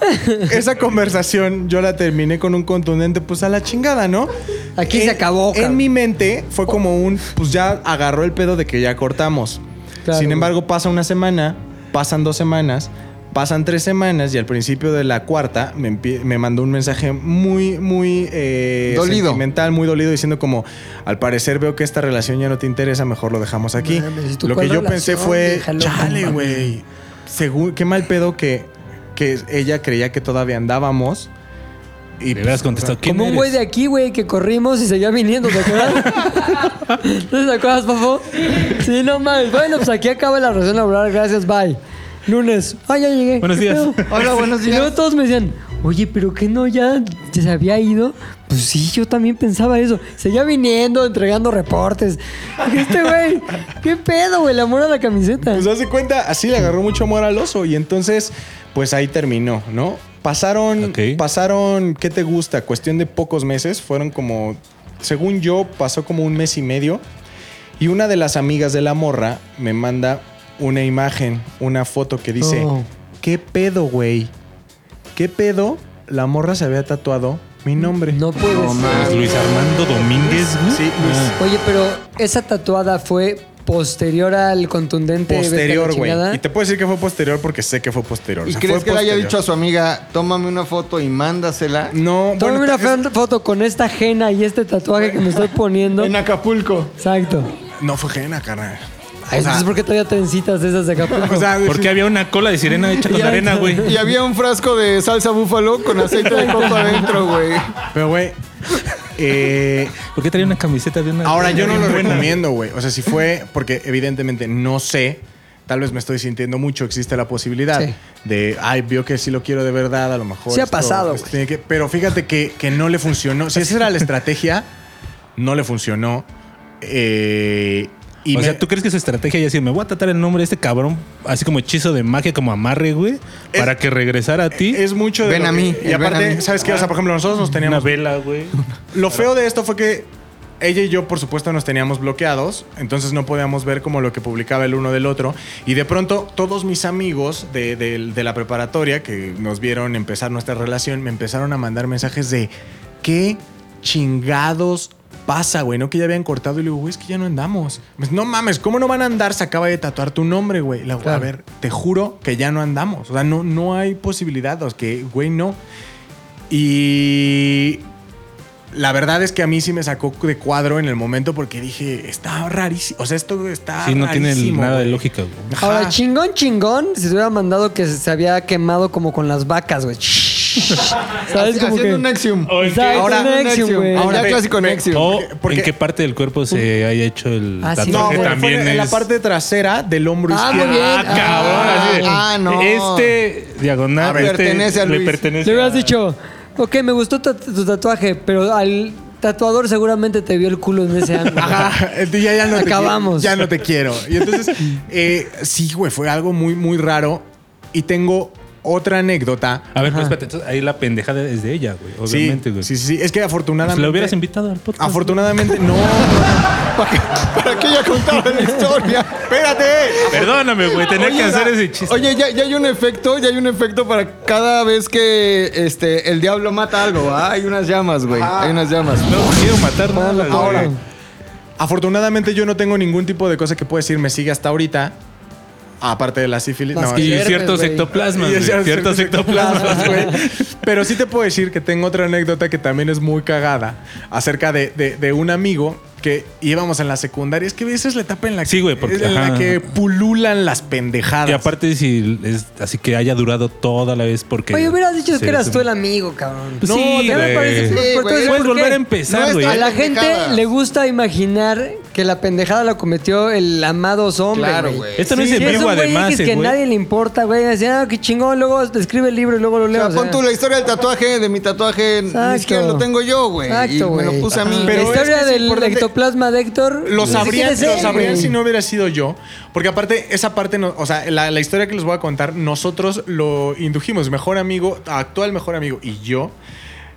esa conversación yo la terminé con un contundente, pues a la chingada, ¿no?
Aquí
se acabó. En mi mente fue como un, pues ya agarró el pedo de que ya cortamos.
Claro,
Sin
güey.
embargo, pasa una semana, pasan dos semanas, pasan tres semanas y al principio de la cuarta me, empie- me mandó un mensaje muy, muy eh,
Dolido.
sentimental, muy dolido, diciendo como, al parecer veo que esta relación ya no te interesa, mejor lo dejamos aquí.
Mames, ¿tú
Lo que
cuál
yo
relación?
pensé fue,
Déjalo,
chale,
no mames".
güey. Según, qué mal pedo que, que ella creía que todavía andábamos. Y
Le hubieras contestado,
o sea,
Como un güey de aquí, güey, que corrimos y seguía viniendo, ¿te acuerdas? ¿No te acuerdas, papá? Sí, no mames. Bueno, pues aquí acaba la relación laboral. Gracias, bye. Lunes. Ay, ya llegué.
Buenos
¿Qué
días.
pedo?
Hola, buenos
Y luego
días.
todos me decían, oye, ¿pero qué no ya se había ido? Pues sí, yo también pensaba eso. Seguía viniendo, entregando reportes. Este güey, ¿qué pedo, güey? El amor a la camiseta.
Pues hace cuenta, así le agarró mucho amor al oso y entonces, pues ahí terminó, ¿no? Pasaron, pasaron, ¿qué te gusta? Cuestión de pocos meses, fueron como, según yo, pasó como un mes y medio y una de las amigas de la morra me manda una imagen, una foto que dice,
Oh.
No.
¿qué pedo, güey? ¿Qué pedo? La morra se había tatuado mi nombre.
No puede No ser. mames.
Es Luis Armando Domínguez, güey.
Sí, Luis.
Oye, pero esa tatuada fue posterior al contundente. vete a la
Posterior, güey.
chingada?
Y te puedo decir que fue posterior porque sé que fue posterior. O
¿Y
sea,
crees
fue
que le haya
posterior.
dicho a su amiga, tómame una foto y mándasela?
No,
Tómame una fe- foto con esta ajena y este tatuaje que me estoy poniendo. En
Acapulco.
Exacto.
No fue ajena, carnal.
Ay, Entonces, ¿por qué traía trencitas de esas de Acapulco?
Porque había una cola de sirena hecha con
Y-
arena, güey.
Y había un frasco de salsa búfalo con aceite de copa adentro, güey.
Pero, güey. eh,
¿Por qué traía una camiseta de una.
Ahora, yo no lo
buena?
recomiendo, güey. O sea, si fue, porque evidentemente no sé. Tal vez me estoy sintiendo mucho, existe la posibilidad
Sí.
de, ay, vio que sí lo quiero de verdad, a lo mejor.
Sí ha pasado, güey.
tiene que- pero fíjate que, que no le funcionó. Si esa era la estrategia, no le funcionó. Eh, y
o
me-
sea, ¿tú crees que su estrategia ya sido me voy a tratar el nombre de este cabrón, así como hechizo de magia, como amarre, güey, para que regresara a ti?
Es mucho de lo que- Y aparte, ¿sabes qué? O sea, por ejemplo, nosotros nos teníamos.
Una vela, güey.
Lo feo de esto fue que ella y yo, por supuesto, nos teníamos bloqueados, entonces no podíamos ver como lo que publicaba el uno del otro. Y de pronto, todos mis amigos de, de- de la preparatoria que nos vieron empezar nuestra relación me empezaron a mandar mensajes de qué chingados pasa, güey, no que ya habían cortado y le digo, güey, es que ya no andamos. Pues, no mames, ¿cómo no van a andar? Se acaba de tatuar tu nombre, güey. Le digo, A ver, te juro que ya no andamos. O sea, no, no hay posibilidad, o sea, que, güey, no. Y la verdad es que a mí sí me sacó de cuadro en el momento porque dije, está rarísimo. O sea, esto está.
Sí, no tiene
rarísimo,
nada de
güey".
lógica, güey.
Ajá.
Ahora, chingón, chingón, si se hubiera mandado que se había quemado como con las vacas, güey. ¿Sabes? Como
Haciendo
que...
un Nexium.
Exacto, un Nexium, güey.
Ahora
Ya
ve-
clásico
ve-
Nexium.
O
porque-
en qué parte del cuerpo se haya hecho el
Ah,
tatuaje
sí, no, güey, fue
también
en la
es-
parte trasera del hombro
Ah,
izquierdo.
muy bien. Ah, cabrón, así de,
Ah, no.
Este diagonal
Ah,
este
pertenece a
le
Luis.
pertenece
Le hubieras
a-
dicho, ok, me gustó tu, tu tatuaje, pero al tatuador seguramente te vio el culo en ese ángulo.
Ajá, el día ya no te
Acabamos.
quiero, ya no te quiero. Y entonces, eh, sí, güey, fue algo muy, muy raro. Y tengo otra anécdota.
A ver, pues espérate, entonces, ahí la pendejada es de ella, güey,
Sí,
obviamente, güey.
Sí, sí, sí. Es que afortunadamente.
Pues la hubieras invitado al podcast.
Afortunadamente, no.
¿Para qué ella contaba la historia?
¡Espérate!
Perdóname, güey, tenía que hacer ese chiste.
Oye, ya, ya hay un efecto, ya hay un efecto para cada vez que este, el diablo mata algo. ¿va? Hay unas llamas, güey. Hay unas llamas.
No quiero matar nada,
Ahora,
güey.
Afortunadamente yo no tengo ningún tipo de cosa que pueda decir me sigue hasta ahorita. Aparte de la sífilis. No,
y
es-
ciertos
güey.
ectoplasmas,
Y
güey, ciertos ectoplasmas,
güey. Pero sí te puedo decir que tengo otra anécdota que también es muy cagada acerca de, de- de un amigo que íbamos en la secundaria. Es que esa es la etapa en la que,
Sí, güey, porque-
es en la
ajá.
que pululan las pendejadas.
Y aparte, si es así que haya durado toda la vez porque.
Oye, hubieras dicho que
se-
eras tú el amigo, cabrón.
Pues sí,
ya me
güey.
parece-
Sí,
por- por-
güey.
entonces,
Puedes
¿por qué?
volver a empezar, No está güey.
A la gente
complicada.
le gusta imaginar que la pendejada la cometió el amado zombie.
Claro, güey. Esto no es en
y
vivo,
un güey
además,
X
el
que
güey.
nadie le importa, güey. Decían, ah, qué chingón, luego escribe el libro y luego lo leo.
O sea, pon tú la historia del tatuaje, de mi tatuaje,
Exacto.
ni siquiera lo tengo yo, güey. Y
Exacto,
me lo
güey.
puse a mí.
Ajá. la historia del ectoplasma de Héctor. pues,
Lo
ni siquiera
sabrían,
es
lo
él,
sabrían
güey.
si no hubiera sido yo. Porque aparte, esa parte, no- o sea, la, la historia que les voy a contar, nosotros lo indujimos. Mejor amigo, actual mejor amigo y yo,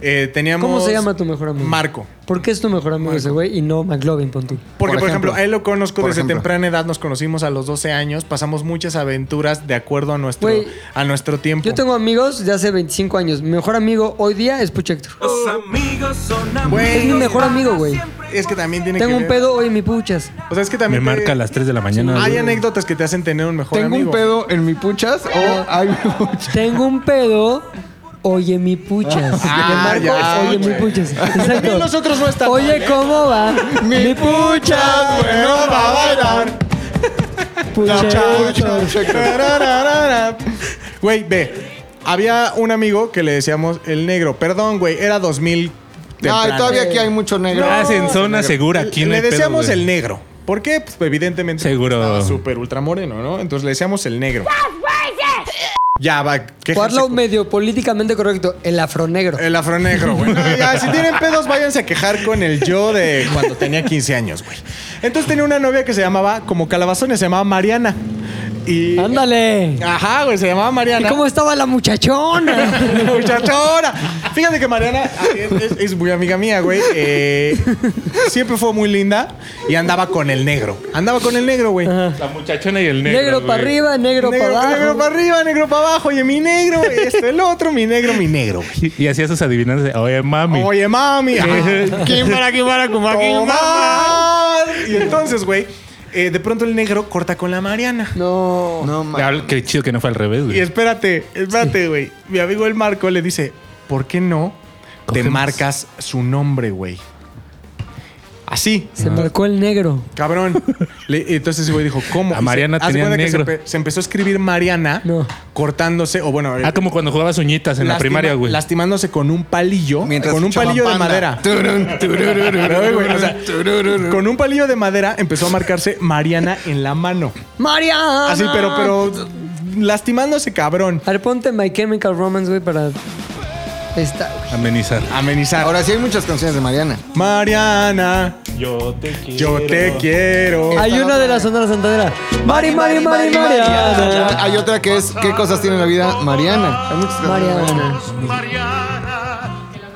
eh, teníamos...
¿Cómo se llama tu mejor amigo?
Marco.
¿Por qué es tu mejor amigo ese güey y no McLovin, pon tú?
Porque, por ejemplo, a él lo conozco
por
desde
ejemplo.
temprana edad, nos conocimos a los 12 años, pasamos muchas aventuras de acuerdo a nuestro,
Güey,
a nuestro tiempo.
Yo tengo amigos de hace 25 años. Mi mejor amigo hoy día es Pucho Héctor.
Los amigos son
es mi mejor amigo, güey.
Es que también tiene
Tengo
que
un
ver.
pedo hoy en mi puchas.
O sea, es que
Me
también. te-
marca a las 3 de la mañana.
Hay
güey.
anécdotas que te hacen tener un mejor
¿Tengo
amigo.
un pedo en mi puchas o hay puchas?
Tengo un pedo. Oye, mi puchas.
Ah,
Te marco,
ya,
oye,
güey.
mi puchas.
También
Exacto.
nosotros no estamos.
Oye, ¿cómo va? mi puchas,
Ah, bueno, va a bailar.
Pucha,
Tarararara. Güey, ve. Había un amigo que le decíamos el negro. Perdón, güey, era 2000. temprano.
Ay, todavía aquí hay mucho negro.
Ah, es en zona
negro.
segura, aquí no
Le
hay pedo,
decíamos
güey.
el negro. ¿Por qué? Pues evidentemente
Seguro.
estaba súper ultra moreno, ¿no? Entonces le decíamos el negro. Ya, va. ¿qué
Guarda un medio políticamente correcto. El afronegro.
El afronegro, güey. No, ya, si tienen pedos, váyanse a quejar con el yo de cuando tenía 15 años, güey. Entonces tenía una novia que se llamaba, como calabazones, se llamaba Mariana. Y.
¡Ándale!
Ajá, güey, se llamaba
¿Y
Mariana.
cómo estaba la muchachona?
Muchachona. Fíjate que Mariana es, es- es muy amiga mía, güey. Eh, siempre fue muy linda y andaba con el negro. Andaba con el negro, güey.
La muchachona y el negro.
Negro
güey.
para arriba, negro, para abajo.
negro para arriba, negro para abajo. Oye, mi negro, esto, el otro, mi negro, mi negro. güey.
Y, y hacía sus adivinanzas. de, Oye, mami.
Oye, mami. ajá.
¿Quién
para, quién para,
para, quién
Y entonces, güey, eh, de pronto el negro corta con la Mariana.
No.
No,
Ah, Qué chido que no fue al revés,
Y
güey.
espérate, espérate, güey. Mi amigo el Marco le dice, ¿por qué no te
Cogemos.
marcas su nombre, güey? Así.
Se marcó el negro.
Cabrón. Le- entonces ese güey dijo, ¿cómo?
A
Y se-
Mariana
haz de
tenía
cuenta que
negro.
Se, empe- se empezó a escribir Mariana cortándose, o bueno...
Ah, como cuando jugabas uñitas en la
lastima-
primaria, güey.
Lastimándose con un palillo.
Mientras
con un
escuchaba
palillo de
Panda.
madera.
Turun, turururu,
Pero, güey, o sea,
turururu.
Con un palillo de madera empezó a marcarse Mariana en la mano.
¡Mariana!
Así, Ah, pero, pero lastimándose cabrón.
A ver, ponte My Chemical Romance, güey, para. Esta.
Amenizar.
Amenizar.
Ahora sí hay muchas canciones de Mariana.
Mariana,
Yo te quiero.
yo te quiero.
Hay una de la Sonora Santanera. Mari, Mari, Mari, Mariana.
Hay otra que es ¿Qué cosas tiene la vida? Mariana. Hay muchas canciones de
Mariana.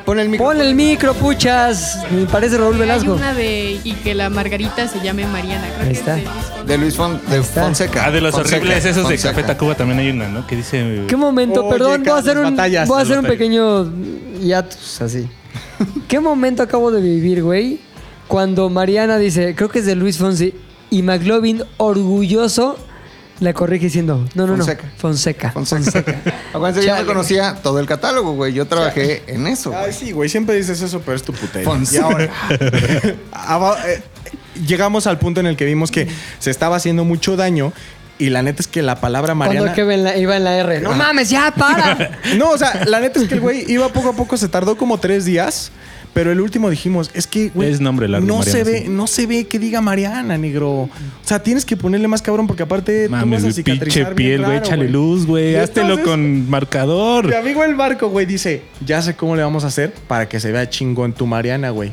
Pon el micro.
Pon el micro, puchas. Me parece Raúl
Hay
Velasco.
una de. Y que la Margarita se llame Mariana. Creo
Ahí
que
está.
es de-
De Luis Fon- de Fonseca.
Ah, de los
Fonseca,
horribles esos
Fonseca.
de Café Tacuba también hay una, ¿no? Que dice.
¿Qué momento?
Oye,
Perdón, voy a
Carlos,
hacer un,
batallas,
voy a hacer un
batallas.
pequeño hiatus así. ¿Qué momento acabo de vivir, güey? Cuando Mariana dice, creo que es de Luis Fonsi, y McLovin, orgulloso, la corrige diciendo, no, no, no, Fonseca.
Fonseca.
Fonseca.
Acuérdense, yo
Chale.
me conocía todo el catálogo, güey. Yo trabajé en eso. güey.
Ay, sí, güey, siempre dices eso, pero es tu putería. Y
Fonseca.
ahora, aba- eh, llegamos al punto en el que vimos que se estaba haciendo mucho daño y la neta es que la palabra Mariana...
Cuando
Ah.
que iba en la- iba en la R. No mames, ya, para.
No, o sea, la neta es que el güey iba poco a poco, se tardó como tres días, pero el último dijimos, es que, güey,
Es nombre largo,
no se
Mariana,
ve,
sí.
no se ve que diga Mariana, negro. O sea, tienes que ponerle más cabrón porque aparte tú
Mames,
vas a
güey,
cicatrizar
pinche
bien
piel, güey.
raro,
Échale
güey.
luz,
Y
güey. Háztelo
entonces,
con marcador.
Mi amigo el barco, güey, dice, ya sé cómo le vamos a hacer para que se vea chingón tu Mariana, güey.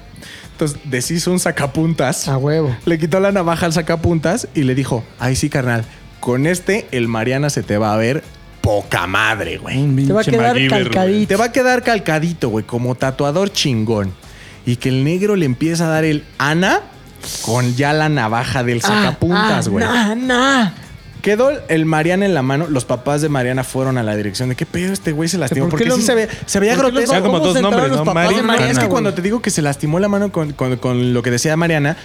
Entonces deshizo un sacapuntas,
A huevo.
le quitó la navaja al sacapuntas y le dijo, ay sí, carnal, con este el Mariana se te va a ver poca madre, güey.
Te va a quedar
Y te
calcadito.
va a quedar calcadito, güey, como tatuador chingón. Y que el negro le empieza a dar el Ana con ya la navaja del sacapuntas, güey.
Ah, nah.
Quedó el Mariana en la mano. Los papás de Mariana fueron a la dirección de qué pedo este güey se lastimó.
¿Por qué
Porque
lo-
sí se, ve- se veía
¿por qué
grotesco.
los- Ya como
¿Cómo
dos
se enteraron
nombres,
los
¿no?
papás de
Mariana,
Mariana? Es que
güey.
cuando te digo que se lastimó la mano con, con- con lo que decía Mariana,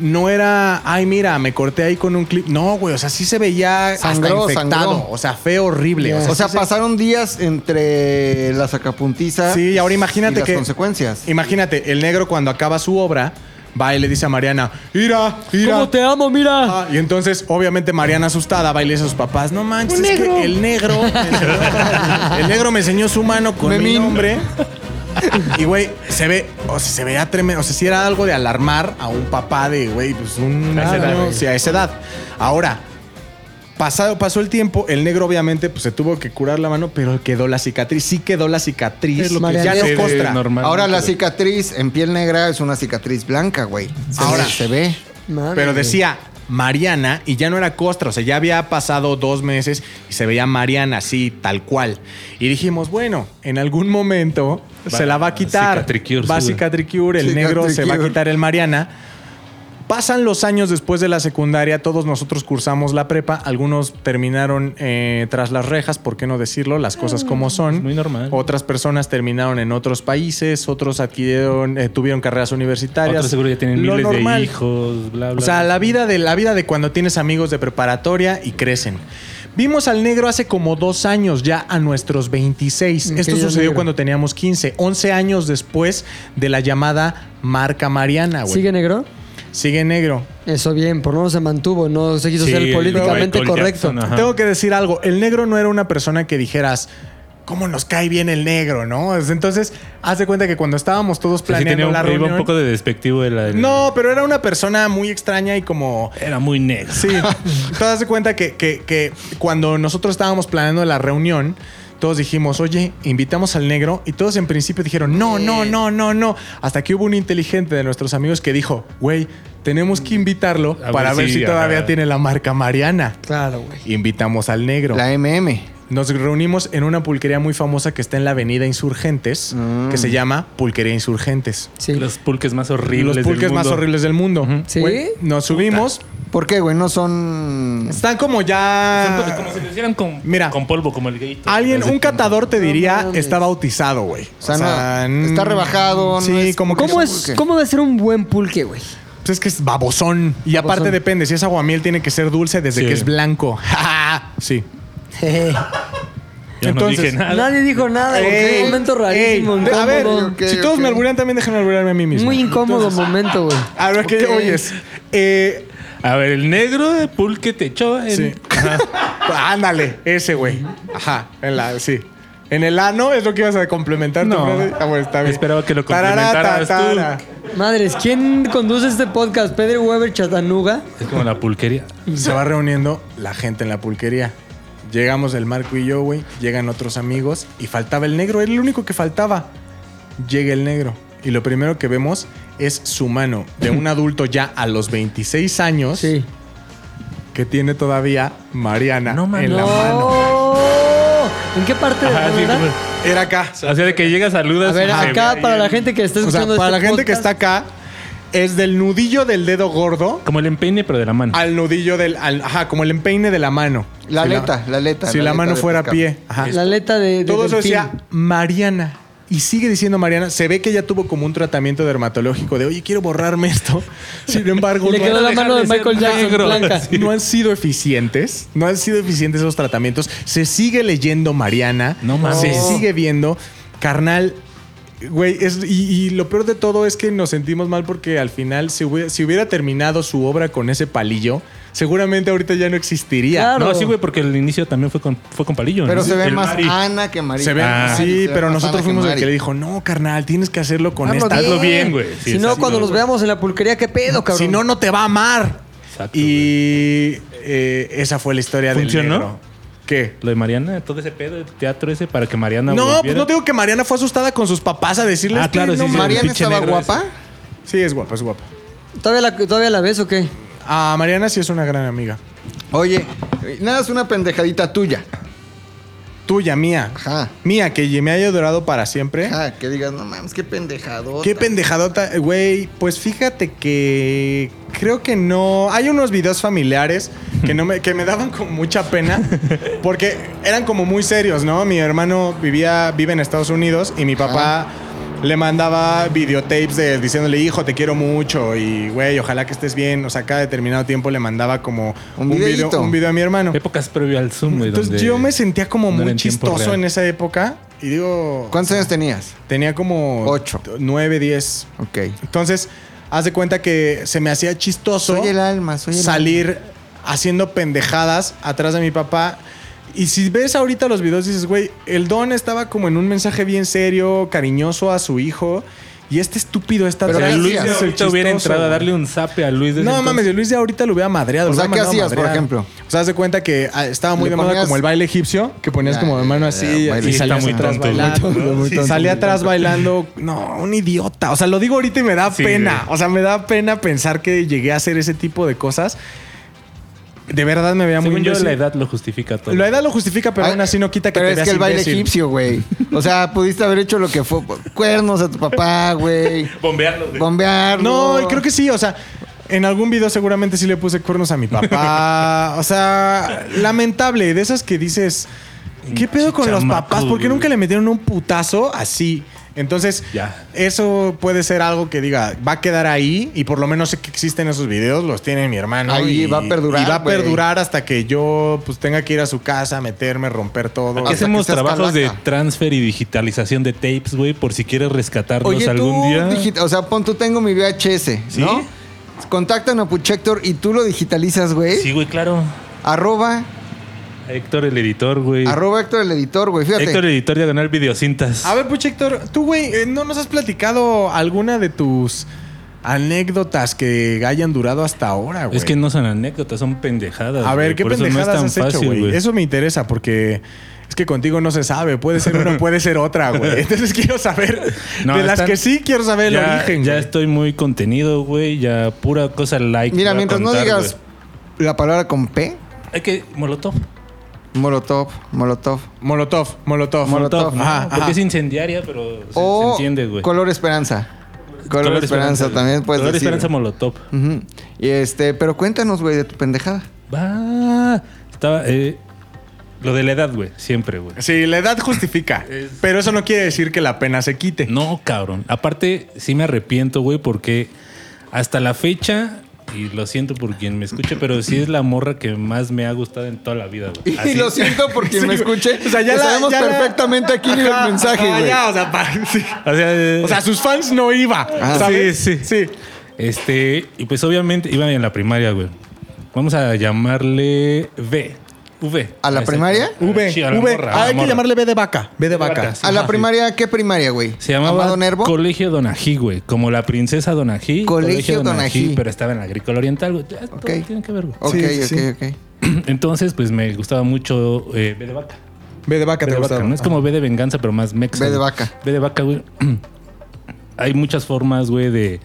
no era, ay, mira, me corté ahí con un clip. No, güey, o sea, sí se veía
Sangró,
hasta infectado.
sangró.
O sea, feo, horrible.
O sea,
sí se-
pasaron días entre las acapuntizas.
Sí, y ahora
y
imagínate
las
que.
consecuencias.
Imagínate, el negro cuando acaba su obra. Va y le dice a Mariana, ira, ira.
¿Cómo te amo, mira?
Ah, y entonces, obviamente, Mariana asustada va y le dice a sus papás, no manches,
Un
es
negro.
que el negro, me enseñó- el negro me enseñó su mano con mi nombre. Y, güey, se ve, o sea, se veía tremendo. O sea, si era algo de alarmar a un papá de, güey, pues un
A esa edad,
año,
güey.
sí, a esa edad. Ahora, pasado, pasó el tiempo, el negro obviamente pues, se tuvo que curar la mano, pero quedó la cicatriz. Sí quedó la cicatriz.
Es lo que
ya
se ve
no costra.
normalmente,
Ahora la cicatriz en piel negra es una cicatriz blanca, güey. Se
Ahora.
ve- se ve.
Pero decía Mariana y ya no era Costra, o sea, ya había pasado dos meses y se veía Mariana así, tal cual. Y dijimos, bueno, en algún momento
Va-
se la va a quitar.
cicatricure,
va
sí.
cicatricure, el negro se va a
Cicatricure.
quitar el Mariana. Pasan los años después de la secundaria, todos nosotros cursamos la prepa, algunos terminaron eh, tras las rejas, ¿por qué Ah, no decirlo? Las cosas como son. Muy normal. Otras personas terminaron en otros países, otros adquirieron, eh, tuvieron carreras universitarias.
Otros seguro ya tienen
Lo
miles
normal.
de hijos, bla, bla.
O sea,
bla.
la vida, de, la vida de cuando tienes amigos de preparatoria y crecen. Vimos al negro hace como dos años, ya a nuestros 26.
Ok,
Esto
Mm, ya
sucedió
negro.
cuando teníamos 15, 11 años después de la llamada marca Mariana, güey.
¿Sigue negro?
Sigue negro.
Eso bien, por lo menos se mantuvo, no se quiso
Sí,
ser
el
políticamente
Michael
correcto.
Jackson, ah. ajá. Tengo que decir algo. El negro no era una persona que dijeras, ¿cómo nos cae bien el negro, no? Entonces, haz de cuenta que cuando estábamos todos
O sea, sí tenía
planeando
un,
la
iba
reunión.
un poco de despectivo de la.
No, pero era una persona muy extraña y como.
Era muy negro.
Sí. Entonces, haz de cuenta que, que- que cuando nosotros estábamos planeando la reunión, todos dijimos, oye, invitamos al negro. Y todos en principio dijeron, no, no, no, no, no. Hasta que hubo un inteligente de nuestros amigos que dijo, güey, tenemos que invitarlo
ver
para ver
si,
si todavía
ajá.
tiene la marca Mariana.
Claro, güey.
Invitamos al negro.
La MM.
Nos reunimos en una pulquería muy famosa que está en la avenida Insurgentes,
Mm.
que se llama Pulquería Insurgentes.
Los pulques más horribles.
Los
del
pulques más
mundo.
horribles del mundo.
¿Sí?
Güey, nos subimos.
¿Por qué, güey? No son.
Están como
Son
ya.
como si lo hicieran con,
Ah. Mira.
con polvo, como el gay.
Alguien, un catador te diría, está bautizado, güey. O
sea, no- está rebajado, no
Sí,
es
como que
¿Cómo, es, ¿Cómo va a ser un buen pulque, güey?
Pues es que es babosón. Y aparte
Babosón.
depende, si es aguamiel tiene que ser dulce desde
Sí.
que es blanco. sí.
Yo no dije nada.
Nadie dijo nada, güey.
Ey,
Qué momento
ey,
rarísimo, incómodo.
a ver, si todos me alburean, también déjenme alburearme a mí mismo.
Muy incómodo momento, güey.
A ver, ¿qué oyes? Eh,
A ver, el negro de pulque te echó. en-
Sí. Ándale, ese güey. Ajá, en la, sí. En el ano es lo que ibas a complementar.
No.
tu frase? Ah, bueno, está bien.
Esperaba que lo
Tarara,
complementaras
tatara.
tú.
Madres, ¿quién conduce este podcast? ¿Pedro Weber Chatanuga?
Es como la pulquería.
Se va reuniendo la gente en la pulquería. Llegamos el Marco y yo, güey. Llegan otros amigos y faltaba el negro. Era el único que faltaba. Llega el negro. Y lo primero que vemos es su mano de un adulto ya a los 26 años
Sí.
que tiene todavía Mariana
No, man,
en la
no.
mano.
¡Oh! ¿En qué parte de
Ajá,
la
sí,
era?
como-
Era acá.
o sea, de que llega, saludas.
A ver,
y se
acá
ve
para
ahí
la
el-
gente que está
O sea,
escuchando
para la
este
gente que está
podcast,
acá, es del nudillo del dedo gordo
Como el empeine, pero de la mano.
al nudillo del. al- ajá, como el empeine de la mano.
La
Si
aleta, la aleta,
Si
la
la,
aleta
mano
de
fuera a
pescado.
pie. Ajá.
La aleta de, de
Todo eso
delfín.
decía Mariana. Y sigue diciendo Mariana. Se ve que ella tuvo como un tratamiento dermatológico de, oye, quiero borrarme esto. Sin embargo,
Le
no
quedó
han-
la mano de Michael Jackson blanca.
no han sido eficientes. No han sido eficientes esos tratamientos. Se sigue leyendo Mariana.
No mames.
Se
Oh.
sigue viendo. Carnal. Güey, es- y, y lo peor de todo es que nos sentimos mal porque al final, si hubiera, si hubiera terminado su obra con ese palillo, seguramente ahorita ya no existiría.
Claro.
No, sí, güey, porque el inicio también fue con, fue con palillo.
Pero
¿no?
se ve
El
más
Mari.
Ana que María.
Se ve,
Ah.
sí,
se ve
pero
más
nosotros
Ana
fuimos el
Mari.
que le dijo, no, carnal, tienes que hacerlo con
Hazlo
esta.
Hazlo bien, güey. Sí,
si no,
exacto,
cuando los
güey.
veamos en la pulquería, ¿qué pedo, cabrón?
Si no, no te va a amar.
Exacto,
y eh, esa fue la historia
¿Funcionó?
del negro. ¿Qué?
Lo de Mariana, todo ese pedo, el teatro ese, para que Mariana.
No, pues
volviera.
no digo que Mariana fue asustada con sus papás a decirles
Ah, claro,
que
sí,
no
sí.
mames.
¿Mariana
pinche
estaba
negro
guapa?
Sí, es guapa, es guapa.
¿Todavía la, ¿Todavía la ves o qué?
Ah, Mariana sí es una gran amiga.
Oye, nada, es una pendejadita tuya.
Tuya, mía.
Ajá.
Mía, que me haya adorado para siempre.
Ajá, que digas, no mames, qué pendejado.
¿Eh? Qué pendejadota, eh, güey. Pues fíjate que creo que no. Hay unos videos familiares que no me, que me daban como mucha pena porque eran como muy serios, ¿no? Mi hermano vivía vive en Estados Unidos y mi papá le mandaba videotapes de- diciéndole, hijo, te quiero mucho y, güey, ojalá que estés bien. O sea, cada determinado tiempo le mandaba como un, video,
videíto.
un video a mi hermano.
Épocas previo al Zoom, güey.
Entonces
donde
Pues yo me sentía como
no era
muy
en tiempo
chistoso
real.
en esa época y digo... ¿Cuántos años tenías? Tenía como... 8. 9, 10. Ok. Entonces, haz de cuenta que se me hacía chistoso
Soy el alma, soy el
salir haciendo pendejadas atrás de mi papá. Y si ves ahorita los videos, dices, güey, el don estaba como en un mensaje bien serio, cariñoso a su hijo. Y este estúpido está
Pero
atrás.
el Luis de
haciendo el
ahorita hubiera
chistoso,
entrado a
güey.
darle un zape a Luis.
No,
desde entonces.
mames, el Luis de ahorita lo hubiera madreado.
O
lo
sea,
hubiera
¿qué
mandado a
hacías, por
madrear.
ejemplo?
O sea, haz de cuenta que ah, estaba muy
Le
de moda
ponías-
como el baile egipcio, que ponías
Ya,
como de mano así
ya,
y-
baile
y
egipcio
salías
muy
atrás
tonto,
bailando.
muy tonto,
Sí,
muy tonto.
salía atrás bailando. No, un idiota. O sea, lo digo ahorita y me da
Sí,
pena.
güey.
O sea, me da pena pensar que llegué a hacer ese tipo de cosas. De verdad me veía muy
Según yo,
imbécil.
la edad lo justifica todo.
La edad lo justifica, pero aún así no quita que
Pero
te
es
veas
que el baile
imbécil.
egipcio, güey. O sea, pudiste haber hecho lo que fue. Cuernos a tu papá, güey.
Bombearlo, güey.
Bombearlo.
No, y creo que sí, o sea, en algún video seguramente sí le puse cuernos a mi papá. o sea, lamentable, de esas que dices, ¿qué pedo con los
chamaco,
papás? ¿Por qué
güey.
nunca le metieron un putazo así? Entonces, eso puede ser algo que diga, va a quedar ahí y por lo menos sé que existen esos videos, los tiene mi hermano.
Ahí
y,
va a perdurar,
Y va a
güey.
perdurar hasta que yo pues tenga que ir a su casa, meterme, romper todo.
Aquí hacemos trabajos de transfer y digitalización de tapes, güey, por si quieres rescatarnos
Oye,
Pues algún
tú
día.
digita- o sea, pon tú tengo mi VHS, ¿no? Contactan a Puchector y tú lo digitalizas, güey. Sí,
güey, claro.
Arroba,
Héctor el editor, güey.
arroba Héctor el editor, güey. Fíjate.
Héctor el editor diagonal videocintas.
A ver, Puch Héctor, tú, güey, eh, ¿no nos has platicado alguna de tus anécdotas que hayan durado hasta ahora,
Ah,
güey?
es que no son anécdotas, son pendejadas.
A ver,
güey,
¿qué
por eso
pendejadas
no
has
es tan
hecho,
fácil,
güey? Eso me interesa porque es que contigo no se sabe. Puede ser una, puede ser otra, güey. Entonces quiero saber.
No,
de las
están-
que sí, quiero saber el
ya,
origen.
Ya estoy muy contenido, güey. Ya pura cosa like.
Mira,
voy a
mientras no
contar,
digas la palabra con P,
güey. Hay que. Molotov.
Molotov, Molotov.
Molotov, Molotov,
Molotov.
¿no?
Ajá,
Porque
ajá.
es incendiaria, pero se,
O
se entiende, güey.
Color Esperanza. Color, Esperanza,
güey.
también puedes
Color
decir.
Esperanza Molotov.
Ujú. Y este, pero cuéntanos, güey, de tu pendejada.
Va. Estaba. eh, lo de la edad, güey. Siempre, güey.
Sí, la edad justifica. pero eso no quiere decir que la pena se quite.
No, cabrón. Aparte, sí me arrepiento, güey, porque hasta la fecha. Y lo siento por quien me escuche, pero sí es la morra que más me ha gustado en toda la vida, güey.
Y lo siento por quien
Sí,
me
güey.
escuche.
O sea, ya
que
la-
sabemos
ya la-
perfectamente aquí en el mensaje,
Ah,
güey.
ya, o sea, pa- sí.
O sea, eh,
O sea, sus fans no iba.
Ah,
¿sabes?
Sí, sí. Este, y pues obviamente iba en la primaria, güey. Vamos a llamarle V. V.
¿A la
Exacto.
primaria? Ah,
V. Sí, a la morra,
Ah,
a la morra.
B de vaca. B de
vaca, sí.
¿A la
Ajá.
primaria qué primaria, güey?
Se llamaba
¿Amado Nervo?
Colegio Donají, güey. Como la princesa Donají.
Colegio Donají.
Pero estaba en la agrícola oriental, güey. Ya, todo tiene que ver, güey.
Ok,
Sí,
ok,
sí.
ok.
Entonces, pues me gustaba mucho eh, B de vaca.
B de vaca
B de
te
vaca,
gustaba.
¿no? Es como B de venganza, pero más mexa.
B de
güey.
vaca.
B de vaca, güey. Hay muchas formas, güey, de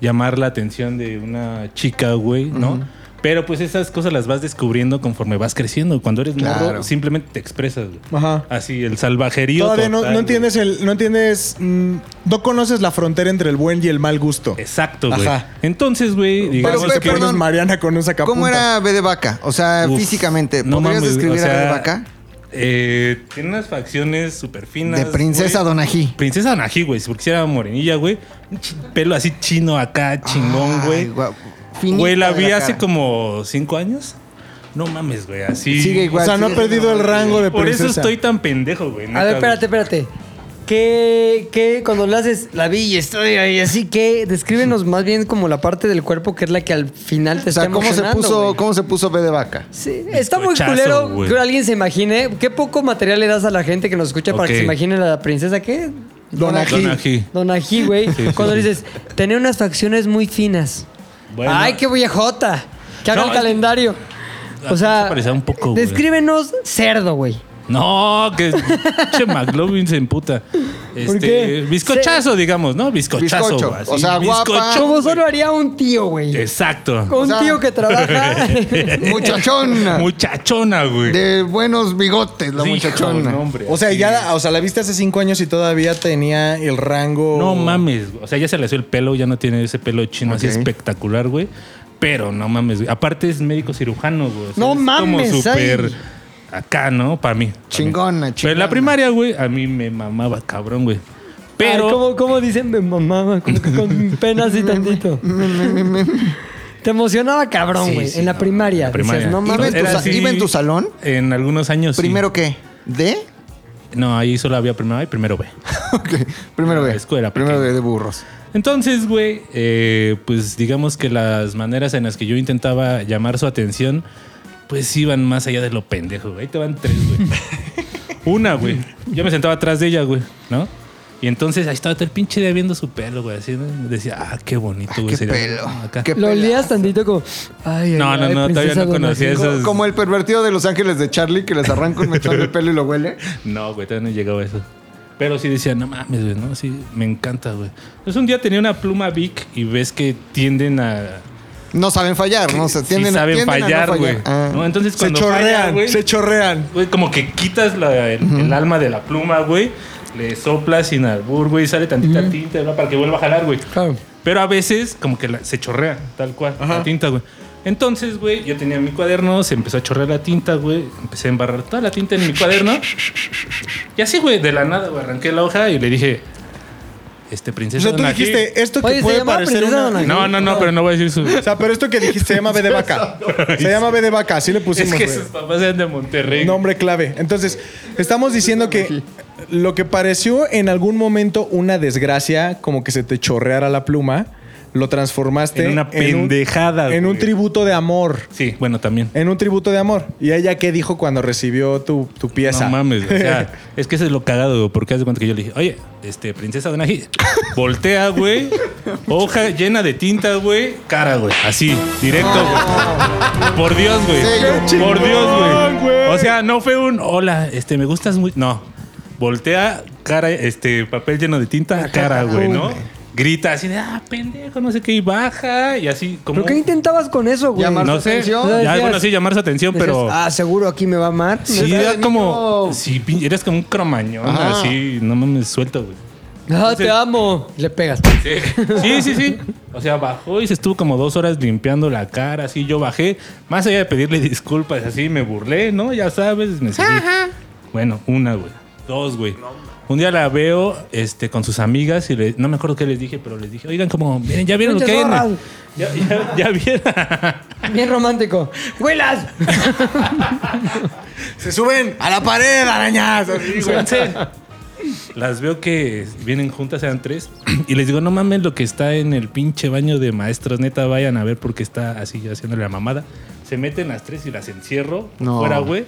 llamar la atención de una chica, güey, ¿no?
Ujú.
Pero pues esas cosas las vas descubriendo conforme vas creciendo. Cuando eres morro,
Claro.
simplemente te expresas, güey.
Ajá.
Así, el salvajerío.
Todavía no,
total,
no
güey.
entiendes el, no entiendes, mm, no conoces la frontera entre el buen y el mal gusto.
Exacto, güey.
Ajá.
Entonces, güey, digamos
Pero,
que-
perdón, Mariana con un sacapuntas.
¿Cómo era B de vaca? O sea,
Uf,
físicamente,
no
¿podrías
mames,
describir
o sea,
a B de vaca?
Eh, tiene unas facciones súper finas.
De princesa
güey.
Donají.
Princesa Donají, güey. Porque si era morenilla, güey. Un chi- Pelo así chino acá, chingón, güey.
finita
Güey, la
de
vi
la
hace
cara.
como cinco años. No mames, güey. Así.
Sigue igual, O sea, no ha sigue perdido siendo el morenilla. rango de
Por eso
princesa.
estoy tan pendejo, güey. neta,
A ver,
güey.
espérate, espérate. ¿Qué, qué cuando le haces la vi y estoy ahí así que descríbenos más bien como la parte del cuerpo que es la que al final te
O sea,
está
¿cómo se,
emocionando,
puso,
güey?
¿cómo se puso B de vaca?
Sí, Está muy
bizcochazo,
culero
güey.
que alguien se imagine. Qué poco material le das a la gente que nos escucha para que
Ok.
se imagine a la princesa que.
Donají. Donají.
Donají, güey.
Sí, sí,
Cuando
sí.
dices, tenía unas facciones muy finas.
Bueno.
Ay, qué viejota. Que haga
No,
el
es-
calendario. O sea,
parecía un poco, güey.
descríbenos cerdo, güey.
No, que che McLovin se emputa. Este,
qué?
Bizcochazo, digamos, ¿no? Bizcochazo.
Bizcocho.
güey, así.
O sea,
Bizcocho.
Ah,
Como solo haría un tío, güey.
Exacto.
Un tío que trabaja.
Muchachona.
Muchachona, güey.
De buenos bigotes, la
Sí,
muchachona.
hijo, no, hombre,
O sea,
así.
ya, la- o sea, la viste hace cinco años y todavía tenía el rango.
No mames, güey. o sea, ya se le hizo el pelo, ya no tiene ese pelo chino
Ok.
así espectacular, güey. Pero no mames, güey. Aparte es médico cirujano, güey. O sea,
No
es
mames,
Como súper
ay.
acá, ¿no? Para mí. pa' mí.
Chingona,
Pero en
chingona.
la primaria, güey, a mí me mamaba cabrón, güey. Pero.
Ay, ¿cómo, cómo dicen de mamá? Como que con penas y tantito. Te emocionaba cabrón,
Sí,
güey.
sí,
en la
no,
primaria.
la primaria.
Decías, no
Iba en
mames.
tu
pues,
sa-
así-
iba en tu
salón?
En algunos años.
¿Primero qué? ¿D?
No, ahí solo había primero A y primero B. Ah,
Primero B.
Escuela.
Primero B de burros.
Entonces, güey, eh, pues digamos que las maneras en las que yo intentaba llamar su atención, pues iban más allá de lo pendejo, güey. Ahí te van tres, güey. Una, güey. Yo me sentaba atrás de ella, güey, ¿no? Y entonces ahí estaba todo el pinche día viendo su pelo, güey. Así, ¿no? Decía, ah, qué bonito, güey.
qué
sería
pelo,
acá.
Lo olías tantito como. Ay,
No,
ay,
no,
ay,
no, todavía
princesa
no conocía
Donatien.
esas.
Como el pervertido de Los Ángeles de Charlie que les arranca un mechón de pelo y lo huele.
No, güey, todavía no llegaba a eso. Pero sí decía, no mames, güey, no, sí, me encanta, güey. Entonces un día tenía una pluma Vic y ves que tienden a.
No saben fallar, no se tienden,
sí saben
tienden a no
fallar, güey.
Ah.
No, entonces
Se
cuando
chorrean,
falla, güey,
se chorrean.
güey, como que quitas la- el, el alma de la pluma, güey, le soplas sin albur, güey, sale tantita tinta ¿verdad? para que vuelva a jalar, güey.
Claro.
Pero a veces como que la- se chorrea, tal cual, la tinta, güey. Entonces, güey, yo tenía mi cuaderno, se empezó a chorrear la tinta, güey. Empecé a embarrar toda la tinta en mi cuaderno. Y así, güey, de la nada, güey, arranqué la hoja y le dije, este
O
princesa.
sea, tú
Donají".
dijiste esto que
Oye, se
puede
llamaba
parecer
princesa
una.
Donají.
No, no, no, pero no voy a decir su.
O sea, pero esto que dijiste se llama B de vaca. Se llama B de vaca, así le
Es
pusimos.
que
güey.
sus papás eran de Monterrey.
Nombre clave. Entonces, estamos diciendo que lo que pareció en algún momento una desgracia, como que se te chorreara la pluma, lo transformaste
En una
un-
pendejada,
En un,
güey.
tributo de amor.
Sí, bueno, también.
En un tributo de amor. ¿Y ella qué dijo cuando recibió tu, tu pieza?
No mames, güey. o sea, es que eso es lo cagado, güey, porque haz de cuenta que yo le dije, oye, este, princesa Donají, voltea, güey, hoja llena de tinta, güey, cara, güey, así, directo, güey. Por Dios, güey. Por Dios, güey. O sea, no fue un, hola, este, me gustas muy, no, voltea, cara, este, papel lleno de tinta, cara, güey, ¿no? Grita así de, ah, pendejo, no sé qué, y baja, y así, como...
¿Pero qué intentabas con eso, güey?
Llamar-
No sé,
atención?
O sea,
ya,
decías-
bueno, sí, llamar su atención,
Decías,
pero...
Ah, seguro aquí me va a amar.
Sí,
Neta,
era como.
niño.
Sí, pin- eras como un cromañón,
Ajá.
así. No mames, suelto, güey.
Ah, te amo. Le pegas.
Sí, sí, sí. O sea, bajó y se estuvo como dos horas limpiando la cara, así. Yo bajé, más allá de pedirle disculpas, así me burlé, ¿no? Ya sabes, me seguí. Bueno, una, güey. Dos, güey. Un día la veo este, con sus amigas y le- no me acuerdo qué les dije, pero les dije, oigan, como, miren, ya vieron lo que hay en el- Ya, ya, ya vieron.
Bien romántico. ¡Huelas!
Se suben a la pared, arañas. así, güey.
Súbanse. Las veo que vienen juntas, eran tres. Y les digo, no mames lo que está en el pinche baño de maestros. Neta, vayan a ver porque está así haciéndole la mamada. Se meten las tres y las encierro por
No.
fuera, güey.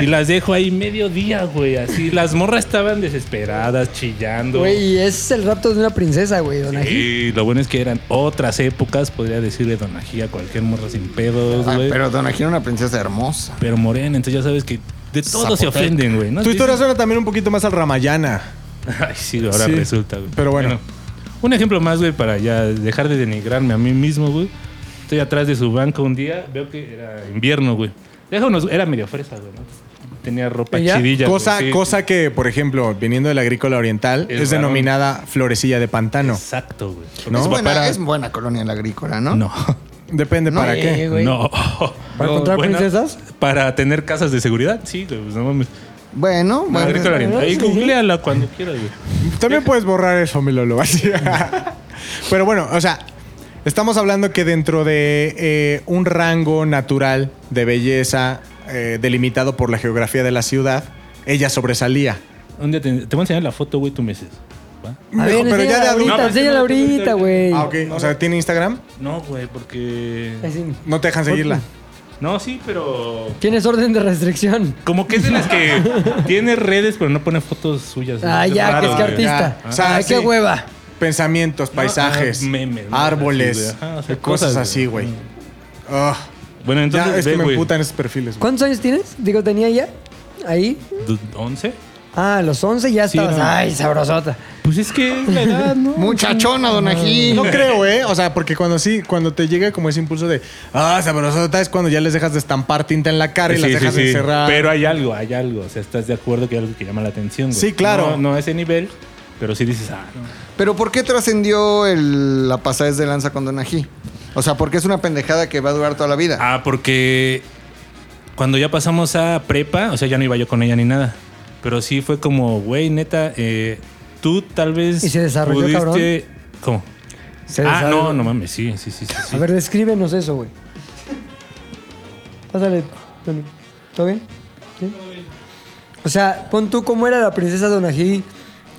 Y las dejo ahí medio día, güey. Así. Las morras estaban desesperadas, chillando.
Güey, ese es el rapto de una princesa, güey, Donají.
Y lo bueno es que eran otras épocas. Podría decirle donají a cualquier morra sin pedos,
Ah,
güey. pero,
pero Donají era una princesa hermosa.
morena, entonces ya sabes que de todo se
Zapoteca.
ofenden, güey. ¿no?
Tu historia
Dicen-
suena también un poquito más al Ramayana.
Ay, sí, ahora
Sí.
resulta, güey.
Pero bueno.
Un ejemplo más, güey, para ya dejar de denigrarme a mí mismo, güey. Estoy atrás de su banco un día, veo que era invierno, güey. Deja unos- era medio fresa, güey, ¿no? Tenía ropa
¿Ella?
chidilla. güey,
cosa,
sí.
cosa que, por ejemplo, viniendo del agrícola oriental,
El
es
varón.
denominada florecilla de pantano.
Exacto, güey. Porque
¿No?
Es,
su papá
buena,
era-
es buena colonia la agrícola, ¿no?
No.
Depende para
Eh,
qué.
güey.
No.
¿Para encontrar princesas?
Para tener casas de seguridad, sí, güey. Pues no mames.
Bueno, bueno.
Agrícola Oriental. Ahí googleala cuando quieras, güey.
También puedes borrar eso, mi Lolo. así. Pero bueno, o sea, estamos hablando que dentro de eh, un rango natural de belleza eh, delimitado por la geografía de la ciudad, ella sobresalía.
Un día te, te voy a enseñar la foto, güey, tú me dices. ¿va?
A ver,
pero ya de
enséñala
adulto.
ahorita, enséñala ahorita, güey.
Ah, ok. O sea, ¿tiene Instagram?
No, güey, porque.
Así.
No te dejan seguirla.
No, sí, pero.
Tienes orden de restricción.
Como que es de las que tiene redes, pero no pone fotos suyas.
Ah,
Es
ya,
raro,
que es que
güey.
artista.
Ya. O sea,
Ay, qué
sí.
hueva.
Pensamientos, paisajes,
ah, memes, ¿no?
árboles,
Así, güey. Ajá, o sea,
cosas,
cosas,
así, güey.
güey.
Ah,
Bueno, entonces.
ya, es
ve,
que me
güey.
emputan esos perfiles. güey.
¿Cuántos años tienes? Digo, tenía ya. Ahí.
Du- ¿11?
Ah, a los 11 ya
Sí,
estabas.
no.
Ay, sabrosota.
Pues es que es la edad, ¿no?
Muchachona, Donají.
No creo, ¿eh? O sea, porque cuando sí, cuando te llega como ese impulso de, ah, sabrosota, es cuando ya les dejas de estampar tinta en la cara y las
Sí, sí,
dejas
sí.
encerrar.
Pero hay algo, hay algo. O sea, estás de acuerdo que hay algo que llama la atención. güey.
Sí, claro.
No, no a ese nivel, pero sí dices, ah, no.
Pero ¿por qué trascendió el- la pasadez de lanza con Donají? O sea, porque es una pendejada que va a durar toda la vida.
Ah, porque cuando ya pasamos a prepa, o sea, ya no iba yo con ella ni nada. Pero sí fue como, güey, neta, eh, tú tal vez.
¿Y se desarrolló,
pudiste... ¿Cómo?
Se
ah,
desarrolló.
no, no mames, sí, sí, sí. sí, sí.
Ah,
A ver, descríbenos eso, güey. Pásale. Tony. ¿Todo bien? ¿Sí? O sea, pon tú cómo era la princesa Donají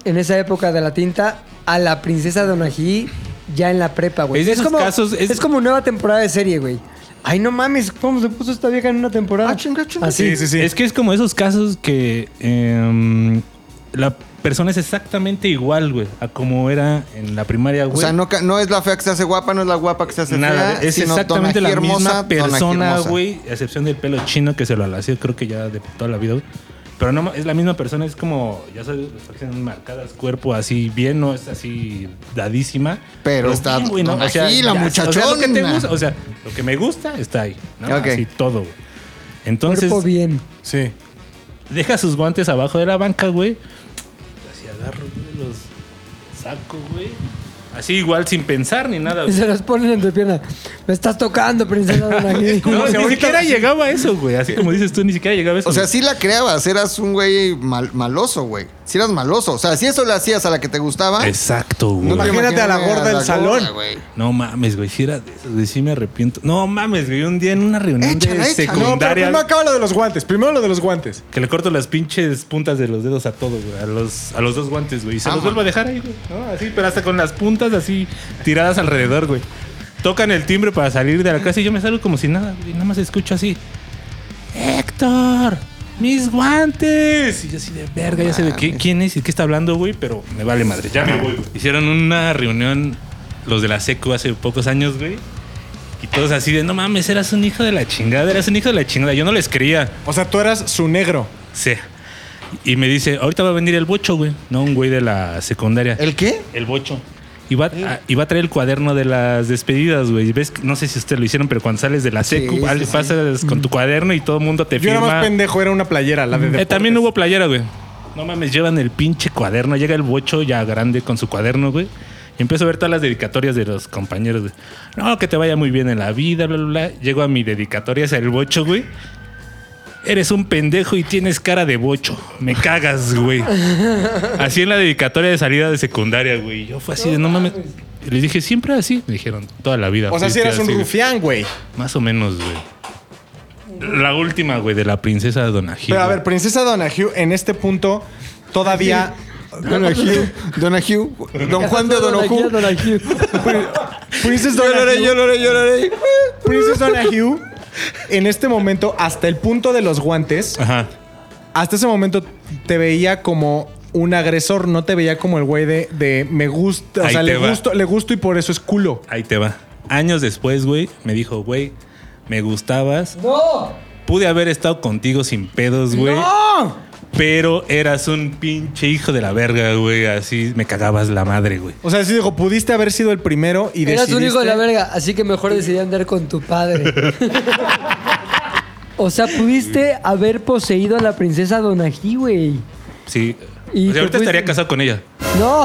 en esa época de la tinta a la princesa Donají ya en la prepa, güey.
Es de esos
como,
casos, es-
es como nueva temporada de serie, güey. Ay, no mames, ¿cómo se puso esta vieja en una temporada? Así.
Es que es como esos casos que em, la persona es exactamente igual, güey, a como era en la primaria, güey.
O sea, no, ca- no es la fea que se hace guapa, no es la guapa que se hace
Nada,
fea.
es
sino
exactamente
Donají
la
hermosa,
misma
Donají
persona,
hermosa.
güey, a excepción del pelo chino que se lo alació, creo que ya de toda la vida. güey. Pero no, ma- es la misma persona, es como, ya sabes, las facciones marcadas, cuerpo así bien, no es así dadísima.
Pero está
bien, güey, ¿no?
Donají, la
ya, O sea, lo que te
muchachona.
gusta, o sea, lo que me gusta está ahí, ¿no?
Ok.
Así todo, güey. Entonces,
Cuerpo bien.
Sí.
deja sus guantes abajo de la banca, güey. Así agarro, güey, los saco, güey. Así igual sin pensar ni nada.
Y
güey.
se los ponen entre piernas. Me estás tocando, princesa Donají.
No, ni siquiera llegaba a eso, güey. Así como dices tú, ni siquiera llegaba a eso.
O sea,
güey.
sí la creabas, eras un güey mal- maloso, güey. Si eras maloso. O sea, si eso le hacías a la que te gustaba.
Exacto, güey.
no te
Imagínate a la
imaginas
gorda del
gorda,
salón.
güey.
No mames, güey. Si era de eso, güey. Sí me arrepiento. No mames, güey. Un día en una reunión
Échala,
de
échala.
No, pero
secundaria.
primero acaba lo de los guantes. Primero lo de los guantes.
Que le corto las pinches puntas de los dedos a todos, güey. A los, a los dos guantes, güey. Y se los
Vamos.
vuelvo a dejar ahí, güey. ¿no? Así, pero hasta con las puntas así tiradas alrededor, güey. Tocan el timbre para salir de la casa y yo me salgo como si nada, güey. Nada más escucho así. ¡Héctor! ¡Mis guantes! Y yo así de verga, ya sé de qué, quién es y de qué está hablando, güey, pero me vale madre. Ya me voy, güey. Hicieron una reunión los de la secu hace pocos años, güey. Y todos así de, no mames, eras un hijo de la chingada, eras un hijo de la chingada. Yo no les creía.
O sea, tú eras su negro.
Sí. Y me dice, ahorita va a venir el bocho, güey. No, un güey de la secundaria.
¿El qué?
El bocho. Y va, a, y va a traer el cuaderno de las despedidas, güey. Y ¿Ves? que- No sé si ustedes lo hicieron, pero cuando sales de la secu,
sí,
al-
sí.
pasas con tu cuaderno y todo el mundo te
Yo era
firma.
más pendejo, era una playera, la de
Eh,
deportes.
también hubo playera, güey. No mames, llevan el pinche cuaderno. Llega el bocho ya grande con su cuaderno, güey. Y empiezo a ver todas las dedicatorias de los compañeros, güey. No, que te vaya muy bien en la vida, bla, bla, bla. Llego a mi dedicatoria hacia el bocho, güey. Eres un pendejo y tienes cara de bocho. Me cagas, güey. Así en la dedicatoria de salida de secundaria, güey. Yo fue así de no mames. Y Les dije, siempre así. Me dijeron, toda la vida.
O sea, si
fuiste
eras un
así, güey.
rufián, güey.
Más o menos, güey. La última, güey, de la princesa Donají.
Pero a
güey.
ver, Princesa Donahue, en este punto, todavía.
Donahue, Donahue, Don Juan de Donahue.
Princesa
Lloraré,
Donahue.
lloraré, lloraré.
Princess Donahue, en este momento, hasta el punto de los guantes,
Ajá.
hasta ese momento te veía como un agresor, no te veía como el güey de, de me gusta, o
Ahí
sea,
te
le
va.
gusto, le gusto y por eso es culo.
Ahí te va. Años después, güey, me dijo, güey, me gustabas.
¡No!
Pude haber estado contigo sin pedos, güey.
¡No!
Pero eras un pinche hijo de la verga, güey. Así me cagabas la madre, güey.
O sea, sí dijo, pudiste haber sido el primero y
Eras un
decidiste-
hijo de la verga, así que mejor decidí andar con tu padre. o sea, pudiste haber poseído a la princesa Donají, güey.
Sí.
Y
O sea,
te fuiste-
ahorita estaría casado con ella.
No,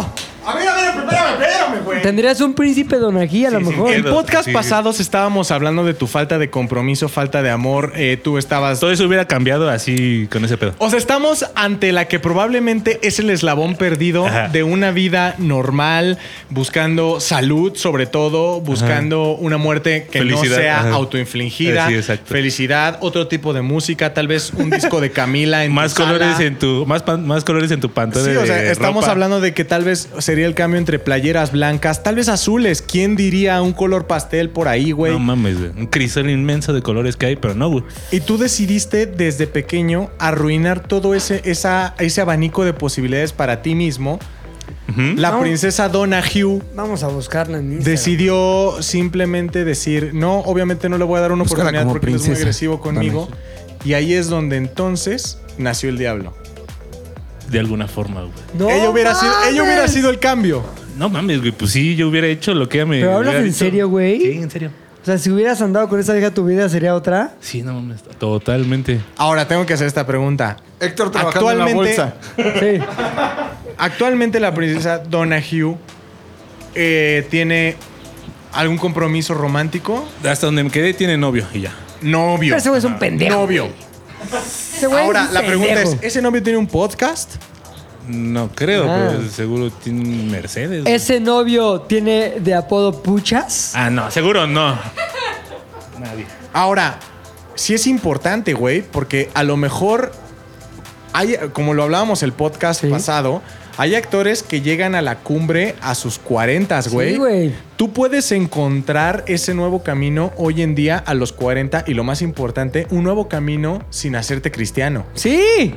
A ver, a ver, espérame, espérame, güey.
tendrías un príncipe Donají a lo
sí,
mejor.
sí.
En podcast
Sí.
pasados estábamos hablando de tu falta de compromiso, falta de amor. eh, tú estabas.
Todo eso hubiera cambiado así con ese pedo.
O sea, estamos ante la que probablemente es el eslabón perdido
Ajá.
de una vida normal, buscando salud, sobre todo, buscando una muerte que no
Felicidad,
sea
ajá.
autoinfligida,
Eh, sí, exacto.
felicidad, otro tipo de música, tal vez un disco de Camila en tu
Más
sala.
colores en tu. Más, pan- más colores en tu pantalla.
Sí, o sea, estamos hablando de que tal vez sería el cambio entre playeras blancas, tal vez azules. ¿Quién diría un color pastel por ahí, güey?
No mames, güey. Un crisol inmenso de colores que hay, pero no, güey.
Y tú decidiste desde pequeño arruinar todo ese, esa, ese abanico de posibilidades para ti mismo.
Ujú.
La
No.
princesa Donahue
Vamos a buscarla en Instagram.
decidió simplemente decir, no, obviamente no le voy a dar una
Búscala
oportunidad
como
porque él es muy
princesa
agresivo conmigo.
Donahue.
Y ahí es donde entonces nació el diablo.
De alguna forma, güey.
No
ella, hubiera sido, ella hubiera
mames.
sido el cambio.
No mames, güey. Pues sí, yo hubiera hecho lo que ella me.
¿Pero hablas
hubiera
en
dicho.
serio, güey?
Sí, en serio.
O sea, si hubieras andado con esa vieja, tu vida sería otra.
Sí, no mames. Totalmente.
Ahora tengo que hacer esta pregunta.
Héctor trabajando en la
Actualmente-
bolsa.
Sí.
Actualmente la princesa Donahue eh, tiene algún compromiso romántico.
Hasta donde me quedé tiene novio y ya.
Novio.
Pero ese güey es un pendejo.
Novio.
Ese güey
Ahora,
es un
la pregunta
pendejo.
es, ¿ese novio tiene un podcast?
No creo,
Ah.
pero seguro tiene un Mercedes. güey.
¿Ese novio tiene de apodo Puchas?
Ah, no, seguro no. Nadie.
Ahora, sí es importante, güey, porque a lo mejor hay, como lo hablábamos el podcast pasado, hay actores que llegan a la cumbre a sus 40, Ah, güey.
güey.
Tú puedes encontrar ese nuevo camino hoy en día a los 40 y lo más importante, un nuevo camino sin hacerte cristiano.
Sí.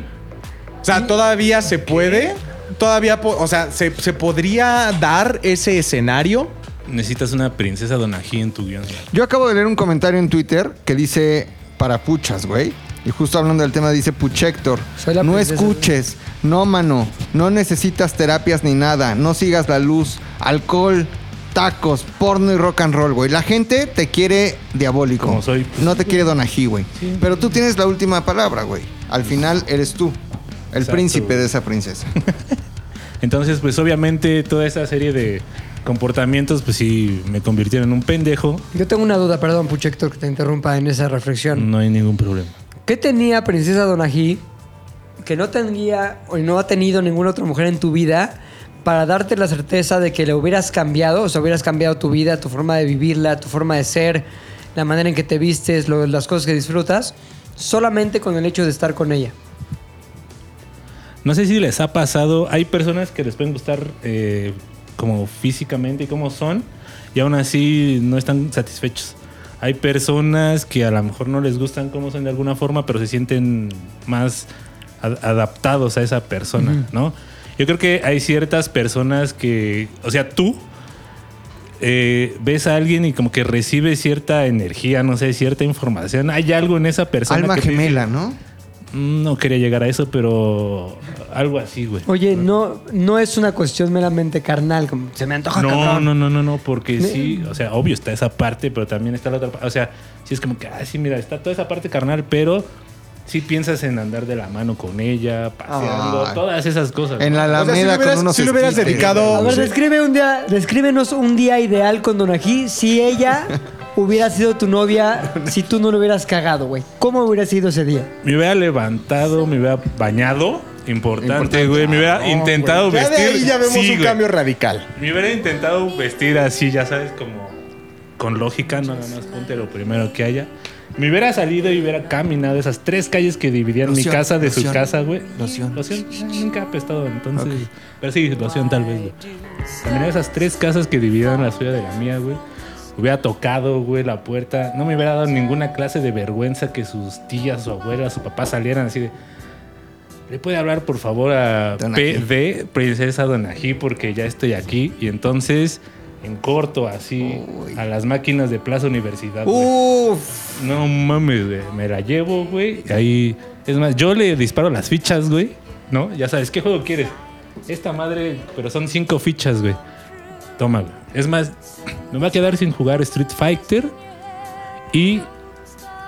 O sea, todavía se puede, todavía, po- o sea, se, se podría dar ese escenario.
Necesitas una princesa Donají en tu guión.
Yo acabo de leer un comentario en Twitter que dice para puchas, güey. Y justo hablando del tema dice Puchector, no
princesa.
escuches, no mano, no necesitas terapias ni nada, no sigas la luz, alcohol, tacos, porno y rock and roll, güey. La gente te quiere diabólico.
Como soy. pues.
No te quiere Donají, güey. Pero tú tienes la última palabra, güey. Al final eres tú, el
Exacto,
príncipe
güey.
de esa princesa.
Entonces, pues obviamente toda esa serie de comportamientos, pues sí, me convirtieron en un pendejo.
Yo tengo una duda, perdón, Puchector, que te interrumpa en esa reflexión.
No hay ningún problema.
¿Qué tenía Princesa Donají que no tenía o no ha tenido ninguna otra mujer en tu vida para darte la certeza de que le hubieras cambiado? O sea, hubieras cambiado tu vida, tu forma de vivirla, tu forma de ser, la manera en que te vistes, lo- las cosas que disfrutas, solamente con el hecho de estar con ella.
No sé si les ha pasado, hay personas que les pueden gustar eh, como físicamente y como son, y aún así no están satisfechos. Hay personas que a lo mejor no les gustan como son de alguna forma, pero se sienten más ad- adaptados a esa persona,
Ujú.
¿no? Yo creo que hay ciertas personas que, o sea, tú eh, ves a alguien y como que recibe cierta energía, no sé, cierta información. Hay algo en esa persona.
Alma
que te dice,
gemela, ¿no?
"Mm, no quería llegar a eso, pero algo así, güey.
Oye, no, no es una cuestión meramente carnal, como se me antoja
No,
cabrón.
no, no, no, no, porque
Me-
sí, o sea, obvio está esa parte, pero también está la otra parte. O sea, sí es como que, ah, sí, mira, está toda esa parte carnal, pero sí piensas en andar de la mano con ella, paseando,
Ay.
todas esas cosas.
En la
O sea, sí
Alameda
le hubieras-
con unos
sí le hubieras
esquites.
A ver, describe un día, descríbenos un día ideal con Donají si ella hubiera sido tu novia, si tú no lo hubieras cagado, güey. ¿Cómo hubiera sido ese día?
Me hubiera levantado, me hubiera bañado, importante, güey, me hubiera intentado
Ya de
vestir.
ahí ya vemos
sí,
un
güey.
cambio radical.
Me hubiera intentado vestir así, ya sabes, como con lógica, nada más ponte lo primero que haya. Me hubiera salido y hubiera caminado esas tres calles que dividían mi
Loción,
casa de su
loción,
casa, güey.
loción.
Loción, eh, nunca he apestado, entonces. Pero sí, loción tal vez, güey. Caminaba esas tres casas que dividían la suya de la mía, güey. Hubiera tocado, güey, la puerta. No me hubiera dado ninguna clase de vergüenza que sus tías, su abuela, su papá salieran así de. ¿Le puede hablar, por favor, a
Donají.
PD, Princesa Donají, porque ya estoy aquí? Y entonces, en corto, así, a las máquinas de Plaza Universidad. güey. No mames, güey. Me la llevo, güey. Y ahí, es más, yo le disparo las fichas, güey. ¿No? Ya sabes, ¿qué juego quieres? Esta madre, pero son cinco fichas, güey. Toma, güey. Es más, me va a quedar sin jugar Street Fighter. Y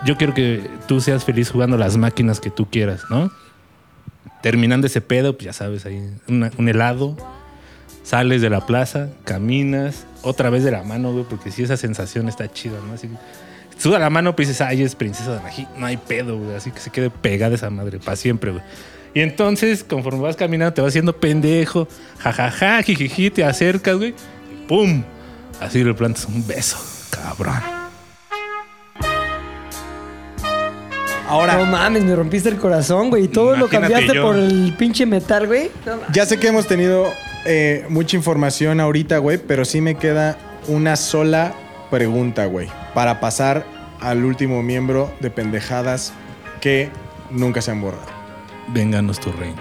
yo quiero que tú seas feliz jugando las máquinas que tú quieras, ¿no? Terminando ese pedo, pues ya sabes, ahí una- un helado. Sales de la plaza, caminas, otra vez de la mano, güey, porque sí, esa sensación está chida, ¿no? Así que suda la mano, pues dices, ay, es princesa de Anají, no hay pedo, güey, así que se quede pegada esa madre, para siempre, güey. Y entonces, conforme vas caminando, te vas haciendo pendejo, jajaja, jijiji, te acercas, güey, ¡pum! Así le plantas un beso, cabrón.
Ahora.
No mames, me rompiste el corazón, güey. Y todo lo
Imagínate
cambiaste
yo.
por el pinche metal, güey. No mames.
Ya sé que hemos tenido eh, mucha información ahorita, güey, pero sí me queda una sola pregunta, güey, para pasar al último miembro de pendejadas que nunca se han borrado.
Vénganos tu reino.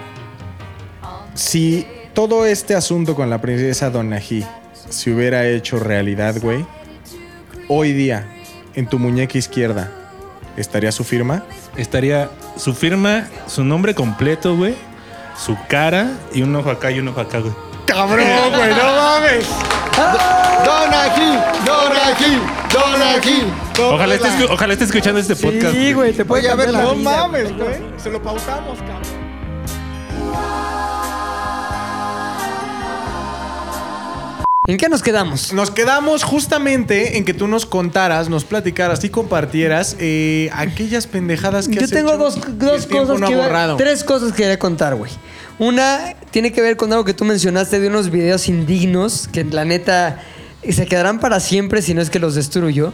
Si todo este asunto con la princesa Donají se hubiera hecho realidad, güey, hoy día, en tu muñeca izquierda, ¿estaría su firma?
Estaría su firma, su nombre completo, güey, su cara y un ojo acá y un ojo acá, güey.
¡Cabrón, güey! ¡No mames! ¡Don aquí! ¡Don aquí! ¡Don aquí!
Ojalá esté, escu- ojalá esté escuchando este podcast.
güey, te
puede
Oye, a ver,
cambiar la
no
vida,
mames, güey. Se lo pautamos, cabrón.
¿En qué nos quedamos?
Nos quedamos justamente en que tú nos contaras, nos platicaras y compartieras eh, aquellas pendejadas que
Yo
has
tengo
hecho
dos,
que el
dos
tiempo
cosas
no ha
que...
borrado.
Tres cosas que quería contar, güey. Una tiene que ver con algo que tú mencionaste de unos videos indignos que la neta se quedarán para siempre si no es que los destruyo.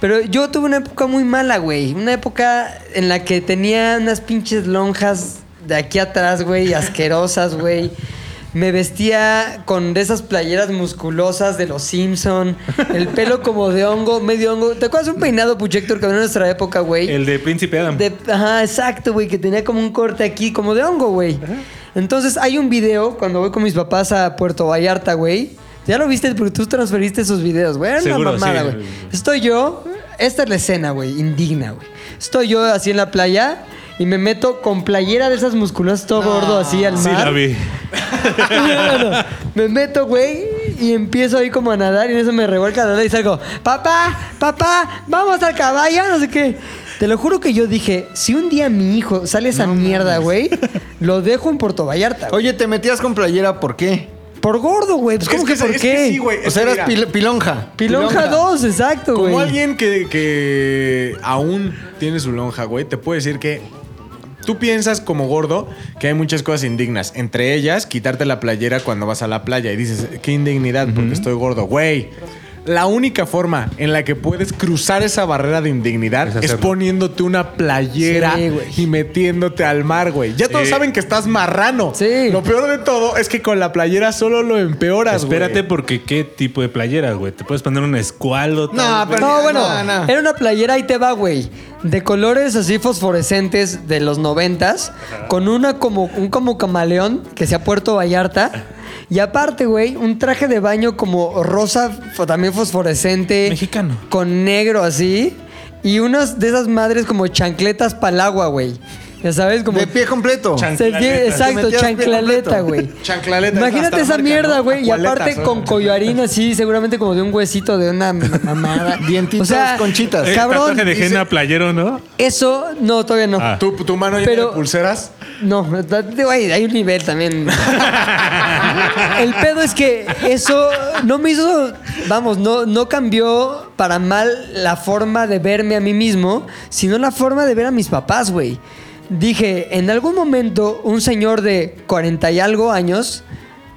Pero yo tuve una época muy mala, güey. Una época en la que tenía unas pinches lonjas de aquí atrás, güey, asquerosas, güey. Me vestía con de esas playeras musculosas de los Simpson, el pelo como de hongo, medio hongo. ¿Te acuerdas de un peinado Puchector que había en nuestra época, güey?
El de Príncipe Adam.
De- ajá, exacto, güey, que tenía como un corte aquí, como de hongo, güey. Entonces hay un video cuando voy con mis papás a Puerto Vallarta, güey. Ya lo viste porque tú transferiste esos videos, güey. Era una
Seguro,
mamada,
sí.
güey. Estoy yo, esta es la escena, güey, indigna, güey. Estoy yo así en la playa y me meto con playera de esas musculosas todo gordo así al mar.
Sí, la vi.
No, no, no. Me meto, güey, y empiezo ahí como a nadar y en eso me revuelca la ola y salgo, papá, papá, vamos al caballo, no sé qué. Te lo juro que yo dije, si un día mi hijo sale esa mierda, güey, lo dejo en Puerto Vallarta.
Oye, te metías con playera, ¿por qué?
Por gordo, güey. Pues,
Es
¿cómo
que
que,
es-
por
es
qué?
que sí, güey.
O sea, eras
Mira.
pil- pilonja.
Pilonja 2, exacto,
Como
güey.
alguien que, que aún tiene su lonja, güey, te puedo decir que tú piensas como gordo que hay muchas cosas indignas. Entre ellas, quitarte la playera cuando vas a la playa y dices, qué indignidad porque estoy gordo, güey. La única forma en la que puedes cruzar esa barrera de indignidad es,
hacerlo.
poniéndote una playera
Sí, güey.
y metiéndote al mar, güey. Ya todos
Sí.
saben que estás marrano.
Sí.
Lo peor de todo es que con la playera solo lo empeoras, güey.
Espérate, porque qué tipo de playera, güey. Te puedes poner un escualo.
No,
tal,
Ah, pero.
No, bueno,
no, no.
era una playera, ahí te va, güey. De colores así fosforescentes de los noventas, con una como, un como camaleón que sea Puerto Vallarta. Y aparte, güey, un traje de baño como rosa, fo- también fosforescente.
Mexicano.
Con negro así. Y unas de esas madres como chancletas pa'l agua, güey. Ya sabes, como.
De pie completo.
Chan-
Se tie- exacto,
Te metías pie
chanclaleta,
completo.
güey.
Chanclaleta,
Imagínate
hasta
esa
marca,
mierda,
¿no?
güey. Y
Acualetas,
aparte
¿no?
con collarín así, seguramente como de un huesito de una mamada.
Dientitos, conchitas.
Eh,
Cabrón.
tatuaje de
dice-
henna playero, ¿no?
Eso, no, todavía no.
Ah.
¿Tu, tu mano llena
Pero-
de pulseras?
No, da- digo, hay, hay un nivel también. El pedo es que eso no me hizo, vamos, no, no cambió para mal la forma de verme a mí mismo, sino la forma de ver a mis papás, güey. Dije, en algún momento un señor de 40 y algo años,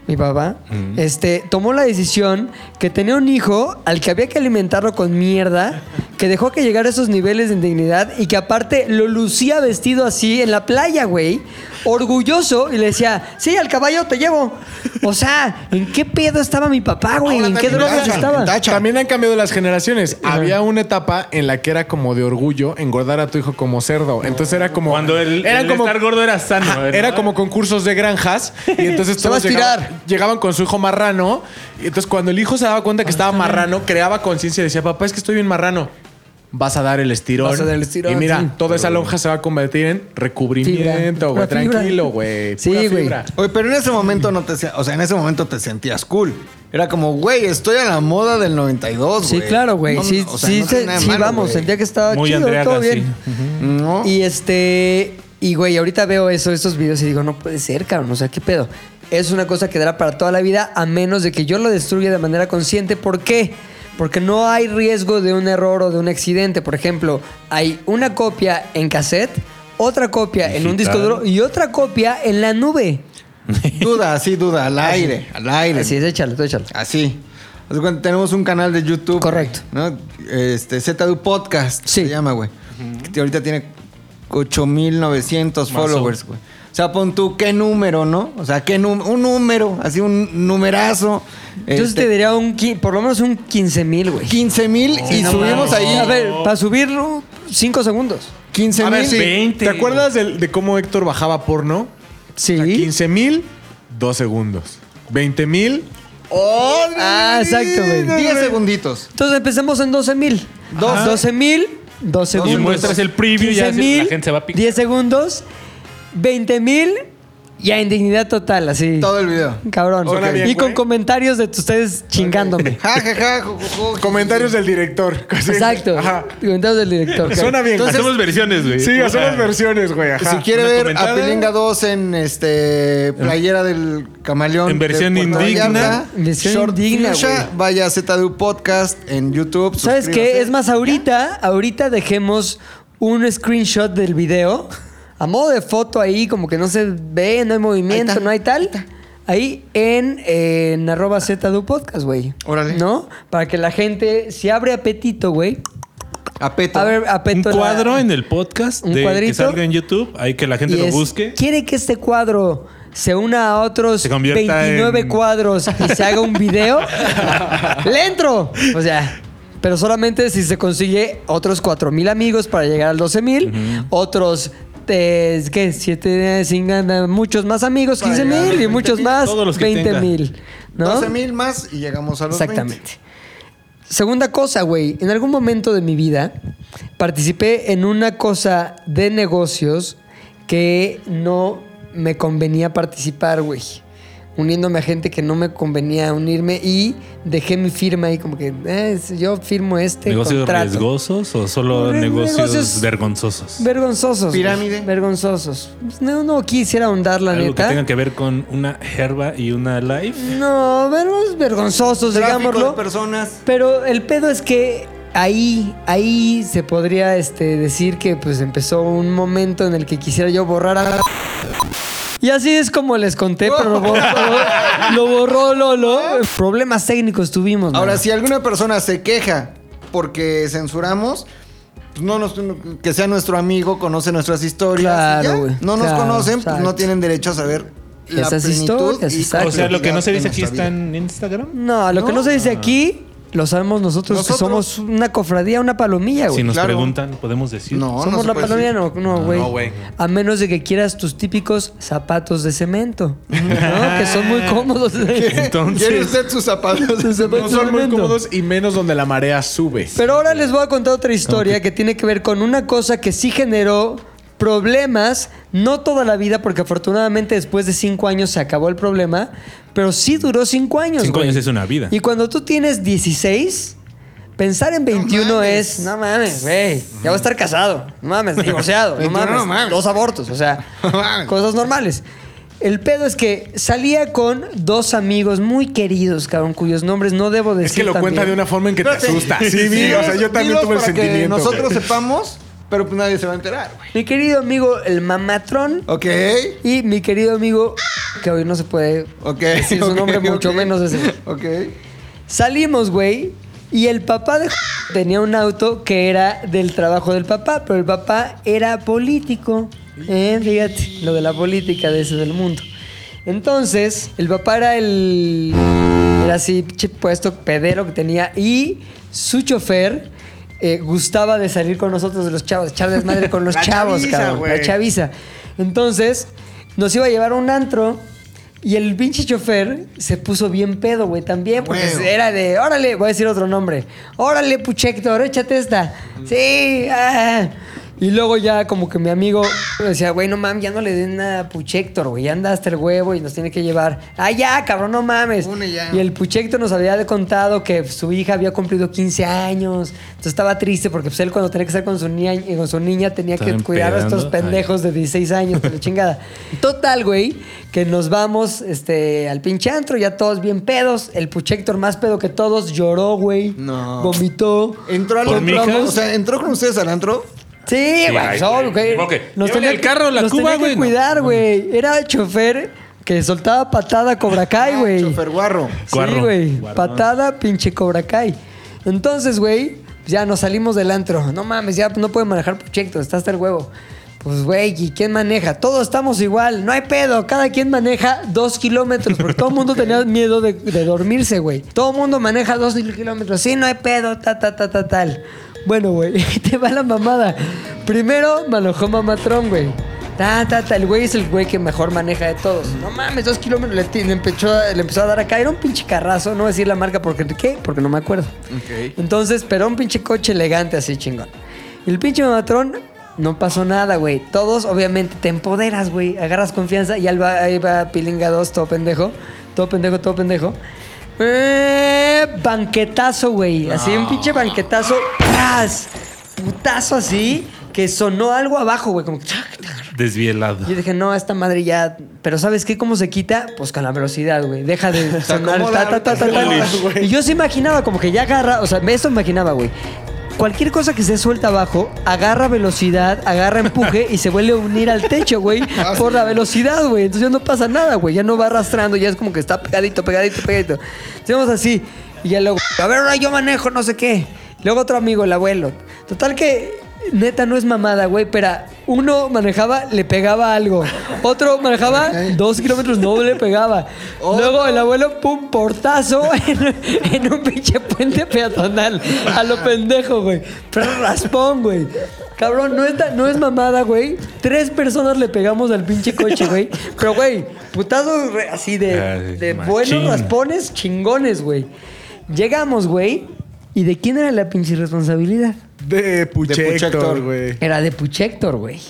mi papá, este, tomó la decisión que tenía un hijo al que había que alimentarlo con mierda, que dejó que llegara a esos niveles de indignidad y que aparte lo lucía vestido así en la playa, güey, orgulloso y le decía, sí, al caballo te llevo. O sea, ¿en qué pedo estaba mi papá, güey?
Ahora
¿En qué
también
drogas
tacha,
estaba?
tacha.
También han cambiado las generaciones. Había una etapa en la que era como de orgullo engordar a tu hijo como cerdo. Entonces era como.
Cuando el,
era
el
como,
estar gordo era sano.
Ajá,
¿verdad?
era como concursos de granjas. Y entonces
Se va a
todos llegaban,
estirar.
llegaban con su hijo marrano. Y entonces cuando el hijo se daba
Ah,
cuenta que estaba marrano, creaba conciencia y decía: Papá, es que estoy bien marrano. Vas a dar el estirón.
Vas a dar el estirón,
Y mira,
sí.
toda esa lonja se va a convertir en
Fibra,
recubrimiento, güey.
pura fibra.
Tranquilo, güey.
Sí,
pura
güey.
fibra.
Oye, pero en ese momento no te, se- o sea, en ese momento te sentías cool. Era como, güey, estoy a la moda del 92,
Sí,
güey.
claro, güey.
No,
Sí,
o sea,
sí,
no
se-
tiene nada de
sí,
malo,
vamos,
güey.
sentía que estaba
Muy
chido,
Andrea
todo
Gassi.
bien.
No.
Y este. Y güey, ahorita veo eso, esos videos y digo, no puede ser, cabrón. O sea, ¿qué pedo? Es una cosa que dará para toda la vida a menos de que yo lo destruya de manera consciente. ¿Por qué? Porque no hay riesgo de un error o de un accidente. Por ejemplo, hay una copia en cassette, otra copia en un disco
Digital.
duro y otra copia en la nube.
duda, sí, duda, al aire, al aire.
Así es, échalo, tú échalo.
Así. Haz de cuenta, tenemos un canal de YouTube.
Correcto.
¿no? Este, ZDU Podcast
Sí.
se llama, güey. Que ahorita tiene 8900 followers, güey. O sea, pon tú qué número, ¿no? O sea, qué num- un número, así un numerazo.
Yo sí
este,
te diría un, qui- por lo menos un 15 mil, güey.
15 mil y
No
subimos
mames. A
ahí
ver, para subirlo, 5 segundos.
15
A ver,
mil.
sí.
20.
¿Te acuerdas del- de, cómo Héctor bajaba porno?
Sí.
A 15 mil, dos segundos. 20 mil,
Ah, exacto, güey.
10 segunditos.
Entonces empecemos en 12 mil.
Ajá.
12 mil, 2 segundos.
muestras el preview y ya se- la gente se va a picar.
10 segundos, 20 mil, Y a indignidad total, así. Todo
el video.
Cabrón.
Suena
Ok.
bien,
y con
güey.
comentarios de ustedes chingándome.
Comentarios del director. Así.
Exacto.
Ajá.
Comentarios del director.
Suena bien.
Entonces-
hacemos versiones, güey.
Sí, hacemos
Una-
versiones, güey. ajá.
si quiere
Una
ver
comentada.
a Pilinga 2 en este playera del camaleón.
En versión
de Puerto
indigna.
Vallarta,
Versión
short
indigna,
fuchsia,
güey.
vaya a ZDU Podcast en YouTube.
¿Sabes qué? Es más, ahorita, ahorita dejemos un screenshot del video. A modo de foto ahí, como que no se ve, no hay movimiento, no hay tal. Ahí en, eh, en arroba ZDU Podcast, güey.
Órale.
¿No? Para que la gente, si abre apetito, güey.
Apeto.
A ver,
Un
apetito. la-
cuadro en el podcast
un
de que
cuadrito.
salga en YouTube, ahí que la gente
y
lo
es,
busque.
Quiere que este cuadro se una a otros
Se convierta
29
en-
cuadros y se haga un video. ¡Le entro! O sea, pero solamente si se consigue otros 4 mil amigos para llegar al 12 mil, otros. eh, ¿Qué? 7, 50, muchos más amigos, 15
llegar a
mil y
20,000,
muchos más,
todos los que
20 mil. ¿no?
12 mil más y llegamos a los
Exactamente. Segunda cosa, güey. En algún momento de mi vida participé en una cosa de negocios que no me convenía participar, güey. Uniéndome a gente que no me convenía unirme y dejé mi firma ahí como que eh, yo firmo este
¿Negocios
contrato.
riesgosos o solo
Re-
negocios,
negocios-
vergonzosos?
Vergonzosos. güey.
Pirámide.
Vergonzosos. Pues No, no quisiera ahondar la
Algo que
neta.
tenga que ver con una herba y una live.
No, vergos- vergonzosos,
20. Tráfico
digámoslo.
de personas.
Pero el pedo es que ahí, ahí se podría este, decir que pues empezó un momento en el que quisiera yo borrar a... Y así es como les conté, pero lo borró, lo borró Lolo. Problemas técnicos tuvimos.
Ahora,
mano.
si alguna persona se queja porque censuramos, pues no nos, que sea nuestro amigo, conoce nuestras historias.
Claro,
y ya.
güey.
No nos
Claro,
conocen, pues
exacto.
no tienen derecho a saber la
Esas
plenitud
historias,
y
exacto.
O sea, lo que no se dice
complejidad
aquí
de nuestra
está en Instagram.
No, lo que no se dice aquí, lo sabemos nosotros, que
Nosotros.
somos una cofradía, una palomilla, güey.
Si nos
Claro.
preguntan, podemos decir.
vida. No, no
Somos
se
la
puede
palomilla,
decir.
no, no, güey. a menos de que quieras tus típicos zapatos de cemento, ¿no? que son muy cómodos.
¿Quiere
Entonces,
usted sus zapatos?
Sus zapatos
No son muy
Tremendo.
cómodos y menos donde la marea sube.
Pero ahora les voy a contar otra historia que tiene que ver con una cosa que sí generó problemas, no toda la vida, porque afortunadamente después de cinco años se acabó el problema, pero sí duró cinco años.
cinco
güey.
años es una vida.
Y cuando tú tienes 16, pensar en 21 es, no mames, güey, ya voy a estar casado, no mames, divorciado, no
21,
mames,
no mames.
dos abortos, o sea,
mames.
cosas normales. El pedo es que salía con dos amigos muy queridos, cabrón, cuyos nombres no debo decir.
Es que lo cuenta
también.
de una forma en que te asusta. Sí,
Sí,
vi, o sea, yo también
dilos
tuve el
para que
sentimiento.
nosotros sepamos, pero pues nadie se va a enterar, güey.
Mi querido amigo, el mamatrón.
Ok,
Y mi querido amigo, que hoy no se puede
ok.
decir su
ok,
nombre,
ok.
mucho menos ese.
Ok.
Salimos, güey, y el papá de tenía un auto que era del trabajo del papá, pero el papá era político. Eh, Fíjate, lo de la política de ese del mundo. Entonces, el papá era el. Era así, pinche puesto pedero que tenía. Y su chofer eh, gustaba de salir con nosotros, de los chavos, echar desmadre con los
La
chavos,
chaviza,
cabrón. La
güey.
chaviza. Entonces, nos iba a llevar a un antro. Y el pinche chofer se puso bien pedo, güey, también, porque
Huevo.
era de, órale, voy a decir otro nombre, órale, Puchector, échate esta. Sí, ah. Y luego ya como que mi amigo me decía, güey, no mames, ya no le den nada a Puchector, güey, ya anda hasta el huevo y nos tiene que llevar. Ah, ya, cabrón, no mames.
Une ya.
Y el Puchector nos había contado que su hija había cumplido 15 años, entonces estaba triste porque pues, él cuando tenía que estar con su niña, eh, con su niña tenía que
Estaban
cuidar a estos
pedando. Ay.
pendejos pendejos de 16 años, pero chingada. Total, güey, que nos vamos este, al pinche antro, ya todos bien pedos. El Puchector más pedo que todos lloró, güey.
No.
Vomitó.
Entró al
¿Por
antro,
mijas?
o sea, entró con ustedes al antro.
Sí, güey.
ay,
sol,
güey.
güey.
Ok. Llévale el carro, la
nos
Cuba,
tenía
güey,
que
no.
cuidar, güey. Era el chofer que soltaba patada Cobra Kai,
Ah,
güey.
Chofer guarro.
Sí,
Guarro.
güey.
Guarro.
Patada, pinche Cobra Kai. Entonces, güey, ya nos salimos del antro. No mames, ya no puede manejar Puchector, está hasta el huevo. Pues, güey, ¿y quién maneja? Todos estamos igual, no hay pedo. Cada quien maneja dos kilómetros, porque todo el mundo tenía miedo de, de dormirse, güey. Todo el mundo maneja dos kilómetros, sí, no hay pedo, ta, ta, ta, ta, tal. Bueno, güey, te va la mamada. Primero manejó Mamatrón, güey. Ta, ta, ta. El güey es el güey que mejor maneja de todos. No mames, dos kilómetros le, ti- le empezó, a- le empezó a dar acá. Era un pinche carrazo. No voy a decir la marca porque ¿qué? Porque no me acuerdo. Entonces, pero un pinche coche elegante así chingón. El pinche mamatrón No pasó nada, güey. Todos, obviamente, te empoderas, güey. Agarras confianza y ahí va, ahí va Pilinga 2, todo pendejo. Todo pendejo, todo pendejo. Eh, banquetazo, güey. Así, un pinche banquetazo. ¡Pras! Putazo así que sonó algo abajo, güey. Como que chac,
Desvielado.
yo dije, no, esta madre ya. Pero ¿sabes qué? ¿Cómo se quita? Pues con la velocidad, güey. Deja de sonar.
acomoda,
ta, ta, ta, ta, ta.
polish, güey.
Y yo se imaginaba, como que ya agarra. O sea, eso imaginaba, güey. Cualquier cosa que se suelta abajo, agarra velocidad, agarra empuje y se vuelve a unir al techo, güey, por la velocidad, güey. Entonces ya no pasa nada, güey. Ya no va arrastrando, ya es como que está pegadito, pegadito, pegadito. Hacemos así. Y ya luego, a ver, ahora yo manejo, no sé qué. Luego otro amigo, el abuelo. Total que Neta, no es mamada, güey, pero uno manejaba, le pegaba algo. Otro manejaba, dos kilómetros no le pegaba. Luego el abuelo, pum, portazo en, en un pinche puente peatonal. A lo pendejo, güey. Pero raspón, güey. Cabrón, no es, ta- no es mamada, güey. Tres personas le pegamos al pinche coche, güey. Pero, güey, putazo re- así de,
Ay,
de
machín.
buenos raspones chingones, güey. Llegamos, güey. ¿Y de quién era la pinche responsabilidad?
De Puchector,
Puchector.
güey.
Era de Puchector, güey.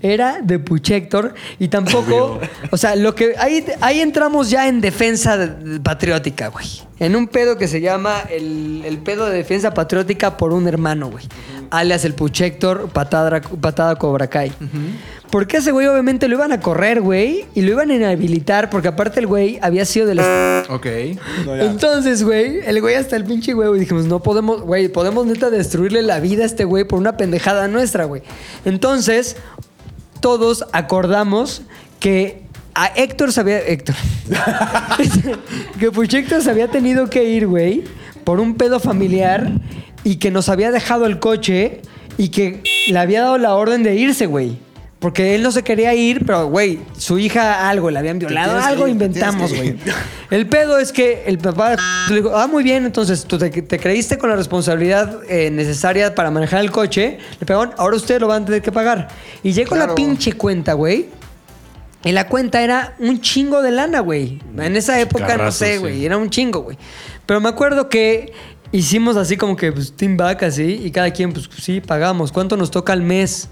Era de Puchector y tampoco, o sea, lo que ahí, ahí entramos ya en defensa de- de- patriótica, güey. En un pedo que se llama el, el pedo de defensa patriótica por un hermano, güey. Alias el Puchector, patada, patada Cobra Kai. Porque ese güey obviamente lo iban a correr, güey, y lo iban a inhabilitar porque aparte el güey había sido de las...
Ok.
Entonces, güey, el güey hasta el pinche huevo. y Dijimos, no podemos, güey, podemos neta destruirle la vida a este güey por una pendejada nuestra, güey. Entonces, todos acordamos que a Héctor se había. Héctor. que Puchector se había tenido que ir, güey, por un pedo familiar y que nos había dejado el coche y que le había dado la orden de irse, güey. Porque él no se quería ir, pero, güey, su hija algo, le habían violado,
tienes que
algo
ir, te
inventamos,
tienes que
güey. El pedo es que el papá le dijo, ah, muy bien, entonces tú te, te creíste con la responsabilidad eh, necesaria para manejar el coche, le pegaron, ahora ustedes lo van a tener que pagar. Y llegó la
Claro.
pinche cuenta, güey. Y la cuenta era un chingo de lana, güey. En esa época, no
Chicarrazo,
sé,
sí.
güey, era un chingo, güey. Pero me acuerdo que hicimos así como que pues, team back así y cada quien, pues sí, pagamos. ¿Cuánto nos toca al mes?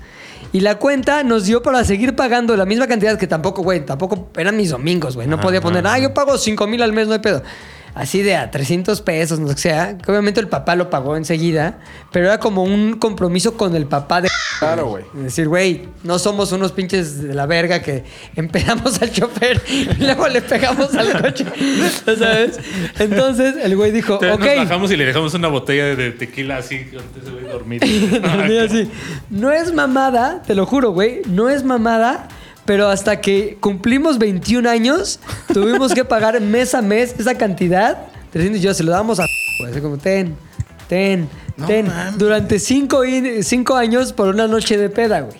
Y la cuenta nos dio para seguir pagando la misma cantidad que tampoco, güey, tampoco eran mis domingos, güey. No podía poner, ah, yo pago 5 mil al mes, no hay pedo. Así de a 300 pesos, no sé qué sea. Que obviamente el papá lo pagó enseguida, pero era como un compromiso con el papá de.
Claro, güey.
Es decir, güey, no somos unos pinches de la verga que empezamos al chofer y luego le pegamos al coche. ¿no ¿Sabes? Entonces el güey dijo,
Entonces
ok.
Nos bajamos y le dejamos una botella de tequila así antes de dormir.
Dormía así. No es mamada, te lo juro, güey, no es mamada. Pero hasta que cumplimos 21 años, tuvimos que pagar mes a mes esa cantidad. 300 y yo se lo damos a... güey, Así como, ten, ten, ten. Durante 5 años por una noche de peda, güey.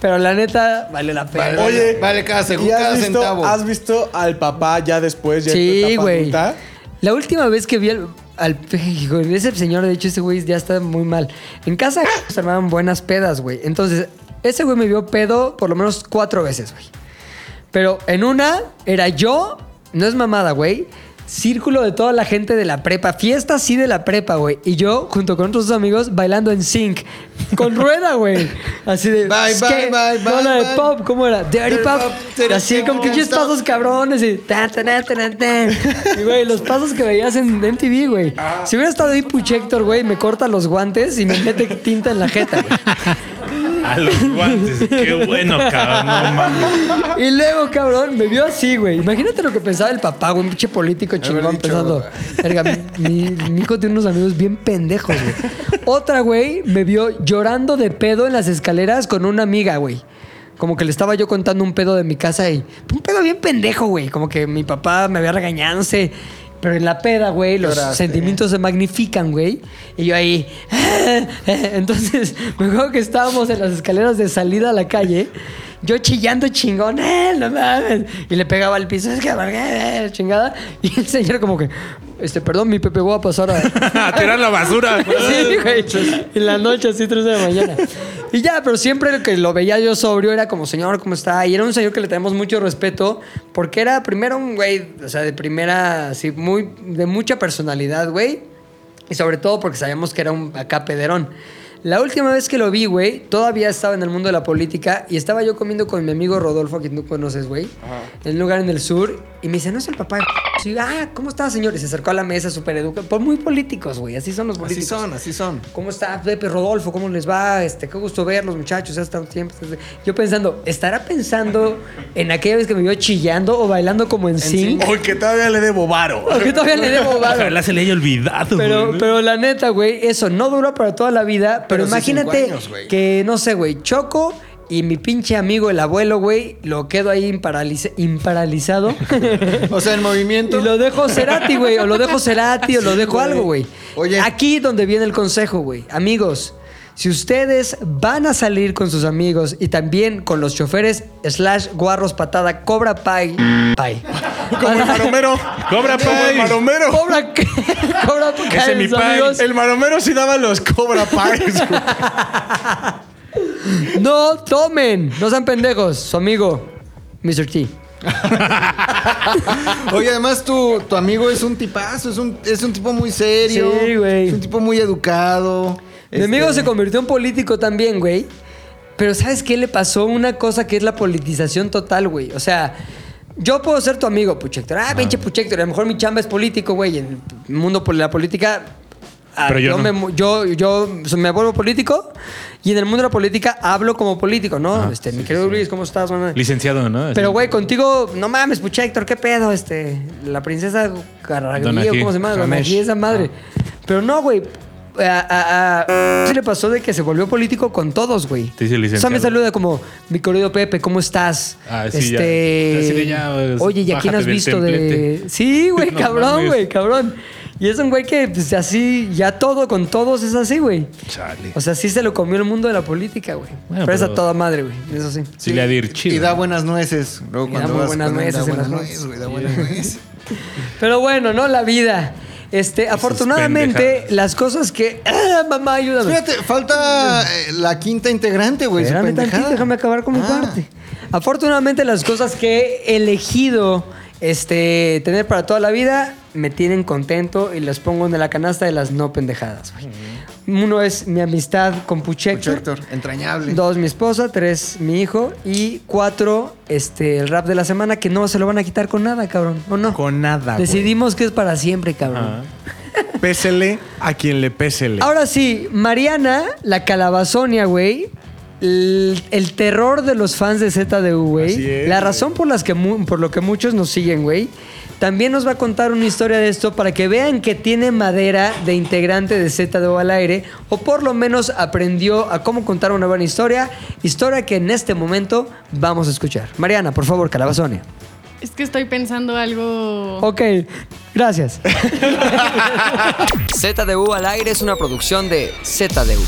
Pero la neta, vale la pena.
Oye,
vale cada segundo,
¿y has
cada
visto-
centavo.
¿Has visto al papá ya después? Ya en tu
Sí,
etapa
güey.
adulta?
La última vez que vi al, al- hijo, ese señor, de hecho, ese güey ya está muy mal. En casa se armaban buenas pedas, güey. Entonces, ese güey me vio pedo por lo menos cuatro veces, güey. Pero en una era yo, no es mamada, güey. Círculo de toda la gente de la prepa, fiesta sí de la prepa, güey. Y yo, junto con otros amigos, bailando en sync. Con rueda, güey. Así de.
Bye,
skate,
bye, bye, bye,
rola de
bye.
pop, ¿cómo era? Dirty
Dirty
pop.
pop, dirty
Así con
pop,
pinches
stop.
pasos cabrones y tan, tan, tan, tan, tan. Y, güey, los pasos que veías en MTV, güey. Si hubiera estado ahí Puchector, güey, me corta los guantes y me mete tinta en la jeta, güey.
A los guantes. Qué bueno, cabrón. No mames.
Y luego, cabrón, me vio así, güey. Imagínate lo que pensaba el papá, güey, un pinche político chingón
dicho,
pensando. Verga, mi, mi hijo tiene unos amigos bien pendejos, güey. Otra, güey, me vio llorando de pedo en las escaleras con una amiga, güey. Como que le estaba yo contando un pedo de mi casa y. Un pedo bien pendejo, güey. Como que mi papá me había regañado, no sé. Pero en la peda, güey, los
Lloraste.
sentimientos se magnifican, güey. Y yo ahí. Entonces, me acuerdo que estábamos en las escaleras de salida a la calle. Yo chillando chingón, "Eh, no mames. Y le pegaba al piso, es que eh, chingada. Y el señor, como que, este, perdón, mi Pepe, voy a pasar a.
A tirar la basura.
Sí, güey. En la noche, así, 3 de la mañana. Y ya, pero siempre lo que lo veía yo sobrio era como, señor, ¿cómo está? Y era un señor que le tenemos mucho respeto porque era primero un güey, o sea, de primera, así, muy, de mucha personalidad, güey. Y sobre todo porque sabíamos que era un acá pederón. La última vez que lo vi, güey, todavía estaba en el mundo de la política y estaba yo comiendo con mi amigo Rodolfo, que tú conoces, güey, en un lugar en el sur. Y me dice, no es el papá. de Y yo, ah, ¿cómo está, señor? Y se acercó a la mesa, súper educado. Pues muy políticos, güey, así son los
Así
políticos.
son, así son.
¿Cómo está Pepe Rodolfo? ¿Cómo les va? Este, qué gusto verlos, muchachos. Ya tanto tiempo. Yo pensando, ¿estará pensando en aquella vez que me vio chillando o bailando como en zinc?
O que todavía le debo varo.
O que todavía le debo varo.
Ojalá se le haya olvidado,
Pero,
güey.
pero la neta, güey, eso no duró para toda la vida. Pero,
Pero sí
imagínate
cinco años, güey.
que, no sé, güey, choco y mi pinche amigo, el abuelo, güey, lo quedo ahí imparaliza- imparalizado.
O sea, el movimiento.
y lo dejo Cerati, güey, o lo dejo Cerati, o lo dejo algo, güey.
Oye.
Aquí donde viene el consejo, güey. Amigos, si ustedes van a salir con sus amigos y también con los choferes, slash, guarros, patada, cobra pay, pay.
Como el maromero.
Cobra
Como el
pay.
maromero.
Cobra, cobra pay,
Ese mi
mis
pay,
amigos.
El maromero sí daba los cobra pies. güey.
No tomen, no sean pendejos, su amigo, Mr. T.
Oye, además tu, tu amigo es un tipazo, es un, es un tipo muy serio.
Sí, güey.
Es un tipo muy educado. Este,
Mi
Este,
amigo se convirtió en político también, güey. Pero ¿sabes qué le pasó? Una cosa que es la politización total, güey. O sea, yo puedo ser tu amigo, Puchector. Ah, pinche Puchector. A lo mejor mi chamba es político, güey. En el mundo de la política... ah,
Pero yo no.
me, mu- yo, yo so- me vuelvo político y en el mundo de la política hablo como político, ¿no?
Ah,
este, mi querido Luis, ¿cómo estás? Buenas noches.
Licenciado, ¿no? Así.
Pero, güey, contigo, no mames, pucha, Héctor, qué pedo, este. La princesa Carraguillo,
Donají.
¿cómo se llama?
Ramesh.
Donají, esa madre.
Ah.
Pero no, güey. A, a- a- se le pasó de que se volvió político con todos, güey.
Te dice
O sea, me
licenciado.
saluda como, mi querido Pepe, ¿cómo estás? Este,
Ah, sí, ya. Así de ya, pues,
Oye, ¿y a quién
bájate
has
del
visto de...?
templete.
Sí, güey,
No
cabrón,
mames.
güey, cabrón. Y es un güey que pues, así, ya todo con todos es así, güey.
Chale.
O sea, sí se lo comió el mundo de la política, güey.
Bueno,
pero es a
pero-
toda madre, güey, eso sí.
Sí, le ha de ir chido.
Y da buenas nueces. Luego
Y da
cuando
muy
vas
buenas
con él,
nueces en
da buenas
las
nueces, güey, da buenas nueces.
Pero bueno, ¿no? La vida. Este, afortunadamente,
pendejadas.
las cosas que. ¡Ah, mamá, ayúdame!
Espérate, falta eh, la quinta integrante, güey. su
Espérame
pendejada.
tantito, déjame acabar con mi
Ah.
parte. Afortunadamente, las cosas que he elegido este, tener para toda la vida me tienen contento y las pongo en la canasta de las no pendejadas, güey. Uno es mi amistad con
Pucho
Puchector.
Héctor, entrañable.
Dos, mi esposa. Tres, mi hijo. Y cuatro, este, el rap de la semana que no se lo van a quitar con nada, cabrón. ¿O no?
Con nada, güey.
Decidimos que es para siempre, cabrón.
Ah.
Pésele a quien le pésele.
Ahora sí, Mariana, la calabazonia, güey. El, el terror de los fans de ZDU,
Así
güey.
es,
La
güey.
razón por, las que mu- por lo que muchos nos siguen, güey. También nos va a contar una historia de esto para que vean que tiene madera de integrante de ZDU al aire. O por lo menos aprendió a cómo contar una buena historia. Historia que en este momento vamos a escuchar. Mariana, por favor, calabazonia.
Es que estoy pensando algo.
Ok, gracias. ZDU al aire es una producción de ZDU.